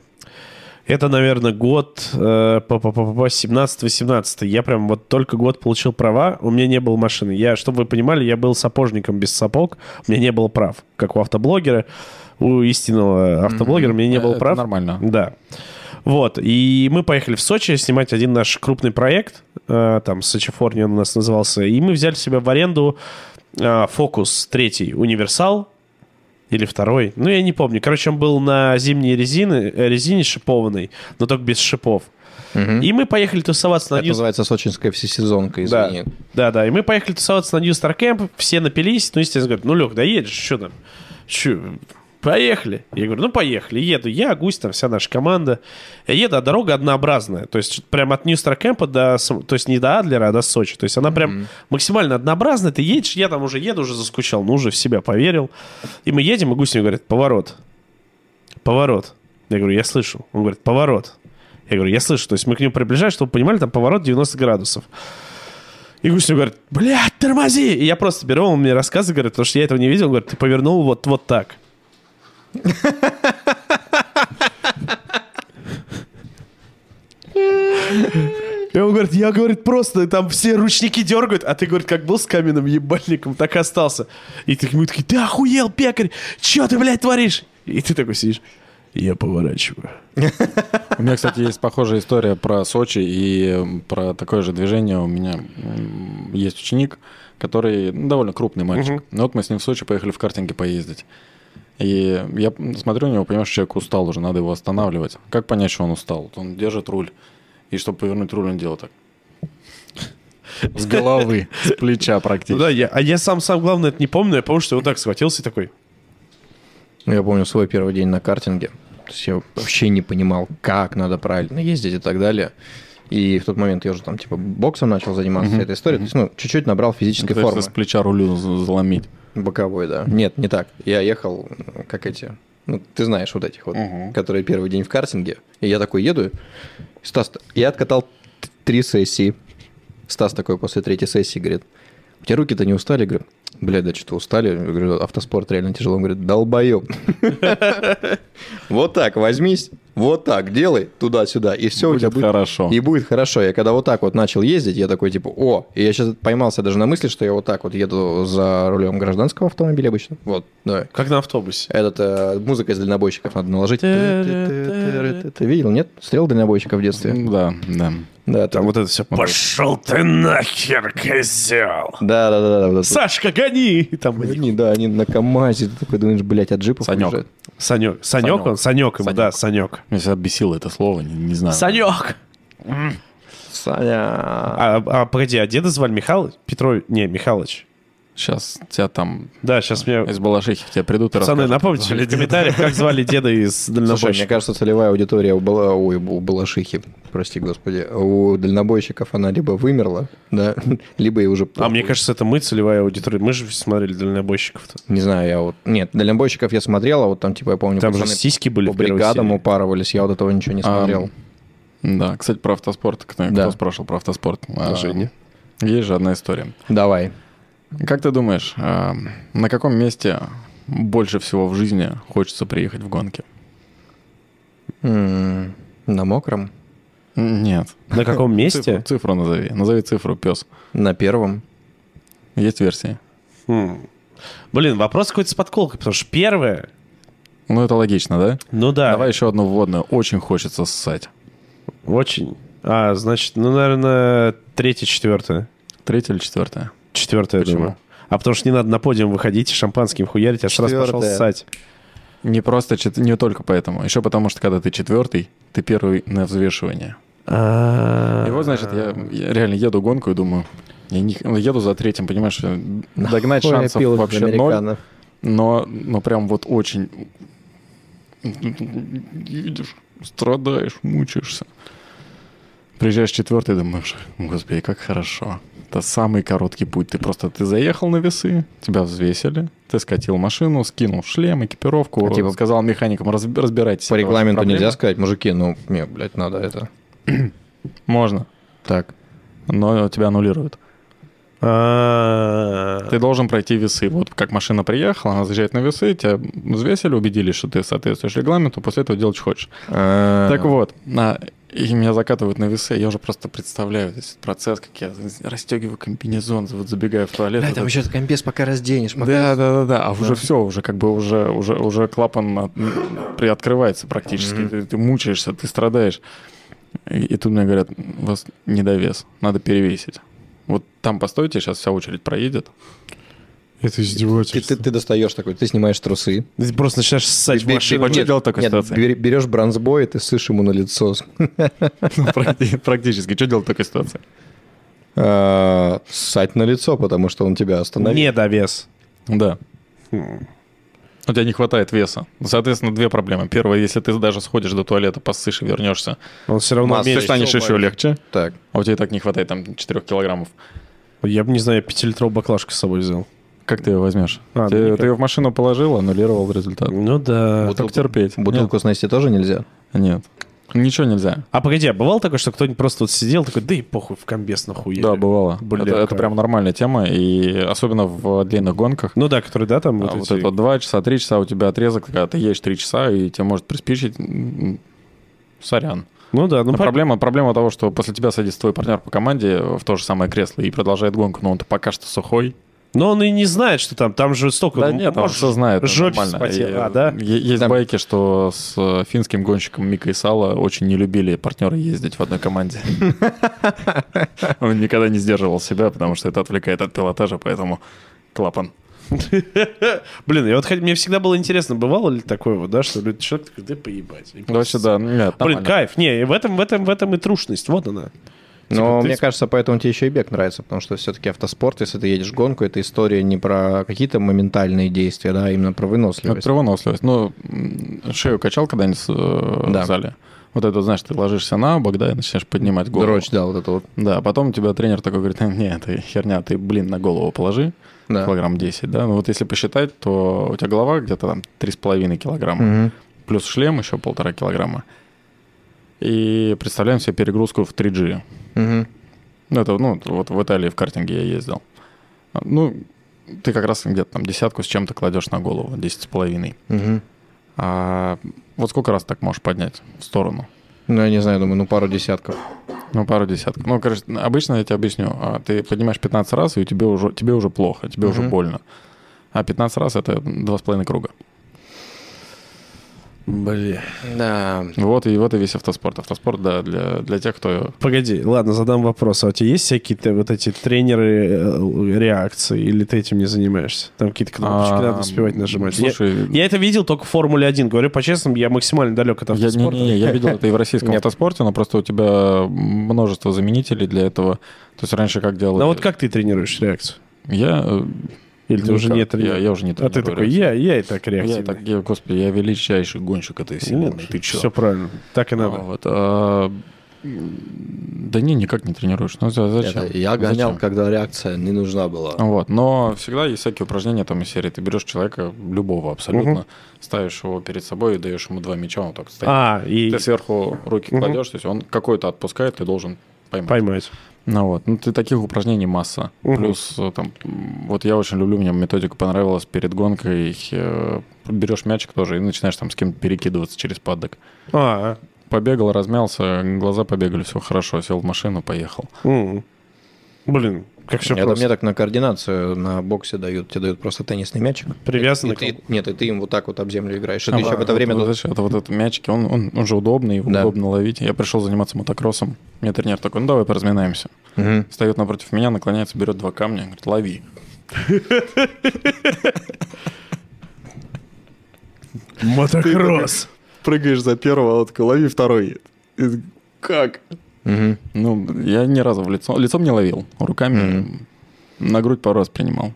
Speaker 2: Это, наверное, год э, по- по- по- по 17-18. Я прям вот только год получил права, у меня не было машины. Я, чтобы вы понимали, я был сапожником без сапог, у меня не было прав. Как у автоблогера, у истинного автоблогера у меня не
Speaker 3: Э,
Speaker 2: было
Speaker 3: это
Speaker 2: прав.
Speaker 3: нормально.
Speaker 2: Да. Вот, и мы поехали в Сочи снимать один наш крупный проект, э, там, Сочифорния он у нас назывался, и мы взяли себе в аренду э, «Фокус» третий, «Универсал», или второй, ну я не помню. Короче, он был на зимней резины, э, резине шипованной, но только без шипов.
Speaker 4: Мгм.
Speaker 2: И мы поехали тусоваться на
Speaker 4: Это
Speaker 2: Нью
Speaker 4: называется сочинская всесезонка, извини.
Speaker 2: да, да. И мы поехали тусоваться на New Star Camp, все напились. Ну, естественно, говорят, ну, Лёх, доедешь, что там? Че, поехали. Я говорю, ну, поехали. Еду я, Гусь, там вся наша команда. Я еду, а дорога однообразная. То есть, прям от New Star Camp до... Сам- То есть, не до Адлера, а до Сочи. То есть, она прям максимально однообразная. Ты едешь, я там уже еду, уже заскучал, ну, уже в себя поверил. И мы едем, и Гусь мне говорит, поворот. Поворот. Я говорю, я слышу. Он говорит, поворот. Я говорю, я слышу. То есть мы к нему приближаем, чтобы вы понимали, там поворот 90 градусов. И Гусь мне говорит, блядь, тормози! И я просто беру, он мне рассказывает, говорит, потому что я этого не видел, Он говорит, ты повернул вот, вот так. И он говорит, я, говорит, просто там все ручники дергают, а ты, говорит, как был с каменным ебальником, так и остался. И ты, мы такие, ты охуел, пекарь, Че ты, блядь, творишь? И ты такой сидишь, я поворачиваю.
Speaker 3: У меня, кстати, есть похожая история про Сочи и э, про такое же движение. У меня м, есть ученик, который ну, довольно крупный мальчик. Ну вот мы с ним в Сочи поехали в картинге поездить. И я м, смотрю на него, понимаю, что человек устал уже, надо его останавливать. Как понять, что он устал? Вот Он держит руль. И чтобы повернуть руль, он делал так. С головы, с плеча
Speaker 2: Ну
Speaker 3: практически.
Speaker 2: да, я, а я сам, сам главное это не помню, я помню, что я вот так схватился и такой,
Speaker 4: Ну, Я помню свой первый день на картинге. То есть я вообще не понимал, как надо правильно ездить и так далее. И в тот момент я уже там типа боксом начал заниматься всей этой историей. То есть, ну, чуть-чуть набрал
Speaker 3: Ну,
Speaker 4: физической
Speaker 3: то есть
Speaker 4: формы.
Speaker 3: С плеча рулю з- заломить.
Speaker 4: Боковой, да. Нет, не так. Я ехал, э, как эти... Ну, ты знаешь вот этих вот,
Speaker 3: Мгм.
Speaker 4: которые первый день в картинге. И я такой еду. и Стас, я откатал т- три сессии. Стас такой после третьей сессии говорит, у тебя руки-то не устали? Я говорю, блядь, да что-то устали. Я говорю, автоспорт реально тяжело. Он говорит, долбоеб. Вот так возьмись, вот так делай, туда-сюда, и все у тебя
Speaker 3: Будет
Speaker 4: будет
Speaker 3: хорошо.
Speaker 4: и будет хорошо. Я когда вот так вот начал ездить, я такой типа, о, и я сейчас поймался даже на мысли, что я вот так вот еду за рулем гражданского автомобиля обычно. Вот, да.
Speaker 2: как на автобусе.
Speaker 4: Этот э, музыка из дальнобойщиков надо наложить. Ты видел, нет? Стрел дальнобойщиков в детстве.
Speaker 3: М, Да, да.
Speaker 4: Да, там вот.
Speaker 2: это все. Пошел ты нахер, козел!
Speaker 4: Да, да, да, да. вот это.
Speaker 2: Сашка, гони! И там они-
Speaker 4: Они, да, они на КамАЗе, ты такой думаешь, блядь, от джипов
Speaker 3: Санёк.
Speaker 4: уезжают.
Speaker 2: Санек. Санек он? Санек ему,
Speaker 3: Санёк.
Speaker 2: да, Санек.
Speaker 3: Меня всегда бесило это слово, не, не знаю.
Speaker 2: Санек!
Speaker 4: Саня.
Speaker 2: А, а, погоди, а деда звали Михалыч? Петрович? Не, Михалыч.
Speaker 3: Сейчас тебя там
Speaker 2: Да, сейчас меня...
Speaker 3: из Балашихи к тебе придут и
Speaker 2: Пацаны,
Speaker 3: расскажут,
Speaker 2: напомните в
Speaker 3: как звали деда.
Speaker 2: комментариях, как звали деда из
Speaker 4: Слушай, мне
Speaker 2: дальнобойщиков.
Speaker 4: кажется, целевая аудитория у, Бала... Ой, у Балашихи, прости господи, у дальнобойщиков она либо вымерла, да, либо и уже...
Speaker 2: А мне кажется, это мы, целевая аудитория. Мы же смотрели дальнобойщиков-то.
Speaker 4: Не знаю, я вот... Нет, дальнобойщиков я смотрел, а вот там, типа, я помню,
Speaker 2: Там же
Speaker 4: пацаны
Speaker 2: сиськи были
Speaker 4: по
Speaker 2: в первой
Speaker 4: бригадам
Speaker 2: серии.
Speaker 4: упарывались, я вот этого ничего не
Speaker 3: А,
Speaker 4: смотрел.
Speaker 3: Да, кстати, про автоспорт. Кто, кто
Speaker 4: Да.
Speaker 3: спрашивал про автоспорт? А,
Speaker 2: Женя.
Speaker 3: Есть же одна история.
Speaker 4: Давай.
Speaker 3: Как ты думаешь, а, на каком месте больше всего в жизни хочется приехать в гонки?
Speaker 4: М, На мокром?
Speaker 3: М, Нет.
Speaker 2: На каком
Speaker 3: Цифру,
Speaker 2: месте?
Speaker 3: Ну, цифру назови. Назови цифру, пес.
Speaker 4: На первом?
Speaker 3: Есть версии?
Speaker 2: М. Хм. Блин, вопрос какой-то с подколкой, потому что первое...
Speaker 3: Ну, это логично, да?
Speaker 2: Ну да.
Speaker 3: Давай еще одну вводную. Очень хочется ссать.
Speaker 2: Очень. А, значит, ну, наверное, третье, четвертое.
Speaker 3: Третья или четвертая?
Speaker 2: Четвертое, я
Speaker 3: Почему?
Speaker 2: думаю. А потому что не надо на подиум выходить и шампанским хуярить, а сразу пошел
Speaker 4: Четвертое.
Speaker 2: ссать.
Speaker 3: Не просто, чет- не только поэтому. Еще потому, что когда ты четвертый, ты первый на взвешивание. И
Speaker 2: Его,
Speaker 3: вот, значит, я, я реально еду гонку и думаю, я не, ну, еду за третьим, понимаешь, э, догнать
Speaker 4: Ой,
Speaker 3: шансов
Speaker 4: опил
Speaker 3: вообще ноль,
Speaker 4: американов.
Speaker 3: но, но прям вот очень... Едешь, страдаешь, мучаешься. Приезжаешь четвертый, думаешь, господи, как хорошо. Это самый короткий путь. Ты просто ты заехал на весы, тебя взвесили, ты скатил машину, скинул шлем, экипировку,
Speaker 4: А типа-
Speaker 3: сказал механикам, «Раз- разбирайтесь.
Speaker 4: По
Speaker 3: это ваши
Speaker 4: регламенту
Speaker 3: проблемы».
Speaker 4: нельзя сказать, мужики, ну, мне, блядь, надо это.
Speaker 3: Можно,
Speaker 4: Так.
Speaker 3: но тебя аннулируют.
Speaker 2: Ты А,
Speaker 3: Ты должен пройти весы. Вот как машина приехала, она заезжает на весы, тебя взвесили, убедились, что ты соответствуешь регламенту, после этого делать что хочешь.
Speaker 4: Так
Speaker 3: Так вот, Э, на- и меня закатывают на весы, я уже просто представляю этот процесс, как я расстегиваю комбинезон, вот забегаю в туалет.
Speaker 4: Бля,
Speaker 3: вот
Speaker 4: там
Speaker 3: это-
Speaker 4: еще компес пока разденешь. пока-
Speaker 3: Да, да, да, да. А уже все, уже как бы уже, уже, уже клапан от- приоткрывается практически. Ты, ты мучаешься, ты страдаешь. И, и тут мне говорят, у вас недовес, надо перевесить. Вот там постойте, сейчас вся очередь проедет. Это
Speaker 4: Ты, ты-
Speaker 3: издевательство.
Speaker 4: ты достаешь такой, ты снимаешь трусы.
Speaker 2: Ты просто начинаешь ссать в
Speaker 4: Бе- бе-
Speaker 2: машину.
Speaker 3: вообще делал такой
Speaker 4: Нет,
Speaker 3: ситуации?
Speaker 4: бер- берешь бронзбой, и ты сышь ему на лицо.
Speaker 3: Ну, практи- Практически. Что делать в такой ситуации?
Speaker 4: Э, Ссать на лицо, потому что он тебя остановил.
Speaker 2: Недовес.
Speaker 3: Да.
Speaker 2: Хм.
Speaker 3: У тебя не хватает веса. Соответственно, две проблемы. Первая, если ты даже сходишь до туалета, поссышь и вернешься,
Speaker 2: Он все равно
Speaker 4: Масса
Speaker 3: ты
Speaker 2: меньше.
Speaker 3: станешь еще легче,
Speaker 4: Так.
Speaker 3: а у тебя и так не хватает там 4 килограммов.
Speaker 2: Я бы, не знаю, пятилитровую баклажку с собой взял.
Speaker 3: Как ты ее возьмешь?
Speaker 2: А, да
Speaker 3: ты,
Speaker 2: никак.
Speaker 3: ты ее в машину положил, аннулировал результат.
Speaker 2: Ну да.
Speaker 3: Как терпеть?
Speaker 4: Бутылку снести тоже нельзя?
Speaker 3: Нет. Нет. Ничего нельзя.
Speaker 2: А погоди, а бывало такое, что кто-нибудь просто вот сидел такой, да и похуй, в комбес нахуй.
Speaker 3: Да, бывало.
Speaker 2: Блин,
Speaker 3: это, это
Speaker 2: как.
Speaker 3: прям нормальная тема, и особенно в длинных гонках.
Speaker 2: Ну да, который, да, там
Speaker 3: А
Speaker 2: вот
Speaker 3: вот
Speaker 2: эти-
Speaker 3: это вот 2 часа, 3 часа у тебя отрезок, когда ты едешь 3 часа, и тебе может приспичить. м, Сорян.
Speaker 2: Ну да, ну
Speaker 3: Но
Speaker 2: пон-
Speaker 3: проблема, проблема того, что после тебя садится твой партнер по команде в то же самое кресло и продолжает гонку, но он то пока что сухой.
Speaker 2: Но он и не знает, что там, там же столько...
Speaker 3: Да
Speaker 2: ну,
Speaker 3: нет, он
Speaker 2: может,
Speaker 3: все знает. это
Speaker 2: жопе
Speaker 3: нормально.
Speaker 2: вспотела,
Speaker 3: И,
Speaker 2: а, да?
Speaker 3: е- Есть
Speaker 4: Там-
Speaker 3: байки, что с э, финским гонщиком Мика Исала очень не любили партнеры ездить в одной команде. Он никогда не сдерживал себя, потому что это отвлекает от пилотажа, поэтому клапан.
Speaker 2: Блин, я вот хоть- мне всегда было интересно, бывало ли такое вот, да, что люди- человек такой, да поебать. И
Speaker 3: Вообще, да, нет,
Speaker 2: Блин,
Speaker 3: нормально.
Speaker 2: кайф. Не, и в этом, в этом, в этом и трушность. Вот она.
Speaker 4: Но
Speaker 2: Типа ты
Speaker 4: мне
Speaker 2: с-
Speaker 4: кажется, поэтому тебе еще и бег нравится, потому что все-таки автоспорт, если ты едешь в гонку, это история не про какие-то моментальные действия, да, а именно про
Speaker 3: Это
Speaker 4: выносливость.
Speaker 3: кровоносливость. Ну, м, шею качал когда-нибудь э,
Speaker 4: Да.
Speaker 3: в зале? Вот это, знаешь, ты ложишься на бок, да, и начинаешь поднимать голову.
Speaker 4: Дрочь, да, вот это вот.
Speaker 3: Да, потом тебя тренер такой говорит, «Э, не, ты херня, ты, блин, на голову положи,
Speaker 4: Да.
Speaker 3: килограмм 10, да. Ну вот если посчитать, то у тебя голова где-то там 3,5 килограмма,
Speaker 4: Мгм.
Speaker 3: плюс шлем еще полтора килограмма. И представляем себе перегрузку в 3G.
Speaker 4: Мгм.
Speaker 3: Ну, это, ну, вот в Италии в картинге я ездил. Ну, ты как раз где-то там десятку с чем-то кладешь на голову, 10,5.
Speaker 4: Мгм.
Speaker 3: А вот сколько раз так можешь поднять в сторону?
Speaker 4: Ну, я не знаю, думаю, ну, пару десятков.
Speaker 3: Ну, пару десятков. Ну, короче, обычно я тебе объясню. А, Ты поднимаешь 15 раз, и у тебя уже, тебе уже плохо, тебе уже
Speaker 4: Мгм.
Speaker 3: больно. А 15 раз — это 2,5 круга.
Speaker 2: Блин.
Speaker 4: Да.
Speaker 3: Вот и, вот и весь автоспорт. Автоспорт, да, для, для тех, кто...
Speaker 2: Погоди, ладно, задам вопрос. А у тебя есть всякие то вот эти тренеры э, реакции, или ты этим не занимаешься? Там какие-то кнопочки
Speaker 3: А,
Speaker 2: надо успевать нажимать. Я-
Speaker 3: Слушай,
Speaker 2: Я это видел только в Формуле 1. Говорю по-честному, я максимально далек от
Speaker 3: Я, не,
Speaker 2: автоспорта.
Speaker 3: не, не, я видел это и в российском
Speaker 4: Я-
Speaker 3: автоспорте, но просто у тебя множество заменителей для этого. То есть раньше как делали...
Speaker 2: Ну вот как ты тренируешь реакцию?
Speaker 3: Я... э,
Speaker 2: Или ты
Speaker 3: ну
Speaker 2: уже
Speaker 3: как,
Speaker 2: не
Speaker 3: я-
Speaker 2: тренируешь?
Speaker 3: я уже не
Speaker 2: А ты
Speaker 3: тренирую
Speaker 2: такой,
Speaker 3: реакцию.
Speaker 2: я, я и так реактивный.
Speaker 3: Я так, я, господи, я величайший гонщик этой вселенной. Ты чё?
Speaker 2: Все правильно. Так и
Speaker 3: А,
Speaker 2: надо.
Speaker 3: вот, а, м, да не, никак не тренируешь. Ну, за- зачем?
Speaker 4: я гонял,
Speaker 3: Зачем?
Speaker 4: когда реакция не нужна была.
Speaker 3: Вот, но всегда есть всякие упражнения там из серии. Ты берешь человека, любого абсолютно, ставишь его перед собой и даешь ему два мяча, он так стоит.
Speaker 2: А, и
Speaker 3: Ты сверху руки
Speaker 2: Мгм.
Speaker 3: кладешь, то есть он какой-то отпускает, ты должен поймать.
Speaker 2: поймать.
Speaker 3: Ну вот, ну ты таких упражнений масса.
Speaker 2: Мгм.
Speaker 3: Плюс э, там, м, вот я очень люблю, мне методика понравилась перед гонкой. э, берешь мячик тоже и начинаешь там с кем-то перекидываться через падок.
Speaker 2: А,
Speaker 3: Побегал, размялся, глаза побегали, все хорошо, сел в машину, поехал.
Speaker 2: м. блин, как все
Speaker 4: Это
Speaker 2: просто.
Speaker 4: мне так на координацию на боксе дают, тебе дают просто теннисный мячик.
Speaker 2: Привязано
Speaker 4: И
Speaker 2: к-
Speaker 4: ты- нет, и ты им вот так вот об землю играешь. И ты
Speaker 3: А,
Speaker 4: еще в это
Speaker 3: вот-
Speaker 4: время...
Speaker 3: Вот,
Speaker 4: тут-
Speaker 3: знаешь, это вот этот мячик, он, он, он же удобный, его
Speaker 4: Да.
Speaker 3: удобно ловить. Я пришел заниматься мотокроссом. Мне тренер такой, ну давай поразминаемся.
Speaker 4: Мгм.
Speaker 3: Встает напротив меня, наклоняется, берет два камня, говорит, лови.
Speaker 2: Мотокросс.
Speaker 3: Прыгаешь за первого, он такой, лови второй. как?
Speaker 4: Мгм.
Speaker 3: Ну, я ни разу в лицо... Лицом не ловил, руками
Speaker 4: Мгм.
Speaker 3: на грудь пару раз принимал.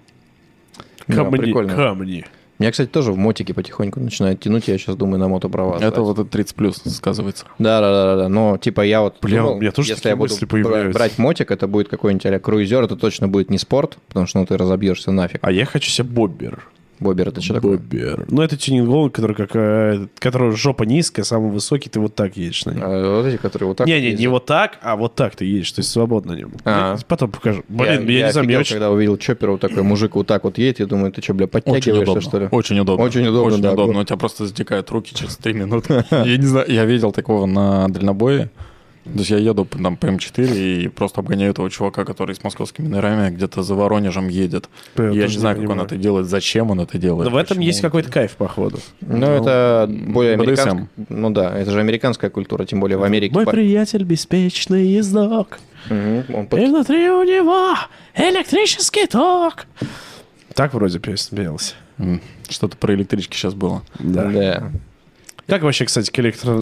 Speaker 4: Да, прикольно.
Speaker 2: камни.
Speaker 4: Меня, кстати, тоже в мотике потихоньку начинает тянуть. Я сейчас думаю на мотоправа.
Speaker 3: Это вот этот 30 плюс сказывается.
Speaker 4: Да, да, да, да, да. Но типа я вот.
Speaker 2: Бля, у меня тоже
Speaker 4: если
Speaker 2: такие
Speaker 4: я буду
Speaker 2: мысли
Speaker 4: бра-
Speaker 2: появляются.
Speaker 4: брать мотик, это будет какой-нибудь а круизер, это точно будет не спорт, потому что ну ты разобьешься нафиг.
Speaker 2: А я хочу себе боббер.
Speaker 4: Бобер, это что такое?
Speaker 2: Боббер. Ну, это тюнинговый, который как, э, которого жопа низкая, самый высокий, ты вот так едешь на нем.
Speaker 4: А, Вот эти, которые вот так.
Speaker 2: Не-не, не
Speaker 4: ездят.
Speaker 2: вот так, а вот так ты едешь, то есть свободно на нем.
Speaker 4: А.
Speaker 2: Я Потом покажу. Блин, я, не знаю,
Speaker 4: офигел,
Speaker 2: мне очень...
Speaker 4: когда увидел чоппера, вот такой мужик вот так вот едет, я думаю, ты что, бля, подтягиваешься, что ли?
Speaker 3: Очень удобно.
Speaker 4: Очень удобно,
Speaker 3: Очень
Speaker 4: да.
Speaker 3: удобно. У тебя просто затекают руки через 3 минуты. Я не знаю, я видел такого на дальнобое. То есть я еду там по М4 и просто обгоняю этого чувака, который с московскими номерами где-то за Воронежем едет.
Speaker 2: Да, я
Speaker 3: я
Speaker 2: тоже
Speaker 3: не
Speaker 2: не
Speaker 3: знаю, как он
Speaker 2: понимаю.
Speaker 3: это делает, зачем он это делает.
Speaker 2: Но в этом
Speaker 3: почему
Speaker 2: есть
Speaker 3: он-
Speaker 2: какой-то кайф, походу.
Speaker 4: Ну, это более
Speaker 3: BDSM.
Speaker 4: американская. Ну да, это же американская культура, тем более в Америке.
Speaker 2: Мой
Speaker 4: по-
Speaker 2: приятель беспечный ездок,
Speaker 4: Мгм, он под-
Speaker 2: и внутри у него электрический ток. так вроде пелся.
Speaker 3: М, Что-то про электрички сейчас было.
Speaker 2: Да.
Speaker 4: Да.
Speaker 2: Как вообще, кстати, к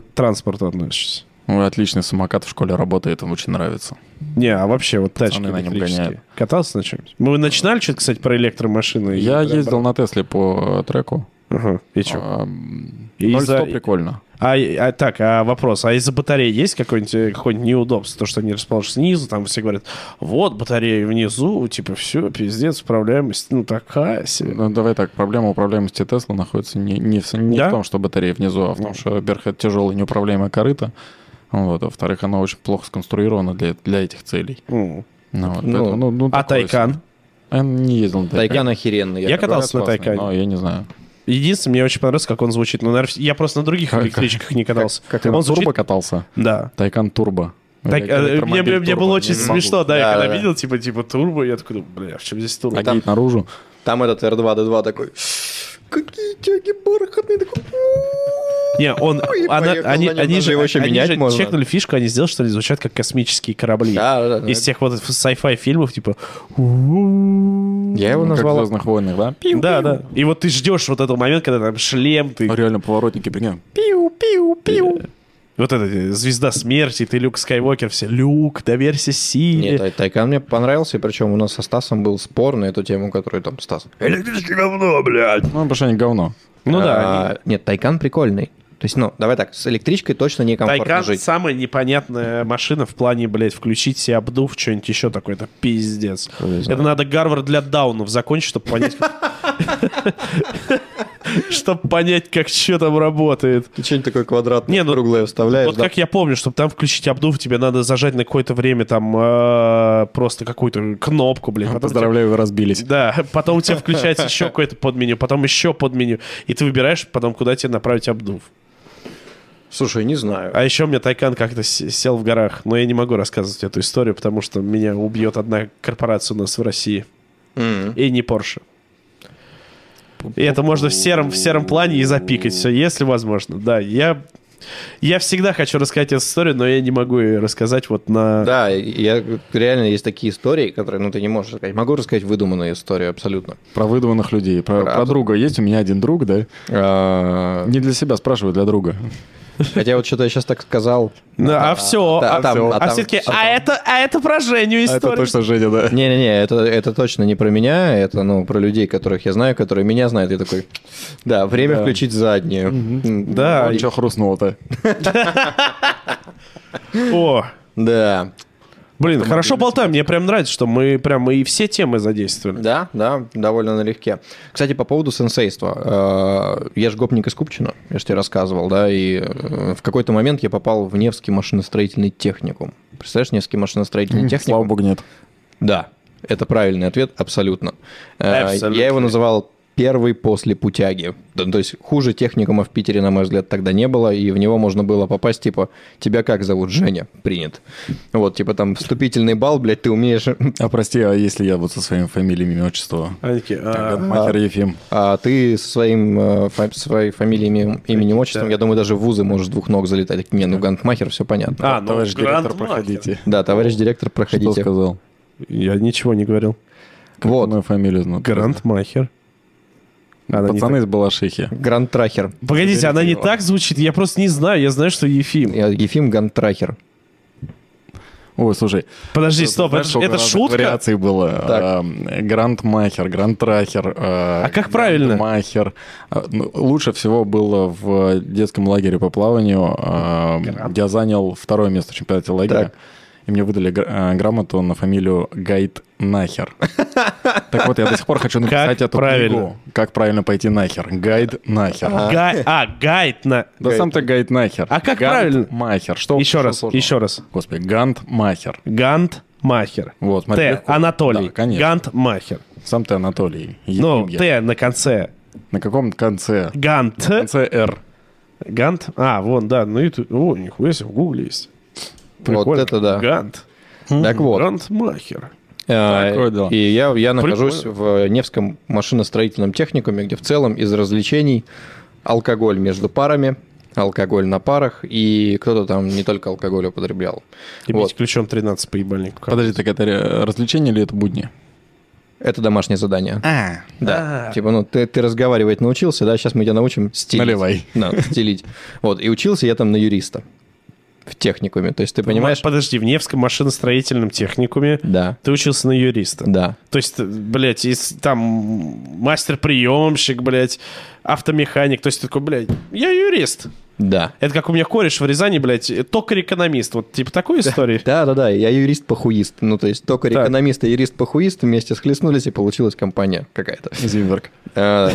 Speaker 2: электротранспорту относишься?
Speaker 3: Ой, Ну, отличный самокат в школе работает, им очень нравится.
Speaker 2: Не, а вообще вот тачки
Speaker 3: Пацаны на нем
Speaker 2: электрические.
Speaker 3: гоняют.
Speaker 2: Катался на чем-нибудь? Мы начинали что-то, кстати, про электромашины. и про-
Speaker 3: Я ездил на Тесле по э, треку.
Speaker 2: Ага. И чё?
Speaker 3: А, м,
Speaker 2: И
Speaker 3: 0-100
Speaker 2: за-
Speaker 3: прикольно.
Speaker 2: А, а так, а вопрос, а из-за батареи есть э, какое-нибудь какое неудобство, то, что они расположены снизу, там все говорят, вот батарея внизу, типа все, пиздец, управляемость, ну такая себе.
Speaker 3: Ну, давай так, проблема управляемости Тесла находится не, не в, не
Speaker 2: Да? Ну.
Speaker 3: в том, что батарея внизу, а в том, что, во-первых, это тяжелое неуправляемое корыто. Вот, а во-вторых, она очень плохо сконструирована для, для этих целей.
Speaker 2: М.
Speaker 3: Ну, вот,
Speaker 4: Ну,
Speaker 3: поэтому, ну, ну,
Speaker 2: А
Speaker 3: такое
Speaker 2: Тайкан?
Speaker 3: себе. Я не ездил на Тайкан.
Speaker 4: Тайкан охеренный.
Speaker 2: Я
Speaker 4: говорю.
Speaker 2: катался. на
Speaker 3: классный,
Speaker 2: Тайкане.
Speaker 3: Но я не знаю.
Speaker 2: Единственное, мне очень понравилось, как он звучит. Ну, наверное, я просто на других
Speaker 3: Как-
Speaker 2: электричках не катался.
Speaker 3: Как ты на
Speaker 2: он
Speaker 3: турбо
Speaker 2: звучит...
Speaker 3: катался?
Speaker 2: Да.
Speaker 3: Тайкан турбо.
Speaker 2: Так,
Speaker 3: Или
Speaker 2: э, мне,
Speaker 3: электромобиль
Speaker 2: мне- мне
Speaker 3: турбо,
Speaker 2: было
Speaker 3: я
Speaker 2: очень
Speaker 3: не могу.
Speaker 2: смешно, да, я
Speaker 4: Да,
Speaker 2: когда
Speaker 4: да, да.
Speaker 2: видел, типа, типа, турбо, я такой, думаю, бля, в чем здесь турбо?
Speaker 3: А гейт наружу.
Speaker 4: Там этот R2, D2 такой, какие тяги бархатные. Такой, «Ууу».
Speaker 2: Не, он,
Speaker 3: Ну
Speaker 4: Ой,
Speaker 2: она-
Speaker 4: поехал
Speaker 2: они,
Speaker 4: на нем,
Speaker 2: они
Speaker 4: даже
Speaker 2: же,
Speaker 4: его еще
Speaker 2: они
Speaker 4: менять
Speaker 2: же
Speaker 4: можно.
Speaker 2: чекнули фишку, они сделали, что они звучат как космические корабли.
Speaker 4: Да, да, да.
Speaker 2: Из тех вот sci-fi фильмов, типа...
Speaker 4: Я его
Speaker 3: Как в
Speaker 4: назвал.
Speaker 3: «Звездных войнах», да?
Speaker 2: Да, да. И вот ты ждешь вот этого момента, когда там шлем, ты...
Speaker 3: Реально, поворотники, прикинь.
Speaker 2: Пиу-пиу-пиу. Вот это э, звезда смерти, ты Люк Скайуокер, все, Люк, доверься силе.
Speaker 4: Нет, Тай- Тайкан мне понравился, и причем у нас со Стасом был спор на эту тему, которую там Стас.
Speaker 3: Ну, потому что они говно.
Speaker 2: ну да,
Speaker 4: А, Нет, Тайкан прикольный. То есть, ну, давай так, с электричкой точно некомфортно
Speaker 2: Тайкан
Speaker 4: жить.
Speaker 2: самая непонятная машина в плане, блядь, включить себе обдув, что-нибудь еще такое. Это пиздец.
Speaker 4: Ну,
Speaker 2: Это надо Гарвард для даунов закончить, чтобы понять... Чтобы понять, как что там работает.
Speaker 4: Ты что-нибудь такое квадратное,
Speaker 2: Не, ну,
Speaker 4: круглое вставляешь,
Speaker 2: Вот как я помню, чтобы там включить обдув, тебе надо зажать на какое-то время там э, просто какую-то кнопку, блядь. Потом тебе-
Speaker 3: Поздравляю, вы разбились.
Speaker 2: Да, потом у тебя включается еще какое-то подменю, потом еще подменю, и ты выбираешь потом, куда тебе направить обдув.
Speaker 4: Слушай, не знаю.
Speaker 2: А еще у меня Тайкан как-то с- сел в горах, но я не могу рассказывать эту историю, потому что меня убьет одна корпорация у нас в России.
Speaker 4: М.
Speaker 2: И не Порше. И это можно в сером, в сером плане и запикать все, если возможно. Да, я, я всегда хочу рассказать эту историю, но я не могу ее рассказать вот на...
Speaker 4: Да, я, реально есть такие истории, которые, ну, ты не можешь рассказать. Могу рассказать выдуманную историю абсолютно.
Speaker 3: Про выдуманных людей. Про,
Speaker 4: Правда.
Speaker 3: про друга. Есть у меня один друг, да?
Speaker 4: А,
Speaker 3: Не для себя спрашиваю, для друга.
Speaker 4: Хотя вот что-то я сейчас так сказал.
Speaker 2: Ну, а все, а,
Speaker 4: да, а там-
Speaker 2: всё.
Speaker 4: а
Speaker 2: А
Speaker 4: там-
Speaker 2: все таки
Speaker 4: всё
Speaker 2: а
Speaker 4: там».
Speaker 2: это, а это про Женю
Speaker 3: А это
Speaker 2: история.
Speaker 3: точно Женя, да.
Speaker 4: Не-не-не, это, это точно не про меня, это, ну, про людей, которых я знаю, которые меня знают. Я такой, да, время
Speaker 3: Да.
Speaker 4: включить заднюю. М,
Speaker 2: Да,
Speaker 3: Ничего хрустнуло-то.
Speaker 2: о,
Speaker 4: Да.
Speaker 2: блин, хорошо болтаем, мне прям нравится, что мы прям мы и все темы задействовали.
Speaker 4: Да, да, довольно налегке. Кстати, по поводу сенсейства. Э, Я же гопник из Купчино, я же тебе рассказывал, да, и э, в какой-то момент я попал в Невский машиностроительный техникум. Представляешь, Невский машиностроительный техникум?
Speaker 3: Слава богу, нет.
Speaker 4: Да, это правильный ответ, абсолютно. Э,
Speaker 2: Абсолютно.
Speaker 4: Я его называл первый после путяги. Да, То есть хуже техникума в Питере, на мой взгляд, тогда не было, и в него можно было попасть, типа, тебя как зовут? Женя, принят. Вот, типа там вступительный балл, блядь, ты умеешь,
Speaker 3: А прости, а если я вот со своим фамилией, имя, отчество?
Speaker 2: Они такие, а,
Speaker 3: Махер Ефим.
Speaker 4: а ты со своим, э, фа- своей фамилией, име- именем, отчеством, я думаю, даже в вузы можешь двух ног залетать. Не, ну гантмахер, все понятно.
Speaker 2: а, ну,
Speaker 3: Товарищ директор,
Speaker 2: Гранд Мастер.
Speaker 3: проходите.
Speaker 4: Да, товарищ директор,
Speaker 3: Что
Speaker 4: проходите.
Speaker 3: сказал?
Speaker 2: Я ничего не говорил.
Speaker 4: Вот.
Speaker 3: Мою фамилию знаю.
Speaker 2: Грандмахер. Она не
Speaker 3: Пацаны из Балашихи.
Speaker 4: Грантрахер.
Speaker 2: так- Погодите, она не так звучит, я просто не знаю, я знаю, что Ефим.
Speaker 4: Э, Ефим Гантрахер.
Speaker 3: Ой, слушай.
Speaker 2: Подожди, стоп, это,
Speaker 3: Знаешь,
Speaker 2: ж-
Speaker 3: сколько
Speaker 2: это
Speaker 3: разных
Speaker 2: шутка?
Speaker 3: вариаций было.
Speaker 4: Так.
Speaker 3: Эм, Грандмахер, Грандтрахер. А
Speaker 2: как правильно?
Speaker 3: Грандмахер. А, ну, Лучше всего было в детском лагере по плаванию. А, Я занял второе место в чемпионате лагеря.
Speaker 4: Так.
Speaker 3: И мне выдали гра- а, грамоту на фамилию Гайд Нахер. Так вот, я до сих пор хочу написать
Speaker 2: Как
Speaker 3: эту
Speaker 2: правильно?
Speaker 3: книгу. Как правильно пойти нахер. Гайд Нахер.
Speaker 2: Гай- А, гайд на...
Speaker 3: Да сам ты Гайд Нахер.
Speaker 2: А как правильно?
Speaker 3: Махер. Что
Speaker 2: Еще
Speaker 3: что
Speaker 2: раз,
Speaker 3: сложного?
Speaker 2: еще раз.
Speaker 3: Господи, Гантмахер.
Speaker 2: Гантмахер.
Speaker 3: Вот, смотри,
Speaker 2: Т,
Speaker 3: легко.
Speaker 2: Анатолий.
Speaker 3: Да, конечно.
Speaker 2: Гантмахер.
Speaker 3: Сам ты Анатолий.
Speaker 2: Ну,
Speaker 3: Ефимьев.
Speaker 2: Т на конце.
Speaker 3: На каком конце?
Speaker 2: Гант.
Speaker 3: В конце Р.
Speaker 2: Гант? А, вон, да, на YouTube. О, нихуя себе, в Гугле есть. Прикольно.
Speaker 4: это да.
Speaker 2: Гант.
Speaker 4: Так вот.
Speaker 2: Гантмахер.
Speaker 4: Э,
Speaker 3: Такое дело.
Speaker 4: И я, я нахожусь в э, Невском машиностроительном техникуме, где в целом из развлечений алкоголь между парами, алкоголь на парах, и кто-то там не только алкоголь употреблял.
Speaker 2: И
Speaker 4: Вот.
Speaker 2: бить ключом 13 по ебальнику.
Speaker 3: Подожди, так это э, развлечение или это будни?
Speaker 4: Это домашнее задание.
Speaker 3: А,
Speaker 4: Да. Типа, ну, ты, ты разговаривать научился, да, сейчас мы тебя научим стилить.
Speaker 3: Наливай.
Speaker 4: Да, стилить. Вот, и учился я там на юриста в техникуме. То есть ты понимаешь?
Speaker 2: Подожди, в Невском машиностроительном техникуме
Speaker 4: Да,
Speaker 2: ты учился на юриста.
Speaker 4: да.
Speaker 2: То есть, э, блядь, если там мастер-приемщик, блядь, автомеханик. То есть ты такой, блядь, я юрист.
Speaker 4: Да.
Speaker 2: Это как у меня кореш в Рязани, блядь, токарь-экономист. Вот типа такой истории.
Speaker 4: Да, да, да, я юрист-похуист. Ну, то есть только
Speaker 2: Так.
Speaker 4: экономист и юрист-похуист вместе схлестнулись, и получилась компания какая-то.
Speaker 3: Зимберг.
Speaker 4: Э,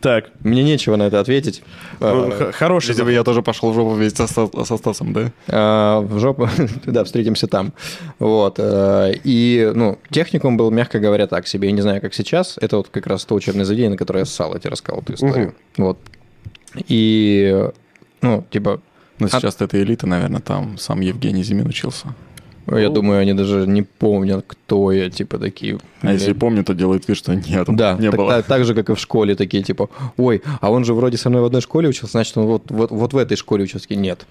Speaker 2: Так,
Speaker 4: Мне нечего на это ответить.
Speaker 2: ну,
Speaker 4: Э,
Speaker 2: х- хороший.
Speaker 3: Если бы я тоже пошел в жопу вместе со, Ста- со Стасом, да?
Speaker 4: э, В жопу, да, встретимся там. Вот. э, И, ну, техникум был, мягко говоря, так себе. Я не знаю, как сейчас. Это вот как раз то учебное заведение, на которое я ссал, я тебе рассказал эту историю. Вот. И, ну, типа,
Speaker 3: Но
Speaker 4: А-
Speaker 3: сейчас это элита, наверное, там сам Евгений Зимин учился.
Speaker 4: я думаю, они даже не помнят, кто я, типа, такие.
Speaker 3: А если помню, то делает вид, что нет,
Speaker 4: Да,
Speaker 3: не
Speaker 4: так,
Speaker 3: было.
Speaker 4: так- так же, как и в школе, такие типа, ой, а он же вроде со мной в одной школе учился, значит, он вот, вот, вот в этой школе учился. Такие, Нет.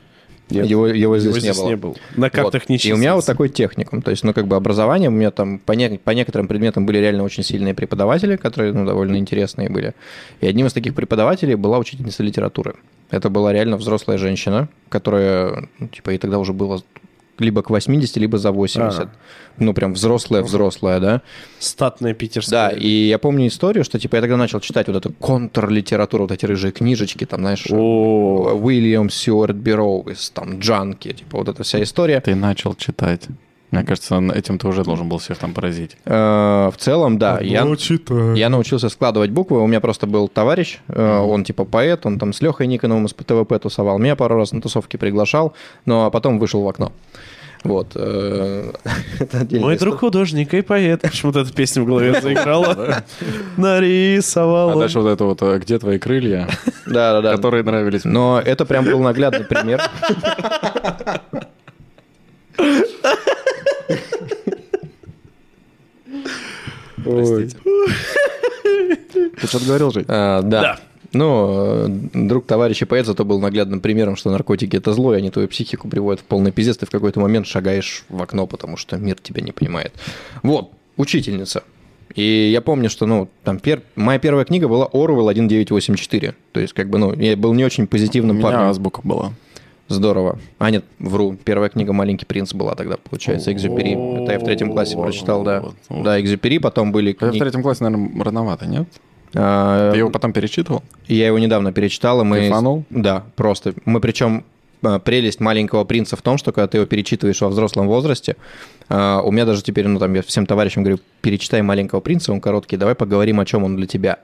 Speaker 2: Нет.
Speaker 4: Его, его здесь,
Speaker 2: Его здесь
Speaker 4: не было.
Speaker 2: не был. На картах
Speaker 4: Вот.
Speaker 2: не
Speaker 4: И у меня вот
Speaker 2: числится.
Speaker 4: такой техникум. То есть, ну, как бы образование, у меня там по, не- по некоторым предметам были реально очень сильные преподаватели, которые, ну, довольно интересные были. И одним из таких преподавателей была учительница литературы. Это была реально взрослая женщина, которая, ну, типа, ей тогда уже было либо к 80, либо за 80.
Speaker 2: А.
Speaker 4: Ну, прям взрослая-взрослая, да.
Speaker 2: Статная питерская.
Speaker 4: Да, и я помню историю, что типа я тогда начал читать вот эту контрлитературу, вот эти рыжие книжечки, там, знаешь,
Speaker 2: О,
Speaker 4: Уильям Сьюарт Бероуис, там, Джанки, типа вот эта вся история.
Speaker 3: Ты начал читать. Мне кажется, он- этим ты уже должен был всех там поразить.
Speaker 4: Э, В целом,
Speaker 2: Ну,
Speaker 4: да, я, я научился складывать буквы. У меня просто был товарищ, э, он типа поэт, он там с Лехой Никоновым из ПТВП тусовал. Меня пару раз на тусовки приглашал, но потом вышел в окно. Вот. э, это отдельная
Speaker 2: мой
Speaker 4: история.
Speaker 2: друг художник и поэт. Почему-то эта песня в голове заиграла.
Speaker 3: А
Speaker 2: Нарисовала.
Speaker 3: дальше вот это вот э, «Где твои крылья?»,
Speaker 4: Да-да-да.
Speaker 3: которые нравились мне.
Speaker 4: Но это прям был наглядный пример.
Speaker 3: Простите. Ты что-то говорил, Жень?
Speaker 4: А,
Speaker 2: Да.
Speaker 4: Да. Ну, э, друг товарища поэт зато был наглядным примером, что наркотики это зло, и они твою психику приводят в полный пиздец, ты в какой-то момент шагаешь в окно, потому что мир тебя не понимает. Вот, учительница. И я помню, что, ну, там, пер- моя первая книга была Орвел 1984. То есть, как бы, ну, я был не очень
Speaker 3: У
Speaker 4: позитивным
Speaker 3: меня
Speaker 4: парнем.
Speaker 3: азбука была.
Speaker 4: Здорово. А, нет, вру. Первая книга «Маленький принц» была тогда, получается, «Экзюпери». Это я в третьем классе прочитал, да.
Speaker 3: Вот, вот.
Speaker 4: Да, «Экзюпери», потом были
Speaker 3: Я в
Speaker 4: книги...
Speaker 3: третьем классе, наверное, рановато, нет?
Speaker 4: а,
Speaker 3: Ты его потом перечитывал?
Speaker 4: Я его недавно перечитал, и мы...
Speaker 3: Кайфанул?
Speaker 4: Да, просто. Мы причем э, прелесть «Маленького принца» в том, что когда ты его перечитываешь во взрослом возрасте, э, у меня даже теперь, ну там, я всем товарищам говорю, перечитай «Маленького принца», он короткий, давай поговорим, о чем он для тебя.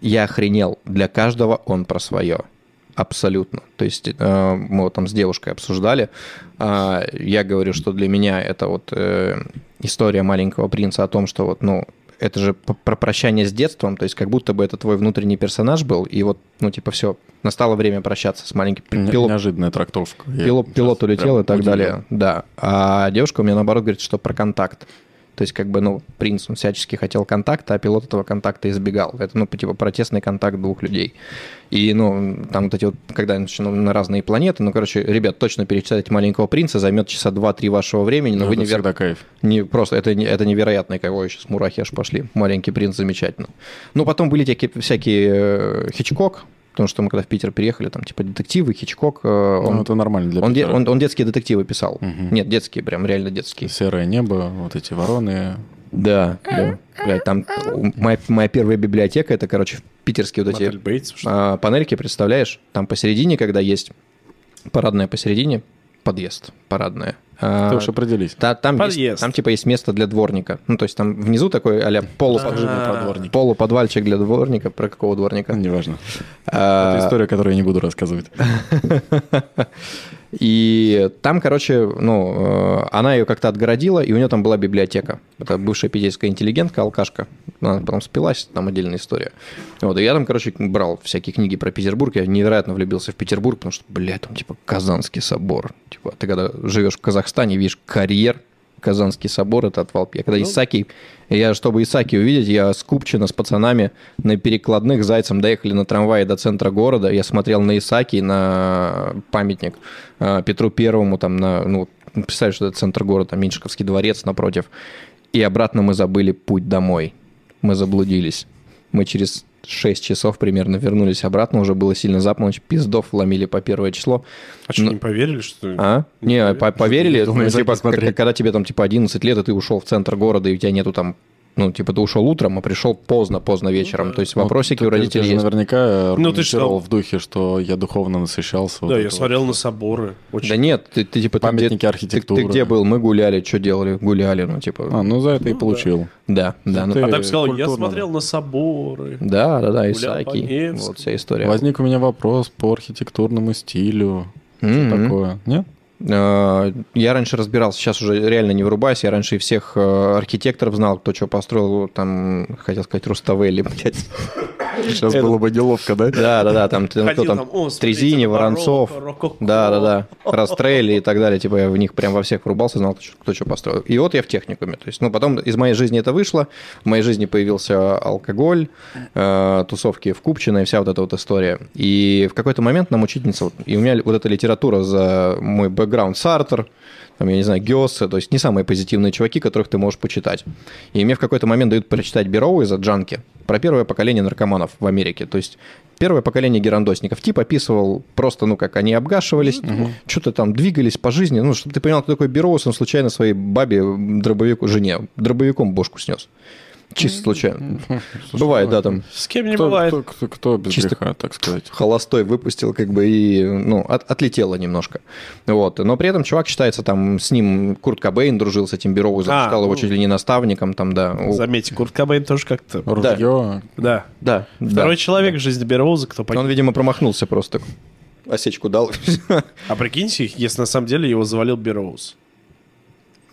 Speaker 4: Я охренел, для каждого он про свое. Абсолютно. То есть э, мы вот там с девушкой обсуждали. А, я говорю, что для меня это вот э, история маленького принца о том, что вот, ну, это же п- про прощание с детством, то есть как будто бы это твой внутренний персонаж был, и вот, ну, типа, все, настало время прощаться с маленьким
Speaker 3: Не-
Speaker 4: пилот,
Speaker 3: Неожиданная трактовка. Я
Speaker 4: пилот,
Speaker 3: сейчас
Speaker 4: пилот улетел
Speaker 3: прям
Speaker 4: и так
Speaker 3: удивлен.
Speaker 4: далее. Да. А девушка у меня, наоборот, говорит, что про контакт. То есть, как бы, ну, принц, он всячески хотел контакта, а пилот этого контакта избегал. Это, ну, типа, протестный контакт двух людей. И, ну, там вот эти вот, когда они начнут на разные планеты, ну, короче, ребят, точно перечитать «Маленького принца» займет часа два-три вашего времени, но
Speaker 3: Ну,
Speaker 4: вы
Speaker 3: это
Speaker 4: не,
Speaker 3: всегда кайф.
Speaker 4: не просто это, не- это невероятно, кого сейчас мурахи аж пошли. Маленький принц замечательно. Ну, потом были такие всякие э, Хичкок, потому что мы когда в Питер приехали, там типа детективы, Хичкок, э, он,
Speaker 3: Ну, это нормально для
Speaker 4: он, де-
Speaker 3: Питера.
Speaker 4: он- он детские детективы писал.
Speaker 3: Мгм.
Speaker 4: Нет, детские, прям реально детские.
Speaker 3: Серое небо, вот эти вороны.
Speaker 4: Да, да. Блядь, там у- моя, моя первая библиотека, это, короче, питерские вот эти
Speaker 2: Мотель Бейтсов, что ли?
Speaker 4: а, панельки, представляешь? Там посередине, когда есть парадная посередине, подъезд парадная.
Speaker 3: Ты
Speaker 4: А,
Speaker 3: уж определись.
Speaker 4: Та- там, есть-
Speaker 2: Подъезд.
Speaker 4: там типа есть место для дворника. Ну, то есть там внизу такой а-ля
Speaker 3: Поджимый
Speaker 4: полуподвальчик
Speaker 3: продворник.
Speaker 4: для дворника. Про какого дворника?
Speaker 3: Неважно.
Speaker 4: А,
Speaker 3: Это история, которую я не буду рассказывать.
Speaker 4: И там, короче, ну, э, она ее как-то отгородила, и у нее там была библиотека. Это бывшая питерская интеллигентка, алкашка. Она потом спилась, там отдельная история. Вот, и я там, короче, брал всякие книги про Петербург. Я невероятно влюбился в Петербург, потому что, блядь, там, типа, Казанский собор. Типа, ты когда живешь в Казахстане, видишь карьер, Казанский собор, это отвал. Я когда Исаки, я, чтобы Исаки увидеть, я с Купчино с пацанами на перекладных зайцем доехали на трамвае до центра города, я смотрел на Исаки, на памятник э, Петру Первому, там, на, ну, Ну, Представляешь, что это центр города, Меньшиковский дворец напротив. И обратно мы забыли путь домой. Мы заблудились. Мы через 6 часов примерно вернулись обратно, уже было сильно за полночь, пиздов ломили по первое число.
Speaker 2: А что,
Speaker 4: Ну-
Speaker 2: не поверили, что ли?
Speaker 4: А? Не, по- поверили,
Speaker 3: думал,
Speaker 4: ну,
Speaker 3: я
Speaker 4: типа,
Speaker 3: посмотреть.
Speaker 4: к- когда тебе там типа 11 лет, и ты ушел в центр города, и у тебя нету там, ну, типа, ты ушел утром, а пришел поздно, поздно вечером. То есть вопросики
Speaker 3: Ну,
Speaker 4: у
Speaker 3: ты- ты
Speaker 4: родителей
Speaker 3: же
Speaker 4: есть.
Speaker 3: наверняка
Speaker 2: Ну, ты ж
Speaker 3: аргументировал
Speaker 2: сказал.
Speaker 3: в духе, что я духовно насыщался. вот
Speaker 2: Да,
Speaker 3: это
Speaker 2: я
Speaker 3: вот.
Speaker 2: смотрел на соборы. Очень
Speaker 4: Да нет, ты, ты, типа... ты где-
Speaker 3: Памятники
Speaker 4: ты-
Speaker 3: архитектуры.
Speaker 4: Ты, где был? Мы гуляли, что делали? Гуляли, ну, типа...
Speaker 3: А, ну за это и получил.
Speaker 4: Да, да. ну,
Speaker 3: ты-
Speaker 2: А так сказал, я
Speaker 3: культурно,
Speaker 2: смотрел на соборы.
Speaker 4: Да, да, да,
Speaker 2: по
Speaker 4: Исааки.
Speaker 2: Невскому.
Speaker 4: Вот вся история.
Speaker 3: Возник у меня вопрос по архитектурному стилю.
Speaker 4: Мгм.
Speaker 3: Что такое? Нет?
Speaker 4: Э, М-м-м. Я раньше разбирался, сейчас уже реально не вырубаюсь. Я раньше и всех э, архитекторов знал, кто что построил, там, хотел сказать, Руставели, блядь.
Speaker 3: Сейчас было бы неловко,
Speaker 4: Да, да, да, там ты- ну, кто
Speaker 2: Ходил
Speaker 4: там,
Speaker 2: там, типа, «О, смотрите,
Speaker 4: Трезини,
Speaker 2: барокко,
Speaker 4: Воронцов,
Speaker 2: рококо».
Speaker 4: да, да, да, Растрелли и так далее, типа я в них прям во всех врубался, знал, кто чё- кто что построил. И вот я в техникуме, то есть, ну, потом из моей жизни это вышло, в моей жизни появился алкоголь, э, тусовки в Купчино и вся вот эта вот история. И в какой-то момент нам учительница, вот- и у меня вот эта литература за мой бэкграунд Сартер, там, я не знаю, Гёссе, то есть не самые позитивные чуваки, которых ты можешь почитать. И мне в какой-то момент дают прочитать Бероу из-за Джанки про первое поколение наркоманов в Америке. То есть первое поколение герандосников. Тип описывал просто, ну, как они обгашивались, что-то там двигались по жизни. Ну, чтобы ты понимал, кто такой Бероус, он случайно своей бабе, дробовику, жене, дробовиком бошку снес. Чисто случайно. Бывает, да, там
Speaker 2: С кем не
Speaker 3: Кто,
Speaker 2: бывает.
Speaker 3: кто, кто- кто без
Speaker 4: Чисто-
Speaker 3: греха, так сказать?
Speaker 4: холостой выпустил, как бы, и, ну, от- отлетело немножко. Вот. Но при этом чувак считается, там, с ним Курт Кобейн дружил с этим Бероу, считал его
Speaker 2: ну.
Speaker 4: чуть ли не наставником, там, да. У-
Speaker 2: Заметьте, Курт Кобейн тоже как-то...
Speaker 3: Ружье.
Speaker 2: Да. Ну.
Speaker 4: Да,
Speaker 2: Второй
Speaker 4: да.
Speaker 2: человек в жизни Бероуза, кто погиб.
Speaker 4: Он, видимо, промахнулся просто. Осечку дал.
Speaker 2: А прикиньте, если на самом деле его завалил Бероуз.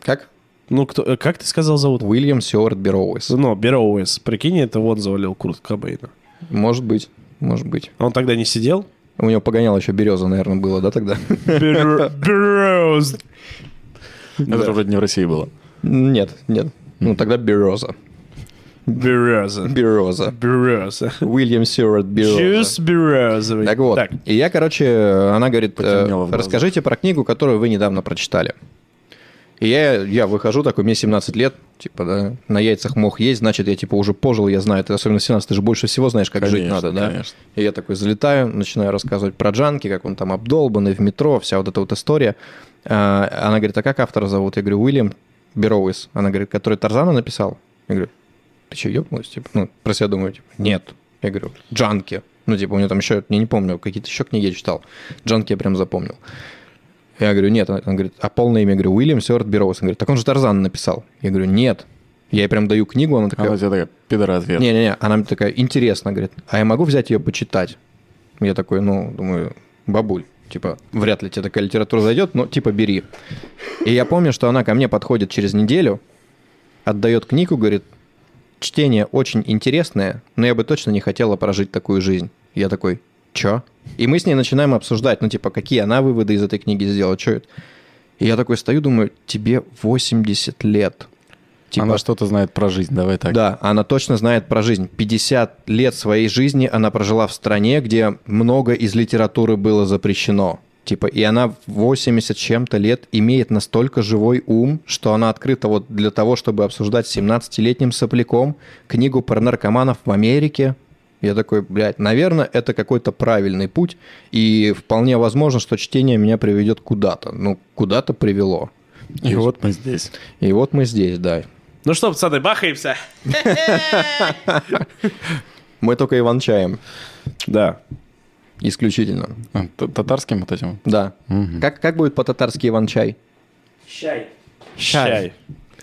Speaker 4: Как?
Speaker 2: Ну, кто, э, как ты сказал зовут?
Speaker 4: Уильям Сюарт Бероуэс.
Speaker 2: Ну, Бероуз. Прикинь, это он завалил Курт Кобейна.
Speaker 4: Может быть, может быть.
Speaker 2: А Он тогда не сидел?
Speaker 4: У него погоняло еще береза, наверное, было, да, тогда?
Speaker 2: Бер- Бероуз.
Speaker 3: Это же вроде не в России было.
Speaker 4: Нет, нет. Ну, тогда береза.
Speaker 2: Бероза.
Speaker 4: Береза.
Speaker 2: Бероза.
Speaker 4: Уильям Сюарт Бероза.
Speaker 2: Джус березовый.
Speaker 4: Так вот.
Speaker 2: Так,
Speaker 4: И я, короче, она говорит, э,
Speaker 3: Потемнело в глазах.
Speaker 4: расскажите про книгу, которую вы недавно прочитали. И я, я выхожу такой, мне 17 лет, типа, да, на яйцах мог есть, значит, я, типа, уже пожил, я знаю, ты, особенно 17, ты же больше всего знаешь, как жить
Speaker 3: Конечно,
Speaker 4: надо, да?
Speaker 3: конечно.
Speaker 4: И я такой залетаю, начинаю рассказывать про Джанки, как он там обдолбанный в метро, вся вот эта вот история. А, Она говорит, а как автора зовут? Я говорю, Уильям Бероуис. Она говорит, который Тарзана написал? Я говорю, ты что, ебнулась? Типа, ну, про себя думаю, типа, нет. Я говорю, Джанки. Ну, типа, у него там еще, я не помню, какие-то еще книги я читал. Джанки я прям запомнил. Я говорю, нет. Она говорит, а полное имя? Я говорю, Уильям Сёрд Бероуис. Она говорит, так он же Тарзан написал. Я говорю, нет. Я ей прям даю книгу, она такая,
Speaker 3: Она тебе такая, пидорответ.
Speaker 4: не-не-не, она мне такая, интересно, говорит, а я могу взять ее почитать? Я такой, ну, думаю, бабуль, типа, вряд ли тебе такая литература зайдет, но типа бери. И я помню, что она ко мне подходит через неделю, отдает книгу, говорит, чтение очень интересное, но я бы точно не хотела прожить такую жизнь. Я такой, чё? И мы с ней начинаем обсуждать, ну, типа, какие она выводы из этой книги сделала, что это? И я такой стою, думаю, тебе 80 лет. Типа,
Speaker 3: Она что-то знает про жизнь, давай так.
Speaker 4: Да, она точно знает про жизнь. 50 лет своей жизни она прожила в стране, где много из литературы было запрещено. Типа, и она в 80 чем-то лет имеет настолько живой ум, что она открыта вот для того, чтобы обсуждать с 17-летним сопляком книгу про наркоманов в Америке. Я такой, блядь, наверное, это какой-то правильный путь, и вполне возможно, что чтение меня приведет куда-то. Ну, куда-то привело.
Speaker 3: И вот мы здесь.
Speaker 4: И вот мы здесь, да.
Speaker 2: ну что, пацаны, бахаемся.
Speaker 4: Мы только Иван-чаем,
Speaker 2: Да.
Speaker 4: исключительно.
Speaker 3: А, т- Татарским вот этим.
Speaker 4: Да. Как, как будет по-татарски Иван-чай?
Speaker 2: Чай.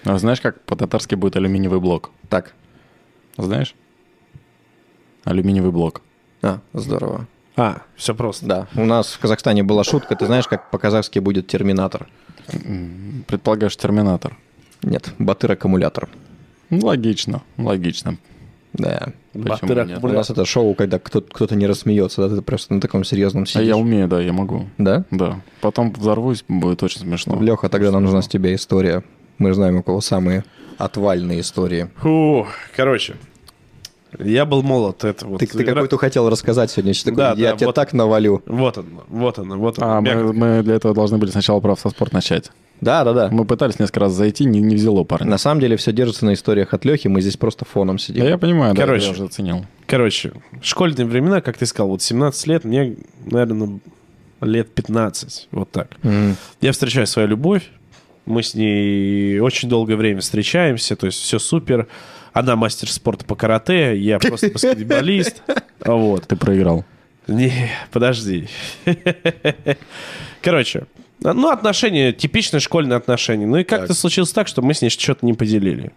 Speaker 3: А знаешь, как по-татарски будет алюминиевый блок?
Speaker 4: Так.
Speaker 3: Знаешь? Алюминиевый блок.
Speaker 4: А, здорово.
Speaker 2: А, все просто.
Speaker 4: Да, у нас в Казахстане была шутка, ты знаешь, как по-казахски будет терминатор?
Speaker 3: Предполагаешь, терминатор.
Speaker 4: Нет, батыр-аккумулятор.
Speaker 3: Ну, логично, логично.
Speaker 4: Да.
Speaker 3: Почему
Speaker 2: Батыр
Speaker 3: нет?
Speaker 4: У нас это шоу, когда кто-то, кто-то не рассмеется, да, ты просто на таком серьезном
Speaker 3: А
Speaker 4: сидишь.
Speaker 3: я умею, да, я могу.
Speaker 4: Да?
Speaker 3: Да. Потом взорвусь, будет очень смешно.
Speaker 4: Леха, тогда нам нужна с тебя история. Мы же знаем, у кого самые отвальные истории.
Speaker 2: Фу, короче. Я был молод, это вот.
Speaker 4: Ты, ты какую-то хотел рассказать сегодня, что такое,
Speaker 2: Да,
Speaker 4: я
Speaker 2: да,
Speaker 4: тебя
Speaker 2: вот.
Speaker 4: так навалю.
Speaker 2: Вот он, вот он, вот он.
Speaker 3: А,
Speaker 2: Мягко.
Speaker 3: мы, мы для этого должны были сначала про автоспорт начать.
Speaker 4: Да, да, да.
Speaker 3: Мы пытались несколько раз зайти, не, не взяло парня.
Speaker 4: На самом деле все держится на историях от Лехи, мы здесь просто фоном
Speaker 3: Да
Speaker 4: сидим.
Speaker 3: я понимаю, да,
Speaker 2: Короче.
Speaker 3: я уже оценил.
Speaker 2: Короче, школьные времена, как ты сказал, вот 17 лет, мне, наверное, лет 15, вот так.
Speaker 4: М.
Speaker 2: Я встречаю свою любовь, мы с ней очень долгое время встречаемся, то есть все супер. Она мастер спорта по карате, я просто баскетболист. Вот.
Speaker 3: Ты проиграл.
Speaker 2: Не, подожди. Короче, ну, отношения, типичные школьные отношения. Ну и как-то случилось так, что мы с ней что-то не поделили.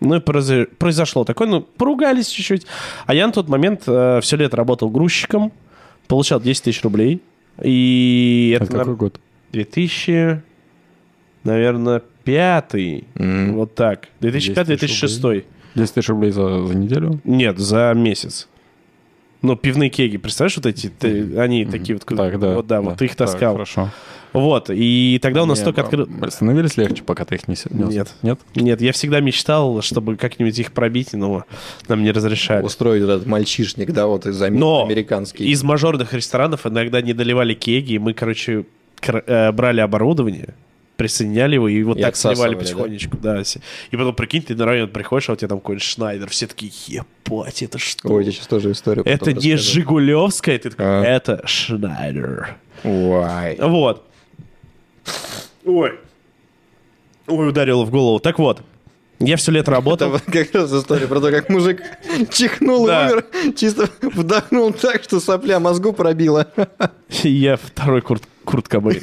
Speaker 2: Ну и произо- произошло такое, ну, поругались чуть-чуть. А я на тот момент все лето работал грузчиком, получал 10 тысяч рублей. И
Speaker 3: Это
Speaker 2: это, на-
Speaker 3: какой год?
Speaker 2: 2000, наверное, пятый.
Speaker 4: М.
Speaker 2: Вот так. 2005-2006.
Speaker 3: 10 тысяч рублей за, за неделю?
Speaker 2: Нет, за месяц. Ну, пивные кеги, представляешь, вот эти, ты- они такие вот,
Speaker 3: Так, да.
Speaker 2: вот, да, вот ты их
Speaker 3: Так,
Speaker 2: таскал.
Speaker 3: хорошо.
Speaker 2: вот, и тогда у нас
Speaker 3: Не,
Speaker 2: только
Speaker 3: а,
Speaker 2: открыл...
Speaker 3: блин, Становились легче, пока ты их не с- нес?
Speaker 2: Нет.
Speaker 3: Нет?
Speaker 2: Нет, я всегда мечтал, чтобы как-нибудь их пробить, но нам не разрешали.
Speaker 4: Устроить этот мальчишник, да, вот из Ами-
Speaker 2: Но
Speaker 4: американский.
Speaker 2: из мажорных ресторанов иногда не доливали кеги, и мы, короче, кр- э, брали оборудование, присоединяли его и вот
Speaker 4: И
Speaker 2: так сливали
Speaker 4: отсасывали,
Speaker 2: потихонечку. Да? си- И потом, прикинь, ты на район приходишь, а у тебя там какой-нибудь Шнайдер. Все такие, ебать, это что?
Speaker 4: Ой, я сейчас тоже историю потом
Speaker 2: это не
Speaker 4: расскажу.
Speaker 2: Жигулевская, и ты такой,
Speaker 4: А.
Speaker 2: это Шнайдер.
Speaker 4: Уай.
Speaker 2: Вот. Ой. Ой, ударило в голову. Так вот, я все лето
Speaker 4: Это
Speaker 2: работал.
Speaker 4: вот как раз история про то, как мужик чихнул
Speaker 2: Да.
Speaker 4: и умер, чисто вдохнул так, что сопля мозгу пробила.
Speaker 2: Я второй Курт, Курт Кобейн.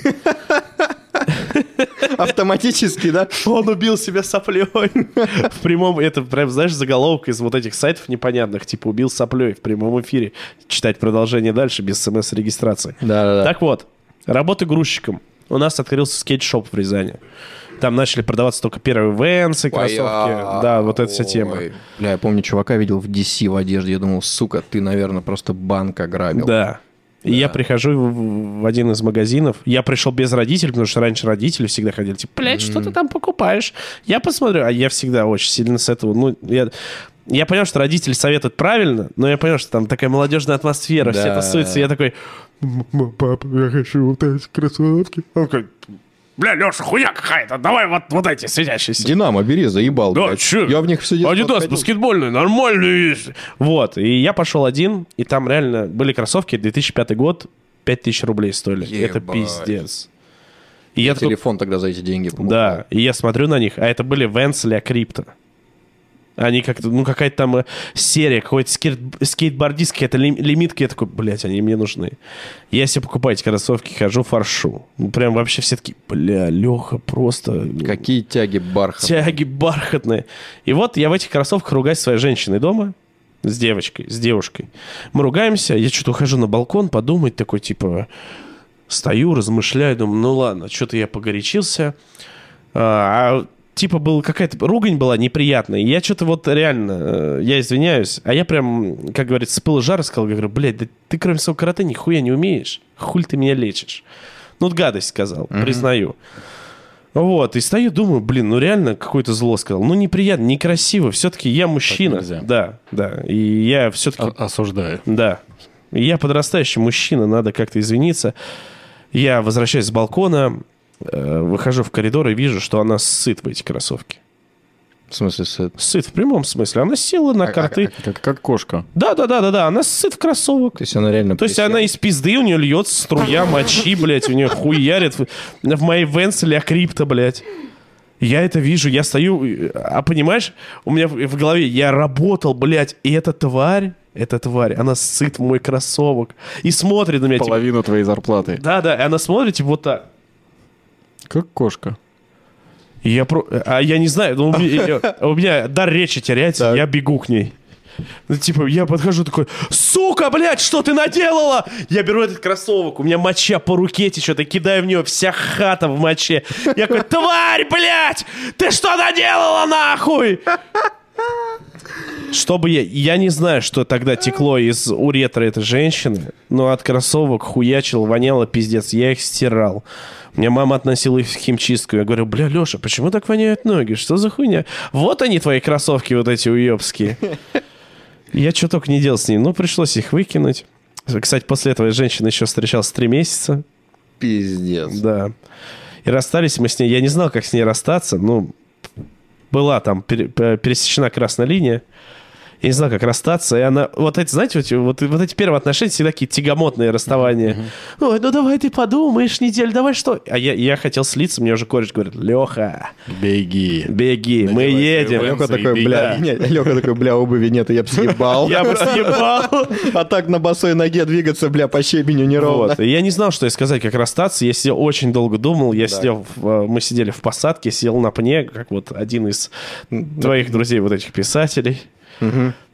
Speaker 4: Автоматически, да?
Speaker 2: Он убил себя соплей. В прямом, это прям, знаешь, заголовок из вот этих сайтов непонятных, типа убил соплей в прямом эфире. Читать продолжение дальше без смс-регистрации.
Speaker 4: Да-да-да.
Speaker 2: Так вот, работа грузчиком. У нас открылся скейт-шоп в Рязани. Там начали продаваться только первые венсы, кроссовки.
Speaker 4: а,
Speaker 2: да, вот эта вся тема.
Speaker 4: Бля, я помню, чувака видел в DC в одежде. Я думал, сука, ты, наверное, просто банк ограбил.
Speaker 2: Да. И я прихожу в в один из магазинов. Я пришел без родителей, потому что раньше родители всегда ходили, типа, блядь, что ты там покупаешь? Я посмотрю. А я всегда очень сильно с этого... Ну, я, я понял, что родители советуют правильно, но я понял, что там такая молодежная атмосфера, все
Speaker 4: Да.
Speaker 2: тусуются. Я такой, «М, папа, я хочу вот эти кроссовки. Он такой, бля, Леша, хуя какая-то, давай вот, вот эти светящиеся.
Speaker 4: Динамо, бери, заебал.
Speaker 2: Да,
Speaker 4: блядь.
Speaker 2: чё?
Speaker 4: Я в них все детство
Speaker 2: Адидас
Speaker 4: ходил.
Speaker 2: баскетбольный, нормальный есть. Вот, и я пошел один, и там реально были кроссовки, 2005 год, 5000 рублей стоили. Это
Speaker 4: Ебать.
Speaker 2: пиздец. И я такой,
Speaker 4: Телефон тогда за эти деньги покупал.
Speaker 2: да, и я смотрю на них, а это были Венс для Крипто. Они как-то, ну какая-то там э, серия, какой-то скейт, скейтбордист, какие-то лим- лимитки. Я такой, блядь, они мне нужны. Я себе покупаю эти кроссовки, хожу, фаршу. Ну, Прям вообще все такие, бля, Леха просто... ну,
Speaker 4: Какие тяги бархат.
Speaker 2: Тяги бархатные. И вот я в этих кроссовках ругаюсь со своей женщиной дома. С девочкой, с девушкой. Мы ругаемся, я что-то ухожу на балкон подумать, такой, типа, стою, размышляю, думаю, ну ладно, что-то я погорячился. А, а, типа, был какая-то ругань была неприятная. И Я что-то вот реально, э, я извиняюсь, а я прям, как говорится, с пылу жара сказал, говорю, блядь, да ты кроме своего карате нихуя не умеешь. Хуль ты меня лечишь. Ну, вот гадость сказал, признаю. Вот, и стою, думаю, блин, ну реально какое-то зло сказал. Ну, неприятно, некрасиво. Все-таки я мужчина.
Speaker 3: нельзя.
Speaker 2: Да, да. И я все-таки
Speaker 3: О- осуждаю.
Speaker 2: да. И Я подрастающий мужчина, надо как-то извиниться. Я возвращаюсь с балкона, э, выхожу в коридор и вижу, что она сыт в эти кроссовки.
Speaker 4: В смысле, с-
Speaker 2: Сыт в прямом смысле. Она села на карты.
Speaker 3: А Как, как кошка.
Speaker 2: Да-да-да-да-да, она сыт в кроссовок.
Speaker 4: То есть она реально...
Speaker 2: То есть она из пизды, у нее льется струя мочи, блядь, у нее хуярит в, в моей венс ля крипто, блядь. Я это вижу, я стою, э, а понимаешь, у меня в, в голове, я работал, блядь, и эта тварь, эта тварь, она сыт в мой кроссовок и смотрит на меня, типа,
Speaker 3: Половину твоей зарплаты.
Speaker 2: Да, да, и она смотрит, типа, вот так.
Speaker 3: Как кошка.
Speaker 2: И я про... А я не знаю, ну, у, меня, у меня дар речи теряется, я бегу к ней. Ну, типа, я подхожу такой, сука, блядь, что ты наделала? Я беру этот кроссовок, у меня моча по руке течет, и кидаю в нее вся хата в моче. Я такой, тварь, блядь, ты что наделала, нахуй? Чтобы я... Я не знаю, что тогда текло из уретра этой женщины, но от кроссовок хуячил, воняло пиздец. Я их стирал. У меня мама относила их в химчистку. Я говорю, бля, Леша, почему так воняют ноги? Что за хуйня? Вот они, твои кроссовки вот эти уебские. Я что только не делал с ними. Ну, пришлось их выкинуть. Кстати, после этого я с женщиной еще встречался три месяца.
Speaker 4: Пиздец.
Speaker 2: Да. И расстались мы с ней. Я не знал, как с ней расстаться. Ну, была там пере- п- пересечена красная линия. Я не знал, как расстаться. И она... Вот эти, знаете, вот, эти- вот, вот эти первые отношения всегда такие тягомотные расставания. Ой, ну давай ты подумаешь неделю, давай что? А я, я хотел слиться, мне уже кореш говорит, Леха,
Speaker 3: Беги.
Speaker 2: беги, мы
Speaker 3: Надевай
Speaker 2: едем.
Speaker 3: ТВ.
Speaker 4: Лёха такой,
Speaker 3: Заебись.
Speaker 4: бля, Леха такой, бля, обуви нет, и я бы съебал.
Speaker 2: Я бы съебал.
Speaker 4: А так на босой ноге двигаться, бля, по щебеню неровно.
Speaker 2: Вот. И Я не знал, что и сказать, как расстаться. Я сидел очень долго думал. Я сидел, в, э, мы сидели в посадке, сидел на пне, как вот один из твоих друзей вот этих писателей.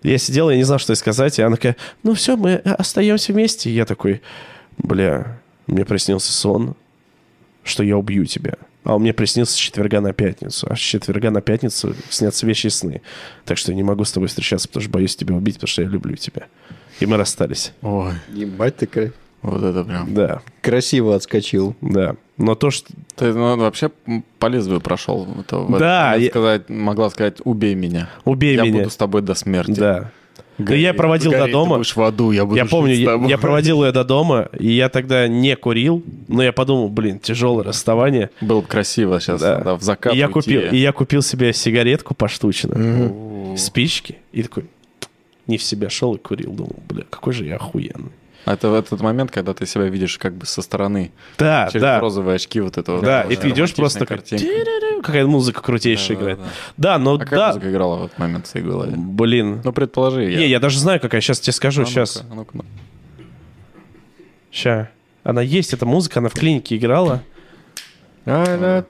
Speaker 2: Я сидел, я не знал, что и сказать. И она такая, ну все, мы остаемся вместе. И я такой, бля, мне приснился сон, что я убью тебя. А он мне приснился с четверга на пятницу. А с четверга на пятницу снятся вещи и сны. Так что я не могу с тобой встречаться, потому что боюсь тебя убить, потому что я люблю тебя. И мы расстались.
Speaker 3: Ой,
Speaker 4: Ну, Ебать ты кра-
Speaker 3: вот это прям.
Speaker 2: Да,
Speaker 4: красиво отскочил.
Speaker 2: да. Но то, что
Speaker 3: Ты ну, вообще м, по лезвию прошел. Это в
Speaker 2: Да,
Speaker 3: этом. Я
Speaker 2: я-
Speaker 3: сказать- могла сказать, убей меня.
Speaker 2: Убей
Speaker 3: я
Speaker 2: меня.
Speaker 3: буду с тобой до смерти.
Speaker 2: Да. Ну,
Speaker 3: Гори-
Speaker 2: я проводил
Speaker 3: гори
Speaker 2: до
Speaker 3: ты
Speaker 2: дома.
Speaker 3: будешь в аду, я буду
Speaker 2: Я
Speaker 3: жить
Speaker 2: помню,
Speaker 3: с
Speaker 2: я,
Speaker 3: тобой.
Speaker 2: я проводил ее до дома, и я тогда не курил, но я подумал, блин, тяжелое расставание.
Speaker 3: Было бы красиво сейчас,
Speaker 2: Да.
Speaker 3: да. в закат
Speaker 2: и я
Speaker 3: уйти.
Speaker 2: купил, и я купил себе сигаретку поштучно, спички, и такой не в себя шел и курил, думал, бля, какой же я охуенный.
Speaker 3: Это в этот момент, когда ты себя видишь как бы со стороны.
Speaker 2: Да,
Speaker 3: через
Speaker 2: А, да.
Speaker 3: розовые очки вот этого.
Speaker 2: Да, и ты идешь просто такой, «Ти-ри-ри», какая музыка крутейшая
Speaker 3: Да, да,
Speaker 2: играет. Да, но
Speaker 3: А как
Speaker 2: да,
Speaker 3: музыка играла в этот момент в твоей голове?
Speaker 2: блин.
Speaker 3: Ну, предположи.
Speaker 2: Не, я даже знаю, какая. Сейчас тебе скажу, сейчас.
Speaker 3: А ну-ка, а ну-ка.
Speaker 2: Ща. Она есть, эта музыка, она в клинике играла.
Speaker 3: А,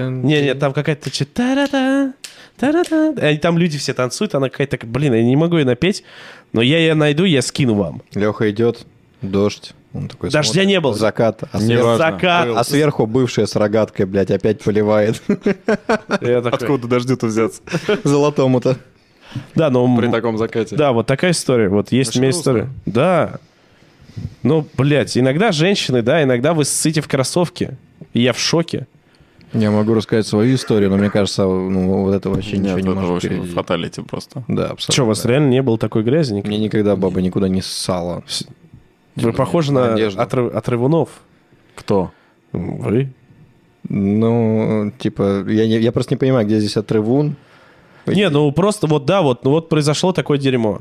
Speaker 2: Не, не, там какая-то чи- та-ра-та, та-ра-та. И они- Там люди все танцуют, она какая-то, такая, блин, я не могу ее напеть, но я ее найду, я скину вам.
Speaker 4: Леха идет, дождь. Он такой
Speaker 2: Дождя
Speaker 4: смотрит,
Speaker 2: не было.
Speaker 4: Закат. А
Speaker 3: Не
Speaker 4: сверху,
Speaker 3: важно.
Speaker 2: Закат.
Speaker 4: а сверху бывшая с рогаткой, блядь, опять поливает.
Speaker 2: Я такой,
Speaker 3: дождю-то взяться?
Speaker 4: Золотому-то.
Speaker 2: Да, ну, м,
Speaker 3: При таком закате.
Speaker 2: да, вот такая история. Вот есть у меня
Speaker 3: Очень грустно.
Speaker 2: история. Да. Ну, блядь, иногда женщины, да, иногда вы ссыте в кроссовке. И я в шоке.
Speaker 4: Я могу рассказать свою историю, но мне кажется, ну, вот это вообще
Speaker 3: Нет,
Speaker 4: ничего не
Speaker 3: это, в
Speaker 4: может
Speaker 3: общем,
Speaker 4: переделать.
Speaker 3: фаталити просто.
Speaker 4: Да, абсолютно.
Speaker 2: Че, у вас реально не было такой грязи? никак?
Speaker 4: Мне никогда баба никуда не ссала.
Speaker 2: Вы похожи на
Speaker 4: Одежда.
Speaker 2: отры- отрывунов.
Speaker 3: Кто?
Speaker 2: Вы?
Speaker 4: Ну, типа, я, не- я просто не понимаю, где здесь отрывун.
Speaker 2: Не, ну просто вот да, вот, ну вот произошло такое дерьмо.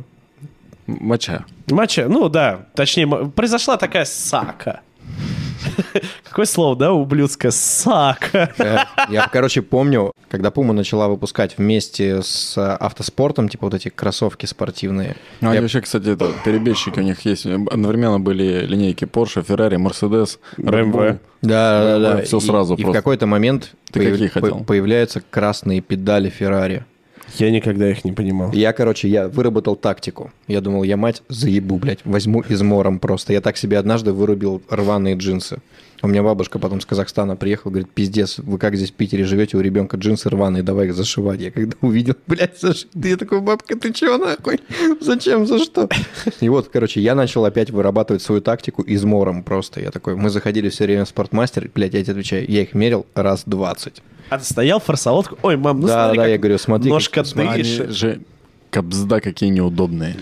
Speaker 3: Моча.
Speaker 2: Матча, ну да, точнее, м- произошла такая сака. Какое слово, да, ублюдское? Сака.
Speaker 4: Э, Я, короче, помню, когда Пума начала выпускать вместе с э, автоспортом, типа вот эти кроссовки спортивные.
Speaker 3: Ну, они
Speaker 4: Я-
Speaker 3: вообще, кстати, это, перебежчики у них есть. Одновременно были линейки Porsche, Ferrari, Mercedes, Red
Speaker 2: BMW.
Speaker 3: Bull.
Speaker 4: Да, да,
Speaker 3: Да,
Speaker 4: да.
Speaker 3: всё
Speaker 4: Э, И-
Speaker 3: сразу
Speaker 4: И в
Speaker 3: просто.
Speaker 4: какой-то момент
Speaker 3: Ты какие хотел?
Speaker 4: появляются красные педали Феррари.
Speaker 2: Я никогда их не понимал.
Speaker 4: Я, короче, я выработал тактику. Я думал, я мать заебу, блядь, возьму измором просто. Я так себе однажды вырубил рваные джинсы. У меня бабушка потом с Казахстана приехала, говорит, пиздец, вы как здесь в Питере живете, у ребенка джинсы рваные, давай их зашивать. Я когда увидел, блядь, зашить, я такой, бабка, ты чего нахуй? Зачем, за что? И вот, короче, я начал опять вырабатывать свою тактику измором просто. Я такой, мы заходили все время в спортмастер, блядь, я тебе отвечаю, я их мерил раз 20.
Speaker 2: А ты стоял форсоводку? Ой, мам, ну
Speaker 4: Да,
Speaker 2: смотри,
Speaker 4: да,
Speaker 2: как
Speaker 4: я говорю, смотри,
Speaker 2: ножка
Speaker 4: как-
Speaker 3: Они
Speaker 2: дышит.
Speaker 3: же кабзда какие неудобные.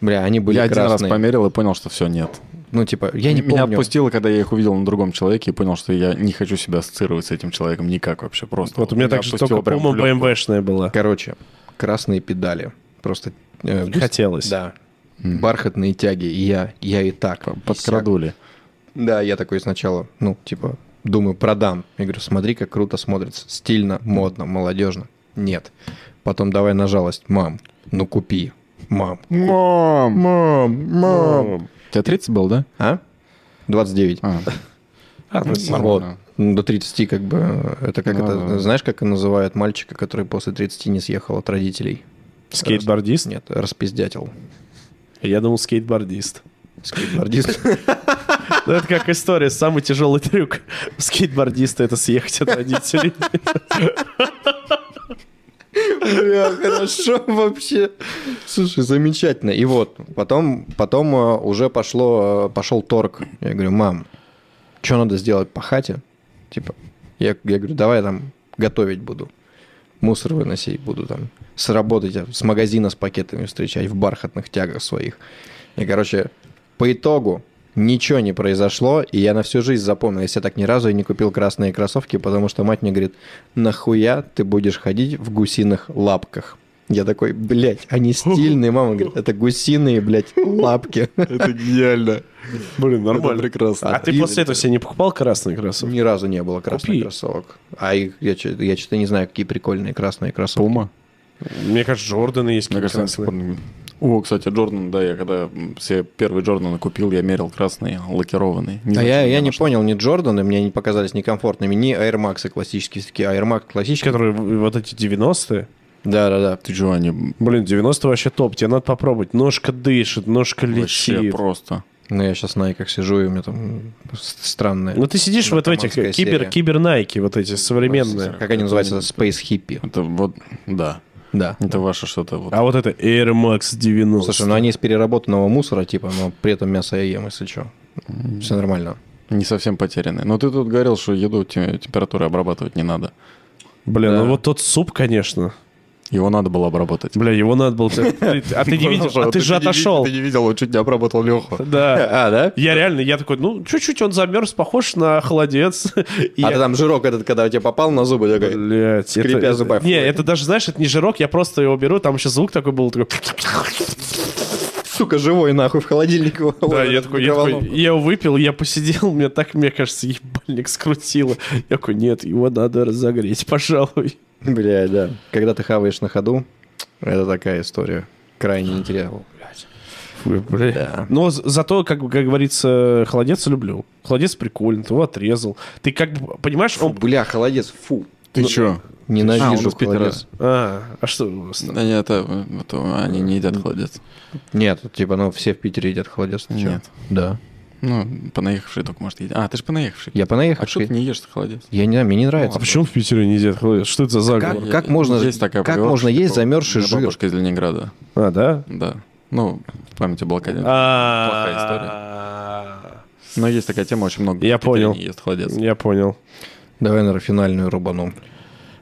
Speaker 4: Бля, они были
Speaker 3: Я один раз
Speaker 4: красные.
Speaker 3: померил и понял, что все нет.
Speaker 4: Ну, типа, я не
Speaker 3: Меня
Speaker 4: помню.
Speaker 3: отпустило, когда я их увидел на другом человеке и понял, что я не хочу себя ассоциировать с этим человеком никак вообще просто.
Speaker 2: Вот у меня так же
Speaker 3: отпустило
Speaker 2: только,
Speaker 3: прям
Speaker 2: по-моему,
Speaker 3: в лёд.
Speaker 2: БМВшная была.
Speaker 4: Короче, красные педали. Просто... э, гусь-
Speaker 2: Хотелось.
Speaker 4: Да. Бархатные тяги. И я, я и так. и сяк.
Speaker 3: Подкрадули.
Speaker 4: Да, я такой сначала, ну, типа, думаю, продам. Я говорю, смотри, как круто смотрится. Стильно, модно, молодежно. Нет. Потом давай на жалость. Мам, ну купи. Мам.
Speaker 3: Мам!
Speaker 4: Мам, мам.
Speaker 3: Тебя 30 был, да?
Speaker 4: А? 29.
Speaker 3: А,
Speaker 2: А, ну, с-
Speaker 4: Вот.
Speaker 3: Нормально.
Speaker 4: Ну, До 30, как бы, это как
Speaker 3: Ну,
Speaker 4: это,
Speaker 3: да.
Speaker 4: знаешь, как называют мальчика, который после 30 не съехал от родителей?
Speaker 2: Скейтбордист?
Speaker 4: Нет, распиздятел.
Speaker 2: Я думал, скейтбордист.
Speaker 4: Скейтбордист.
Speaker 2: Ну, это как история, самый тяжелый трюк у скейтбордиста — это съехать от родителей.
Speaker 4: Бля, хорошо вообще. Слушай, замечательно. И вот, потом, потом э, уже пошло, э, пошел торг. Я говорю, мам, что надо сделать по хате? Типа, я, я говорю, давай там готовить буду. Мусор выносить буду там. С работы тебя, с магазина с пакетами встречать в бархатных тягах своих. И, короче, по итогу Ничего не произошло, и я на всю жизнь запомнил. Я себе так ни разу и не купил красные кроссовки, потому что мать мне говорит, нахуя ты будешь ходить в гусиных лапках? Я такой, блядь, они стильные. Мама говорит, это гусиные, блядь, лапки.
Speaker 5: Это гениально.
Speaker 2: Блин,
Speaker 5: Это
Speaker 2: нормально.
Speaker 5: прекрасно.
Speaker 2: А ты после этого себе не покупал красные кроссовки?
Speaker 4: Ни разу не было красных
Speaker 2: Купи.
Speaker 4: кроссовок. А их, я, чё- я что-то не знаю, какие прикольные красные кроссовки.
Speaker 3: Пума.
Speaker 2: Мне кажется, Джорданы есть
Speaker 3: Мне кажется,
Speaker 2: красные.
Speaker 3: они до сих пор не- О, кстати, Джордан, да, я когда м, все первые Джорданы купил, я мерил красные, лакированные.
Speaker 4: А
Speaker 3: знаю,
Speaker 4: я,
Speaker 3: чем
Speaker 4: я не
Speaker 3: нашел.
Speaker 4: понял, ни Джорданы мне не показались некомфортными, ни Air Max классические. Все-таки Air Max классические.
Speaker 2: Которые в- вот эти 90-е.
Speaker 4: Да-да-да.
Speaker 3: Ты чего, они
Speaker 2: Блин, 90 вообще топ, тебе надо попробовать. Ножка дышит, ножка
Speaker 3: вообще
Speaker 2: летит.
Speaker 3: просто...
Speaker 4: Ну, я сейчас на Найках сижу, и у меня там с- странные.
Speaker 2: Ну ты сидишь вот в этих
Speaker 4: Наркоманская
Speaker 2: кибер,
Speaker 4: серия.
Speaker 2: кибер Найки, вот эти современные.
Speaker 4: Как они называются? Space Hippie.
Speaker 3: Это вот, да,
Speaker 4: Да.
Speaker 3: это ваше что-то вот.
Speaker 2: А вот это Air Max 90.
Speaker 4: Слушай, ну они из переработанного мусора, типа, но при этом мясо я ем, если что. Все нормально.
Speaker 3: Не совсем потерянное. Но ты тут говорил, что еду те- температурой обрабатывать не надо.
Speaker 2: Блин, ну вот тот суп, конечно.
Speaker 3: Его надо было обработать.
Speaker 2: Бля, его надо было... Ты- ты- А ты не видел? А ты же отошел.
Speaker 5: Ты не видел, он чуть не обработал Леху.
Speaker 2: Да.
Speaker 4: А, да?
Speaker 2: Я реально, я такой, ну, чуть-чуть он замерз, похож на холодец. И
Speaker 4: А
Speaker 2: я-
Speaker 4: ты там жирок этот, когда у тебя попал на зубы, такой...
Speaker 2: Блядь,
Speaker 4: скрипя
Speaker 2: это-
Speaker 4: зубами.
Speaker 2: Не, это даже, знаешь, это не жирок, я просто его беру, там еще звук такой был, такой...
Speaker 4: Сука, живой нахуй в холодильник. его
Speaker 2: Да,
Speaker 4: положат,
Speaker 2: я
Speaker 4: в
Speaker 2: такой, я такой,
Speaker 4: микроволновку.
Speaker 2: я его выпил, я посидел, мне так, мне кажется, ебальник скрутило. Я такой, нет, его надо разогреть, пожалуй.
Speaker 4: Бля, да. Когда ты хаваешь на ходу, это такая история. Крайне интересная.
Speaker 2: Фу, бля. Но з- зато, как, бы, как говорится, холодец люблю. Холодец прикольный, ты его отрезал. Ты как бы, понимаешь, он...
Speaker 4: Бля, холодец, фу.
Speaker 3: Ты чё?
Speaker 4: Ненавижу
Speaker 3: из Питера.
Speaker 4: холодец.
Speaker 2: А, а что у вас там?
Speaker 3: Они, это, это- они не едят холодец.
Speaker 4: Нет, типа, ну все в Питере едят холодец. ты чё?
Speaker 3: Нет.
Speaker 4: Да.
Speaker 3: Ну, понаехавший только может едят. А, ты же понаехавший.
Speaker 4: Я
Speaker 3: А что
Speaker 4: понаехавший.
Speaker 3: ты Ну, не ешь холодец?
Speaker 4: Я не знаю, мне не нравится.
Speaker 2: А почему в Питере не едят холодец? Что это за заговор?
Speaker 4: Как- как можно-
Speaker 3: есть такая
Speaker 4: как
Speaker 3: поговорка,
Speaker 4: можно есть
Speaker 3: типа,
Speaker 4: замерзший
Speaker 3: у меня
Speaker 4: жир?
Speaker 3: Бабушка из Ленинграда,
Speaker 2: А, да?
Speaker 3: да. Ну, в памяти блокадин.
Speaker 2: А,
Speaker 3: Но есть такая тема, очень много.
Speaker 2: Я
Speaker 3: в Питере
Speaker 2: понял.
Speaker 3: Не ест холодец.
Speaker 2: Я понял.
Speaker 4: Давай, наверное, финальную рубану.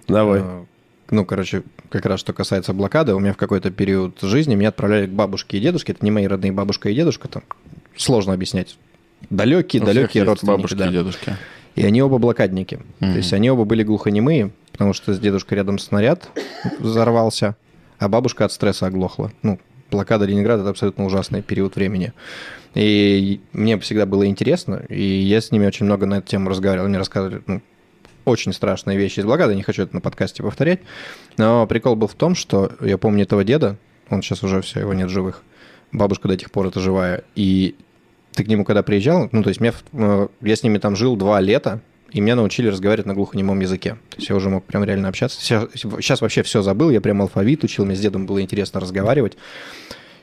Speaker 2: Давай.
Speaker 4: Э, Ну, короче, как раз что касается блокады, у меня в какой-то период жизни меня отправляли к бабушке и дедушке. Это не мои родные бабушка и дедушка, там сложно объяснять. Далекие,
Speaker 3: У
Speaker 4: далекие
Speaker 3: всех есть
Speaker 4: родственники.
Speaker 3: бабушки
Speaker 4: да.
Speaker 3: и дедушки.
Speaker 4: И они оба блокадники.
Speaker 3: Мгм.
Speaker 4: То есть они оба были глухонемые, потому что с дедушкой рядом снаряд взорвался, а бабушка от стресса оглохла. Ну, блокада Ленинграда – это абсолютно ужасный период времени. И мне всегда было интересно, и я с ними очень много на эту тему разговаривал. Они рассказывали ну, очень страшные вещи из блокады, не хочу это на подкасте повторять. Но прикол был в том, что я помню этого деда, он сейчас уже все, его нет в живых, бабушка до тех пор это живая, и ты к нему когда приезжал, ну, то есть меня, в- э, я с ними там жил два лета, и меня научили разговаривать на глухонемом языке. То есть я уже мог прям реально общаться. Сейчас, вообще все забыл, я прям алфавит учил, мне с дедом было интересно разговаривать.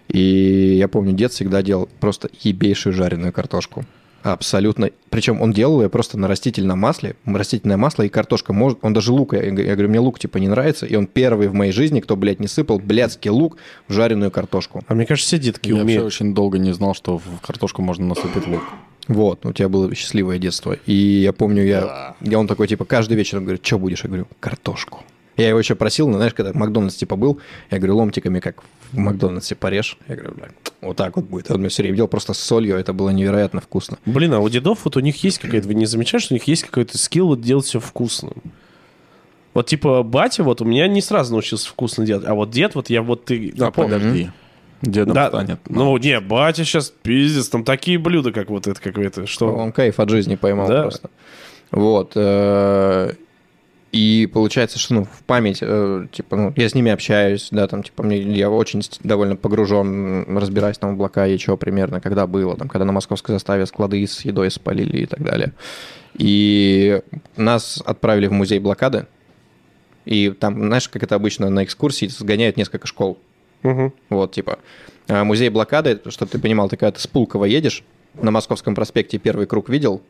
Speaker 4: И я помню, дед всегда делал просто ебейшую жареную картошку. Абсолютно. Причем он делал ее просто на растительном масле. Растительное масло и картошка. Может, он даже лук. Я, я говорю, мне лук типа не нравится. И он первый в моей жизни, кто, блядь, не сыпал блядский лук в жареную картошку.
Speaker 2: А мне кажется, все детки
Speaker 3: Я вообще
Speaker 2: умеют.
Speaker 3: очень долго не знал, что в картошку можно насыпать лук.
Speaker 4: Вот, ну, у тебя было счастливое детство. И я помню, я, я он такой, типа, каждый вечер он говорит, что будешь? Я говорю, картошку. Я его еще просил, ну, знаешь, когда в Макдональдс типа был, я говорю, ломтиками как в Макдональдсе порежь. Я говорю, «Бля, вот так вот будет. Он мне все время делал просто с солью, это было невероятно вкусно.
Speaker 2: Блин, а у дедов вот у них есть какая-то... Вы не замечаете, что у них есть какой-то скилл вот делать все вкусным? Вот типа батя вот у меня не сразу научился вкусно делать, а вот дед вот я вот ты...
Speaker 3: А подожди. Дедом
Speaker 2: Да,
Speaker 3: станет.
Speaker 2: ну не, батя сейчас пиздец, там такие блюда, как вот это, как это, что...
Speaker 4: Он кайф от жизни поймал
Speaker 2: Да.
Speaker 4: просто. Вот. э, И получается, что ну, в память, э, типа, ну, я с ними общаюсь, да, там, типа, мне, я очень с- довольно погружен, м, разбираюсь там облака и чего примерно, когда было, там, когда на московской заставе склады с едой спалили и так далее. И нас отправили в музей блокады, и там, знаешь, как это обычно на экскурсии, сгоняют несколько школ.
Speaker 2: Мгм.
Speaker 4: Вот, типа, а, музей блокады, чтобы ты понимал, ты когда ты с Пулково едешь, на Московском проспекте первый круг видел,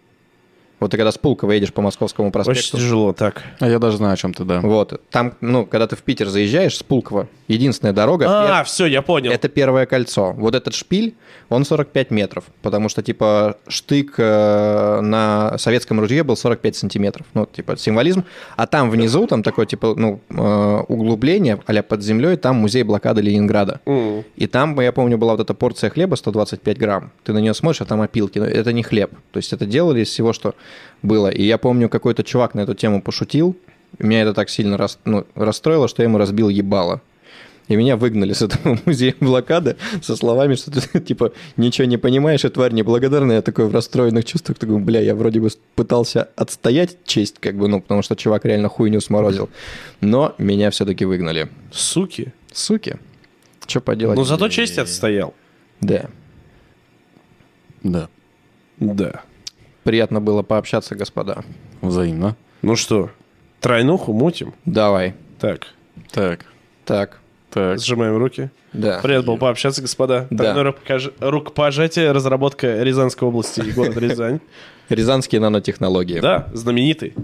Speaker 4: Вот ты когда с Пулково едешь по Московскому
Speaker 2: Очень
Speaker 4: проспекту.
Speaker 2: тяжело так.
Speaker 3: А я даже знаю, о чем ты, да.
Speaker 4: Вот. Там, ну, когда ты в Питер заезжаешь с Пулково, единственная дорога...
Speaker 2: А,
Speaker 4: пер-
Speaker 2: все, я понял.
Speaker 4: Это первое кольцо. Вот этот шпиль, он 45 метров, потому что, типа, штык э, на советском ружье был 45 сантиметров. Ну, типа, символизм. А там внизу, там такое, типа, ну, э, углубление, а под землей, там музей блокады Ленинграда.
Speaker 2: М.
Speaker 4: И там, я помню, была вот эта порция хлеба 125 грамм. Ты на нее смотришь, а там опилки. Но это не хлеб. То есть это делали из всего, что было. И я помню, какой-то чувак на эту тему пошутил. Меня это так сильно рас- ну, расстроило, что я ему разбил ебало. И меня выгнали с этого музея блокады со словами, что ты, типа, ничего не понимаешь, и тварь неблагодарная. Я такой в расстроенных чувствах, такой, бля, я вроде бы пытался отстоять честь, как бы, ну, потому что чувак реально хуйню сморозил. Но меня все-таки выгнали.
Speaker 2: Суки.
Speaker 4: Суки. Что поделать?
Speaker 2: Ну зато честь отстоял.
Speaker 4: Да.
Speaker 3: Да.
Speaker 2: Да.
Speaker 4: Приятно было пообщаться, господа.
Speaker 3: Взаимно.
Speaker 2: Ну что, тройнуху мутим?
Speaker 4: Давай.
Speaker 2: Так,
Speaker 3: Так,
Speaker 4: Так.
Speaker 3: так.
Speaker 2: сжимаем руки.
Speaker 4: Да.
Speaker 2: Приятно было пообщаться, господа.
Speaker 4: Да.
Speaker 2: Тройное рукопожа- рукопожатие, разработка Рязанской области и город Рязань.
Speaker 4: Рязанские нанотехнологии.
Speaker 2: Да, знаменитый.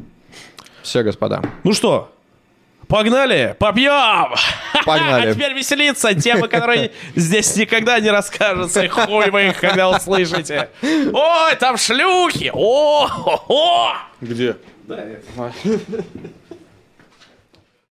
Speaker 4: Все, господа.
Speaker 2: Ну что, погнали, попьем! А
Speaker 4: Погнали.
Speaker 2: теперь веселиться, темы, которые здесь никогда не расскажутся, и хуй вы их когда услышите. Ой, там шлюхи! О, о, о!
Speaker 5: Где?